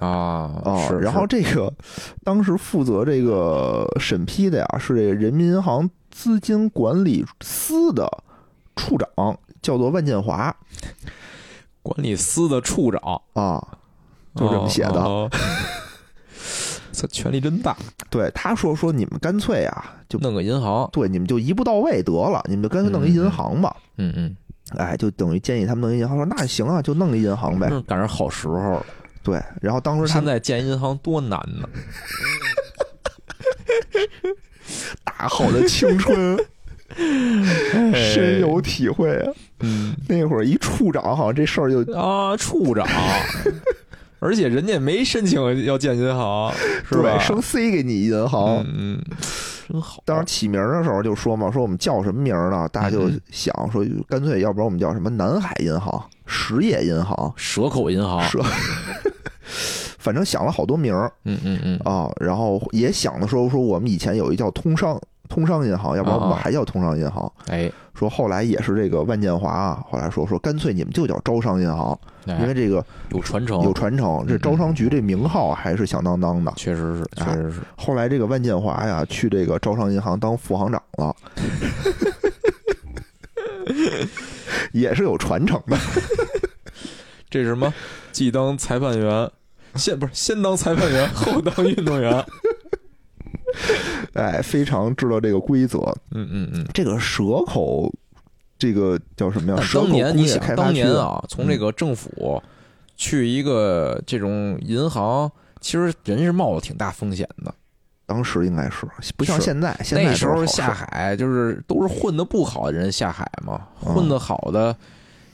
[SPEAKER 2] 啊
[SPEAKER 1] 啊。
[SPEAKER 2] 是
[SPEAKER 1] 然后
[SPEAKER 2] 是
[SPEAKER 1] 这个当时负责这个审批的呀，是这个人民银行资金管理司的处长，叫做万建华
[SPEAKER 2] 管理司的处长
[SPEAKER 1] 啊。就这么写的
[SPEAKER 2] 哦哦哦 <laughs> 这权力真大，
[SPEAKER 1] 对，他说说你们干脆啊，就
[SPEAKER 2] 弄个银行，
[SPEAKER 1] 对你们就一步到位得了，你们就干脆弄一银行吧。
[SPEAKER 2] 嗯嗯，
[SPEAKER 1] 哎，就等于建议他们弄一银行，说那行啊，就弄一银行呗。
[SPEAKER 2] 正赶上好时候了，
[SPEAKER 1] 对，然后当时他
[SPEAKER 2] 嗯现
[SPEAKER 1] 们
[SPEAKER 2] 在建银行多难呢，
[SPEAKER 1] 大好的青
[SPEAKER 2] <laughs>
[SPEAKER 1] 春
[SPEAKER 2] 哎
[SPEAKER 1] 深有体会啊。
[SPEAKER 2] 嗯。
[SPEAKER 1] 那会儿一处长，好像这事儿就
[SPEAKER 2] 啊，处
[SPEAKER 1] <laughs>
[SPEAKER 2] 长，而且人家也没申请要建银行，是吧
[SPEAKER 1] 对？生塞给你银行。
[SPEAKER 2] 嗯，嗯真好。
[SPEAKER 1] 当时起名儿的时候就说嘛，说我们叫什么名儿呢？大家就
[SPEAKER 2] 嗯
[SPEAKER 1] 想说，干脆要不然我们叫什么南海银行、实业银行、
[SPEAKER 2] 蛇口银行，
[SPEAKER 1] 蛇， <laughs> 反正想了好多名儿啊
[SPEAKER 2] 嗯嗯嗯，
[SPEAKER 1] 啊。然后也想的时候说，我们以前有一叫通商通商银行，要不然我
[SPEAKER 2] 啊
[SPEAKER 1] 们
[SPEAKER 2] 啊
[SPEAKER 1] 还叫通商银行。
[SPEAKER 2] 哎，
[SPEAKER 1] 说后来也是这个万建华啊，后来说说干脆你们就叫招商银行，因
[SPEAKER 2] 哎哦嗯
[SPEAKER 1] 为这个
[SPEAKER 2] 有传承，
[SPEAKER 1] 有传承，这招商局这名号还是响当当的。
[SPEAKER 2] 确实是，确实是，
[SPEAKER 1] 后来这个万建华呀，去这个招商银行当副行长了，也是有传承的。
[SPEAKER 2] 这是什么？既当裁判员，先不是先当裁
[SPEAKER 1] <laughs>
[SPEAKER 2] 判员，后当运动员。
[SPEAKER 1] 哎，非常知道这个规则。
[SPEAKER 2] 嗯嗯嗯。
[SPEAKER 1] 这个蛇口，这个叫什么呀？
[SPEAKER 2] 但
[SPEAKER 1] 蛇口
[SPEAKER 2] 当年
[SPEAKER 1] 工
[SPEAKER 2] 你
[SPEAKER 1] 业
[SPEAKER 2] 想
[SPEAKER 1] 开，发
[SPEAKER 2] 当
[SPEAKER 1] 区嗯
[SPEAKER 2] 年啊，从这个政府去一个这种银行，其实人是冒着挺大风险的。
[SPEAKER 1] 当时应该是不像
[SPEAKER 2] 是
[SPEAKER 1] 现在，现在
[SPEAKER 2] 那
[SPEAKER 1] 都
[SPEAKER 2] 时
[SPEAKER 1] 是
[SPEAKER 2] 候
[SPEAKER 1] 好
[SPEAKER 2] 下
[SPEAKER 1] 事
[SPEAKER 2] 海就是都是混的不好的人下海嘛，
[SPEAKER 1] 嗯
[SPEAKER 2] 混的好的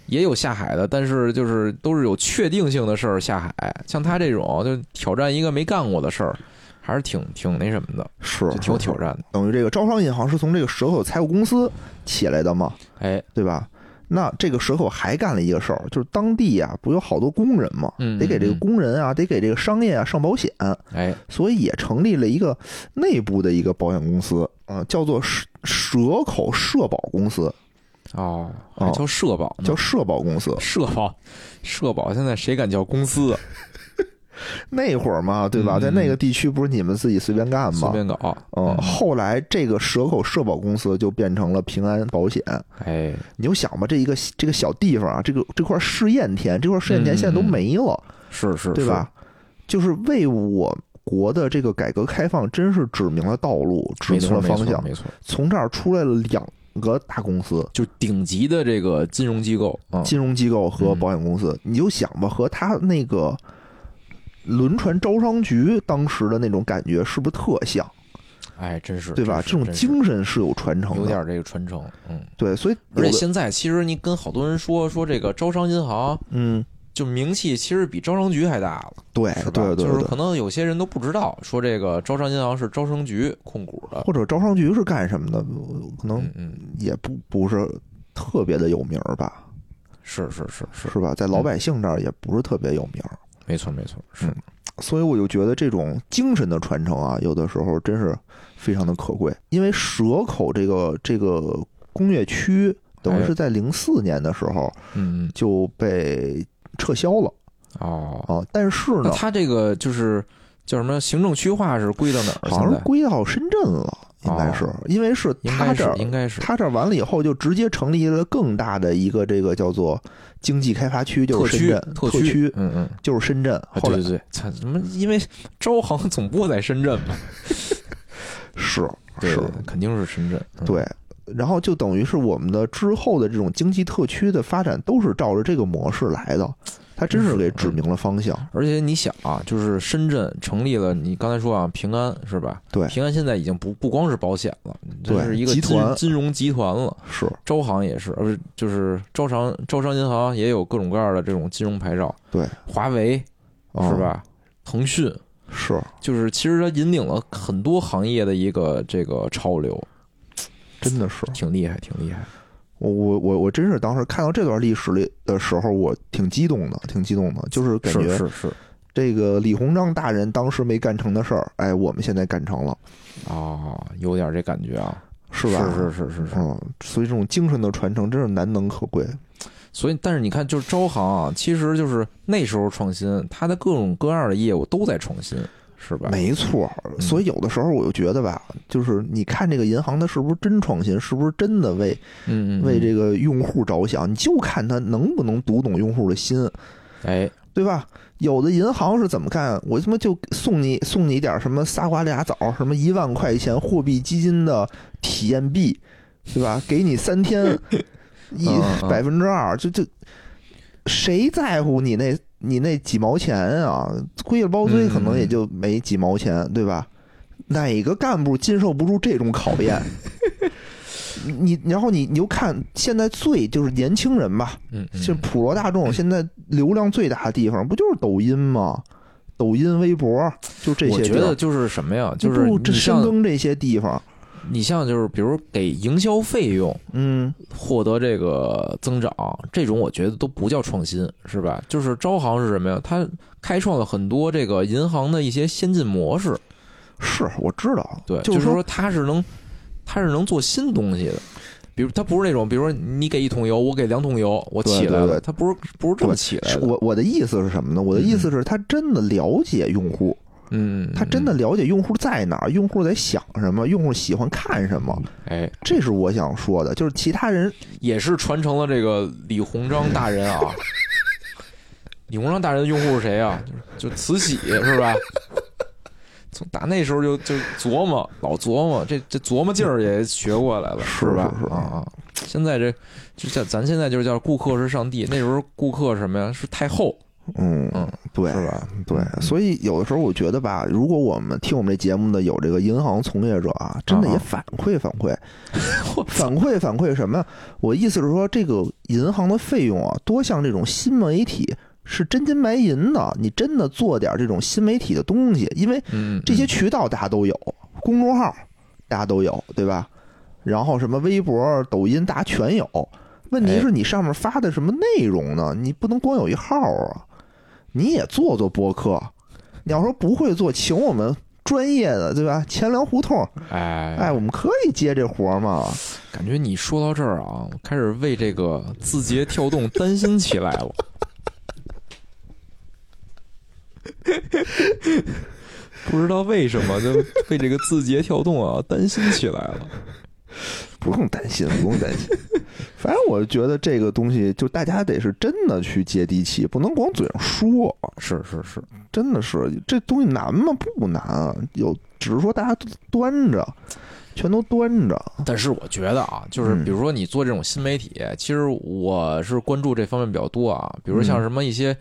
[SPEAKER 2] 也有下海的，但是就是都是有确定性的事儿下海。像他这种就挑战一个没干过的事儿，还是挺挺那什么的，
[SPEAKER 1] 是
[SPEAKER 2] 就是挺有挑
[SPEAKER 1] 是
[SPEAKER 2] 战的。
[SPEAKER 1] 等于这个招商银行是从这个蛇口财务公司起来的嘛，
[SPEAKER 2] 哎，
[SPEAKER 1] 对吧？那这个蛇口还干了一个事儿，就是当地啊，不有好多工人嘛，
[SPEAKER 2] 嗯，
[SPEAKER 1] 得给这个
[SPEAKER 2] 嗯，
[SPEAKER 1] 工人啊，得给这个商业啊上保险，
[SPEAKER 2] 嗯哎，
[SPEAKER 1] 所以也成立了一个内部的一个保险公司啊、叫做蛇蛇口社保公司，
[SPEAKER 2] 哦，
[SPEAKER 1] 哦
[SPEAKER 2] 还叫社保呢，
[SPEAKER 1] 叫社保公司。
[SPEAKER 2] 社保，社保现在谁敢叫公司啊？
[SPEAKER 1] 那会儿嘛，对吧？
[SPEAKER 2] 嗯
[SPEAKER 1] 在那个地区不是你们自己随便干
[SPEAKER 2] 随
[SPEAKER 1] 吗？
[SPEAKER 2] 便搞。
[SPEAKER 1] 嗯，后来这个蛇口社保公司就变成了平安保险。
[SPEAKER 2] 哎，
[SPEAKER 1] 你就想吧，这一个这个小地方啊，这个这块试验田，这块试验田
[SPEAKER 2] 嗯
[SPEAKER 1] 现在都没了，
[SPEAKER 2] 是是，
[SPEAKER 1] 对吧？就是为我国的这个改革开放，真是指明了道路，
[SPEAKER 2] 是？
[SPEAKER 1] 指明了
[SPEAKER 2] 没错，没
[SPEAKER 1] 方
[SPEAKER 2] 错
[SPEAKER 1] 向。
[SPEAKER 2] 没错，
[SPEAKER 1] 从这儿出来了两个大公司，
[SPEAKER 2] 就顶级的这个金融机构啊，
[SPEAKER 1] 金融机构和保险公司。你就想吧，和他那个轮船招商局当时的那种感觉是不是特像，
[SPEAKER 2] 哎，真是
[SPEAKER 1] 对吧？
[SPEAKER 2] 真是
[SPEAKER 1] 这种
[SPEAKER 2] 真是
[SPEAKER 1] 精啊神是有传承
[SPEAKER 2] 有
[SPEAKER 1] 的，
[SPEAKER 2] 点这个传承，嗯。
[SPEAKER 1] 对，所以
[SPEAKER 2] 而
[SPEAKER 1] 有
[SPEAKER 2] 且
[SPEAKER 1] 的
[SPEAKER 2] 现在其实你跟好多人说说这个招商银行，
[SPEAKER 1] 嗯，
[SPEAKER 2] 就名气其实比招商局还大了，
[SPEAKER 1] 对哎
[SPEAKER 2] 是吧？
[SPEAKER 1] 对对
[SPEAKER 2] 就是
[SPEAKER 1] 对
[SPEAKER 2] 可。能有些人都不知道，说这个招商银行是招商局控股的，
[SPEAKER 1] 或者招商局是干什么的？可能
[SPEAKER 2] 嗯嗯，
[SPEAKER 1] 也不不是特别的有名儿吧，
[SPEAKER 2] 是是是是，
[SPEAKER 1] 是吧？在
[SPEAKER 2] 嗯
[SPEAKER 1] 老百姓这儿也不是特别有名儿，
[SPEAKER 2] 没错没错，是
[SPEAKER 1] 嗯所以我就觉得这种精神的传承啊，有的时候真是非常的可贵。因为蛇口这个这个工业区，等于
[SPEAKER 2] 哎
[SPEAKER 1] 是在零四年的时候
[SPEAKER 2] 嗯嗯
[SPEAKER 1] 就被撤销了
[SPEAKER 2] 哦，
[SPEAKER 1] 啊，但是
[SPEAKER 2] 那
[SPEAKER 1] 呢，
[SPEAKER 2] 他这个就是叫什么行政区划是归到哪儿？
[SPEAKER 1] 好像
[SPEAKER 2] 现
[SPEAKER 1] 是
[SPEAKER 2] 在哦
[SPEAKER 1] 归到深圳了，应该是因为是
[SPEAKER 2] 应
[SPEAKER 1] 他
[SPEAKER 2] 该
[SPEAKER 1] 这
[SPEAKER 2] 是
[SPEAKER 1] 儿。
[SPEAKER 2] 应该是
[SPEAKER 1] 他这儿完了以后，就直接成立了更大的一个这个叫做经济开发区，就
[SPEAKER 2] 特
[SPEAKER 1] 是深
[SPEAKER 2] 区
[SPEAKER 1] 圳特
[SPEAKER 2] 区，嗯嗯，
[SPEAKER 1] 就是深圳。
[SPEAKER 2] 啊
[SPEAKER 1] 后来
[SPEAKER 2] 对对对，操什么？因为招行总部在深圳嘛，
[SPEAKER 1] 是
[SPEAKER 2] 对
[SPEAKER 1] 是，
[SPEAKER 2] 对对肯定是深圳，嗯
[SPEAKER 1] 对，然后就等于是我们的之后的这种经济特区的发展都是照着这个模式来的，它真是给指明了方向。
[SPEAKER 2] 而且你想啊，就是深圳成立了，你刚才说啊，平安是吧？
[SPEAKER 1] 对
[SPEAKER 2] 平安现在已经不不光是保险了，
[SPEAKER 1] 对
[SPEAKER 2] 这是一个
[SPEAKER 1] 集
[SPEAKER 2] 金
[SPEAKER 1] 团
[SPEAKER 2] 金融集团了，
[SPEAKER 1] 是
[SPEAKER 2] 招行也是，呃，不是就是招商招商银行也有各种各样的这种金融牌照，
[SPEAKER 1] 对，哦
[SPEAKER 2] 华为是？吧？腾讯
[SPEAKER 1] 嗯是，
[SPEAKER 2] 就是其实它引领了很多行业的一个这个潮流，
[SPEAKER 1] 真的是。
[SPEAKER 2] 挺厉害，挺厉害。
[SPEAKER 1] 我我我我真是当时看到这段历史里的时候，我挺激动的，挺激动的，就是感
[SPEAKER 2] 是
[SPEAKER 1] 觉
[SPEAKER 2] 是是
[SPEAKER 1] 这个李鸿章大人当时没干成的事儿，哎，我们现在干成了，
[SPEAKER 2] 哦，有点这感觉啊，
[SPEAKER 1] 是吧？
[SPEAKER 2] 是是是是是。
[SPEAKER 1] 嗯，所以这种精神的传承真是难能可贵。
[SPEAKER 2] 所以，但是你看，就是招行啊，其实就是那时候创新，它的各种各样的业务都在创新，是吧？
[SPEAKER 1] 没错儿，
[SPEAKER 2] 嗯
[SPEAKER 1] 所以有的时候我就觉得吧，就是你看这个银行它是不是真创新，是不是真的为
[SPEAKER 2] 嗯嗯，嗯
[SPEAKER 1] 为这个用户着想，你就看它能不能读懂用户的心，
[SPEAKER 2] 哎，
[SPEAKER 1] 对吧？有的银行是怎么干？我他妈就送你送你点儿什么仨瓜俩枣，什么一万块钱货币基金的体验币，对吧？给你三
[SPEAKER 2] <laughs>
[SPEAKER 1] 天一
[SPEAKER 2] 嗯嗯
[SPEAKER 1] 百分之二，就就谁在乎你那你那几毛钱啊？归了包堆，
[SPEAKER 2] 嗯
[SPEAKER 1] 可能也就没几毛钱，对吧？哪个干部经受不住这种考
[SPEAKER 2] <laughs>
[SPEAKER 1] 验？你你然后你你就看现在最就是年轻人吧，
[SPEAKER 2] 嗯，嗯
[SPEAKER 1] 就普罗大众现在流量最大的地方，不就是抖音吗？抖音、微博，就这
[SPEAKER 2] 我
[SPEAKER 1] 些
[SPEAKER 2] 觉
[SPEAKER 1] 地
[SPEAKER 2] 得
[SPEAKER 1] 儿。
[SPEAKER 2] 就是什么呀？就是
[SPEAKER 1] 不这
[SPEAKER 2] 你
[SPEAKER 1] 深
[SPEAKER 2] 像
[SPEAKER 1] 耕这些地方，
[SPEAKER 2] 你像就是比如给营销费用
[SPEAKER 1] 嗯，
[SPEAKER 2] 获得这个增长，这种我觉得都不叫创新，是吧？就是招行是什么呀？它开创了很多这个银行的一些先进模式，
[SPEAKER 1] 是我知道，
[SPEAKER 2] 对，
[SPEAKER 1] 就是是
[SPEAKER 2] 说它是能，它是能做新东西的。比如它不是那种，比如说你给一桶油，我给两桶油，我
[SPEAKER 1] 对
[SPEAKER 2] 起来了，
[SPEAKER 1] 对对
[SPEAKER 2] 它不是不是这么起来
[SPEAKER 1] 是
[SPEAKER 2] 的。
[SPEAKER 1] 我我的意思是什么呢？我的意思是，他真的了解用户，
[SPEAKER 2] 嗯，
[SPEAKER 1] 他真的了解用户在哪儿，用户在想什么，用户喜欢看什么，
[SPEAKER 2] 哎，
[SPEAKER 1] 这是我想说的。就是其他人
[SPEAKER 2] 也是传承了这个李鸿章大人
[SPEAKER 1] <laughs>
[SPEAKER 2] 啊。李鸿章大人的用户是谁啊？就是就慈禧是吧？从打那时候就就琢磨，老琢磨，这这琢磨劲儿也学过来了，
[SPEAKER 1] 是
[SPEAKER 2] 吧？
[SPEAKER 1] 是是
[SPEAKER 2] 啊啊！现在这就叫咱现在就是叫顾客是上帝，那时候顾客是什么呀？是太后，
[SPEAKER 1] 嗯
[SPEAKER 2] 嗯，
[SPEAKER 1] 对
[SPEAKER 2] 是嗯吧？
[SPEAKER 1] 对，所以有的时候我觉得吧，如果我们听我们这节目的有这个银行从业者啊，真的
[SPEAKER 2] 啊
[SPEAKER 1] 也
[SPEAKER 2] 哈
[SPEAKER 1] 反馈反馈，反馈反馈什么呀？我意思是说，这个银行的费用啊，多像这种新媒体是真金白银的，你真的做点这种新媒体的东西，因为
[SPEAKER 2] 嗯，
[SPEAKER 1] 这些渠道大家都有，公众号大家都有，对吧？然后什么微博、抖音，大家全有。问题
[SPEAKER 2] 哎
[SPEAKER 1] 是你上面发的什么内容呢？你不能光有一号啊，你也做做播客。你要说不会做，请我们专业的，对吧？钱粮胡同，
[SPEAKER 2] 哎
[SPEAKER 1] 哎，我们可以接这活儿嘛？
[SPEAKER 2] 感觉你说到这儿啊，我开始为这个字节跳动担心起来 <laughs> 了。不知道为什么就为这个字节跳动啊担心起来了。
[SPEAKER 1] 不用担心， <laughs> 不用担心。反正我觉得这个东西，就大家得是真的去接地气，不能光嘴上说。
[SPEAKER 2] 是是是，
[SPEAKER 1] 真的是这东西难吗？不难啊，有只是说大家都端着，全都端着。
[SPEAKER 2] 但是我觉得啊，就是
[SPEAKER 1] 嗯
[SPEAKER 2] 比如说你做这种新媒体，其实我是关注这方面比较多啊，比如像什么一些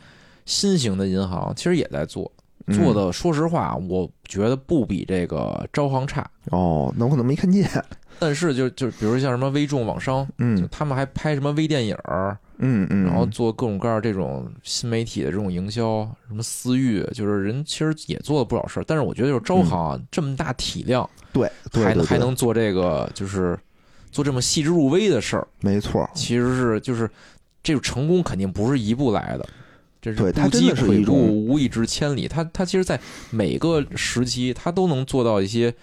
[SPEAKER 2] 新型的银行，其实也在做，
[SPEAKER 1] 嗯
[SPEAKER 2] 做的说实话，我觉得不比这个招行差。
[SPEAKER 1] 哦，那我可能没看见。
[SPEAKER 2] 但是就就比如像什么微众网商，就
[SPEAKER 1] 嗯
[SPEAKER 2] 他们还拍什么微电影儿，
[SPEAKER 1] 嗯嗯，
[SPEAKER 2] 然后做各种各样这种新媒体的这种营销，什么私域，就是人其实也做了不少事儿。但是我觉得就是招行啊，这么大体量，
[SPEAKER 1] 对嗯对
[SPEAKER 2] 还
[SPEAKER 1] 对对
[SPEAKER 2] 还能做这个，就是做这么细致入微的事儿，
[SPEAKER 1] 没错，
[SPEAKER 2] 其实是就是这个成功肯定不是一步来的。这
[SPEAKER 1] 对
[SPEAKER 2] 是
[SPEAKER 1] 它
[SPEAKER 2] 不
[SPEAKER 1] 真
[SPEAKER 2] 积
[SPEAKER 1] 的是一
[SPEAKER 2] 跬步，
[SPEAKER 1] 种
[SPEAKER 2] 无以至千里。它它其实，在每个时期，它都能做到一些，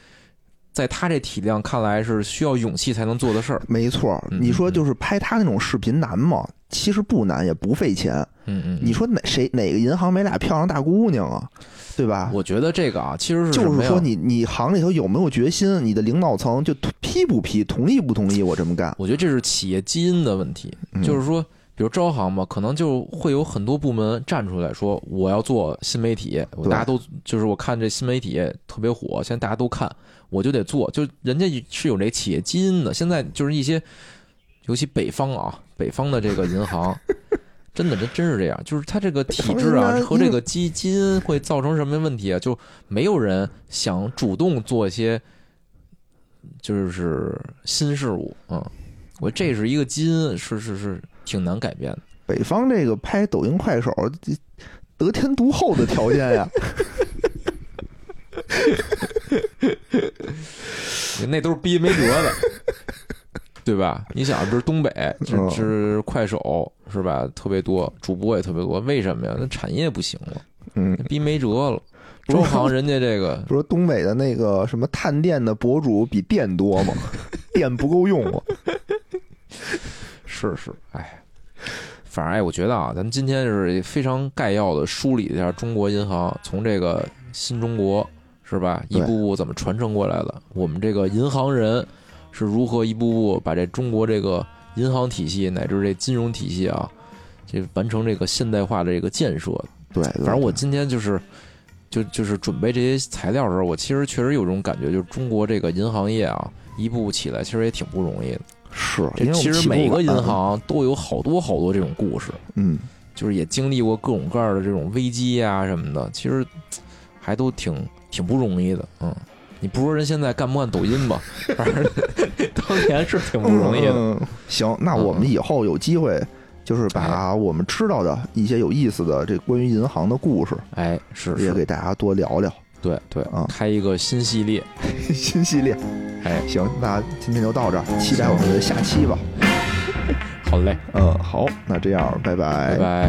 [SPEAKER 2] 在它这体量看来是需要勇气才能做的事儿。
[SPEAKER 1] 没错。
[SPEAKER 2] 嗯
[SPEAKER 1] 你说就是拍他那种视频难吗？其实不难，也不费钱。
[SPEAKER 2] 嗯嗯，
[SPEAKER 1] 你说哪谁哪个银行没俩漂亮大姑娘啊？对吧？
[SPEAKER 2] 我觉得这个啊，其实是什
[SPEAKER 1] 就
[SPEAKER 2] 么
[SPEAKER 1] 是
[SPEAKER 2] 呀
[SPEAKER 1] 说，你你行里头有没有决心？你的领导层就批不批，同意不同意我这么干？
[SPEAKER 2] 我觉得这是企业基因的问题，
[SPEAKER 1] 嗯
[SPEAKER 2] 就是说，比如招行嘛，可能就会有很多部门站出来说，我要做新媒体，我
[SPEAKER 1] 对
[SPEAKER 2] 大家都就是我看这新媒体特别火，现在大家都看，我就得做，就人家是有这企业基因的。现在就是一些，尤其北方啊，北方的这个
[SPEAKER 1] <laughs>
[SPEAKER 2] 银行。真的，真真是这样，就是它这个体制
[SPEAKER 1] 北方
[SPEAKER 2] 啊
[SPEAKER 1] 应该
[SPEAKER 2] 和这个基基因会造成什么问题啊？就没有人想主动做一些就是新事物，嗯，我这是一个基因，是是是，挺难改变的。
[SPEAKER 1] 北方这个拍抖音、快手，这得天独厚的条件
[SPEAKER 2] <laughs>
[SPEAKER 1] 呀。
[SPEAKER 2] 那都是逼没辙的， <laughs> 对吧？你想，比如东北，这
[SPEAKER 1] 嗯
[SPEAKER 2] 这快手是吧？特别多，主播也特别多，为什么呀？那产业不行了，
[SPEAKER 1] 嗯，
[SPEAKER 2] 逼没辙了。
[SPEAKER 1] 不是
[SPEAKER 2] 招行人家这个
[SPEAKER 1] 不是东北的那个什么探店的博主比电多吗？电不够用啊。
[SPEAKER 2] 是是，哎，反正哎，我觉得啊，咱们今天是非常概要的梳理一下中国银行从这个新中国是吧，一
[SPEAKER 1] 对
[SPEAKER 2] 步步怎么传承过来的，我们这个银行人是如何一步步把这中国这个银行体系乃至这金融体系啊，这完成这个现代化的这个建设的
[SPEAKER 1] <laughs> 对，
[SPEAKER 2] 反正我今天就是，就就是准备这些材料的时候，我其实确实有种感觉，就是中国这个银行业啊，一步步起来，其实也挺不容易的。
[SPEAKER 1] 是，因
[SPEAKER 2] 这
[SPEAKER 1] 为我
[SPEAKER 2] 其
[SPEAKER 1] 们
[SPEAKER 2] 实
[SPEAKER 1] 起步
[SPEAKER 2] 每个
[SPEAKER 1] 晚
[SPEAKER 2] 银，行都有好多好多这种故事，
[SPEAKER 1] 嗯，
[SPEAKER 2] 就是也经历过各种各样的这种危机啊什么的，其实嘖还都挺挺不容易的。嗯，你不说人现在干不干抖音吧，反
[SPEAKER 1] <laughs>
[SPEAKER 2] 正当年是挺不容易的。
[SPEAKER 1] 嗯。嗯行，那我们以后有机会，就是
[SPEAKER 2] 哎
[SPEAKER 1] 把我们知道的一些有意思的这关于银行的故事，
[SPEAKER 2] 哎，是
[SPEAKER 1] 嗯也
[SPEAKER 2] 是，
[SPEAKER 1] 给大家多聊聊
[SPEAKER 2] 对对
[SPEAKER 1] 嗯，
[SPEAKER 2] 开一个新系列。
[SPEAKER 1] 新系列。
[SPEAKER 2] 哎，
[SPEAKER 1] 行，那今天就到这儿，期待我们的下期吧。呃
[SPEAKER 2] 好嘞，
[SPEAKER 1] 嗯，好，那这样，拜
[SPEAKER 2] 拜拜。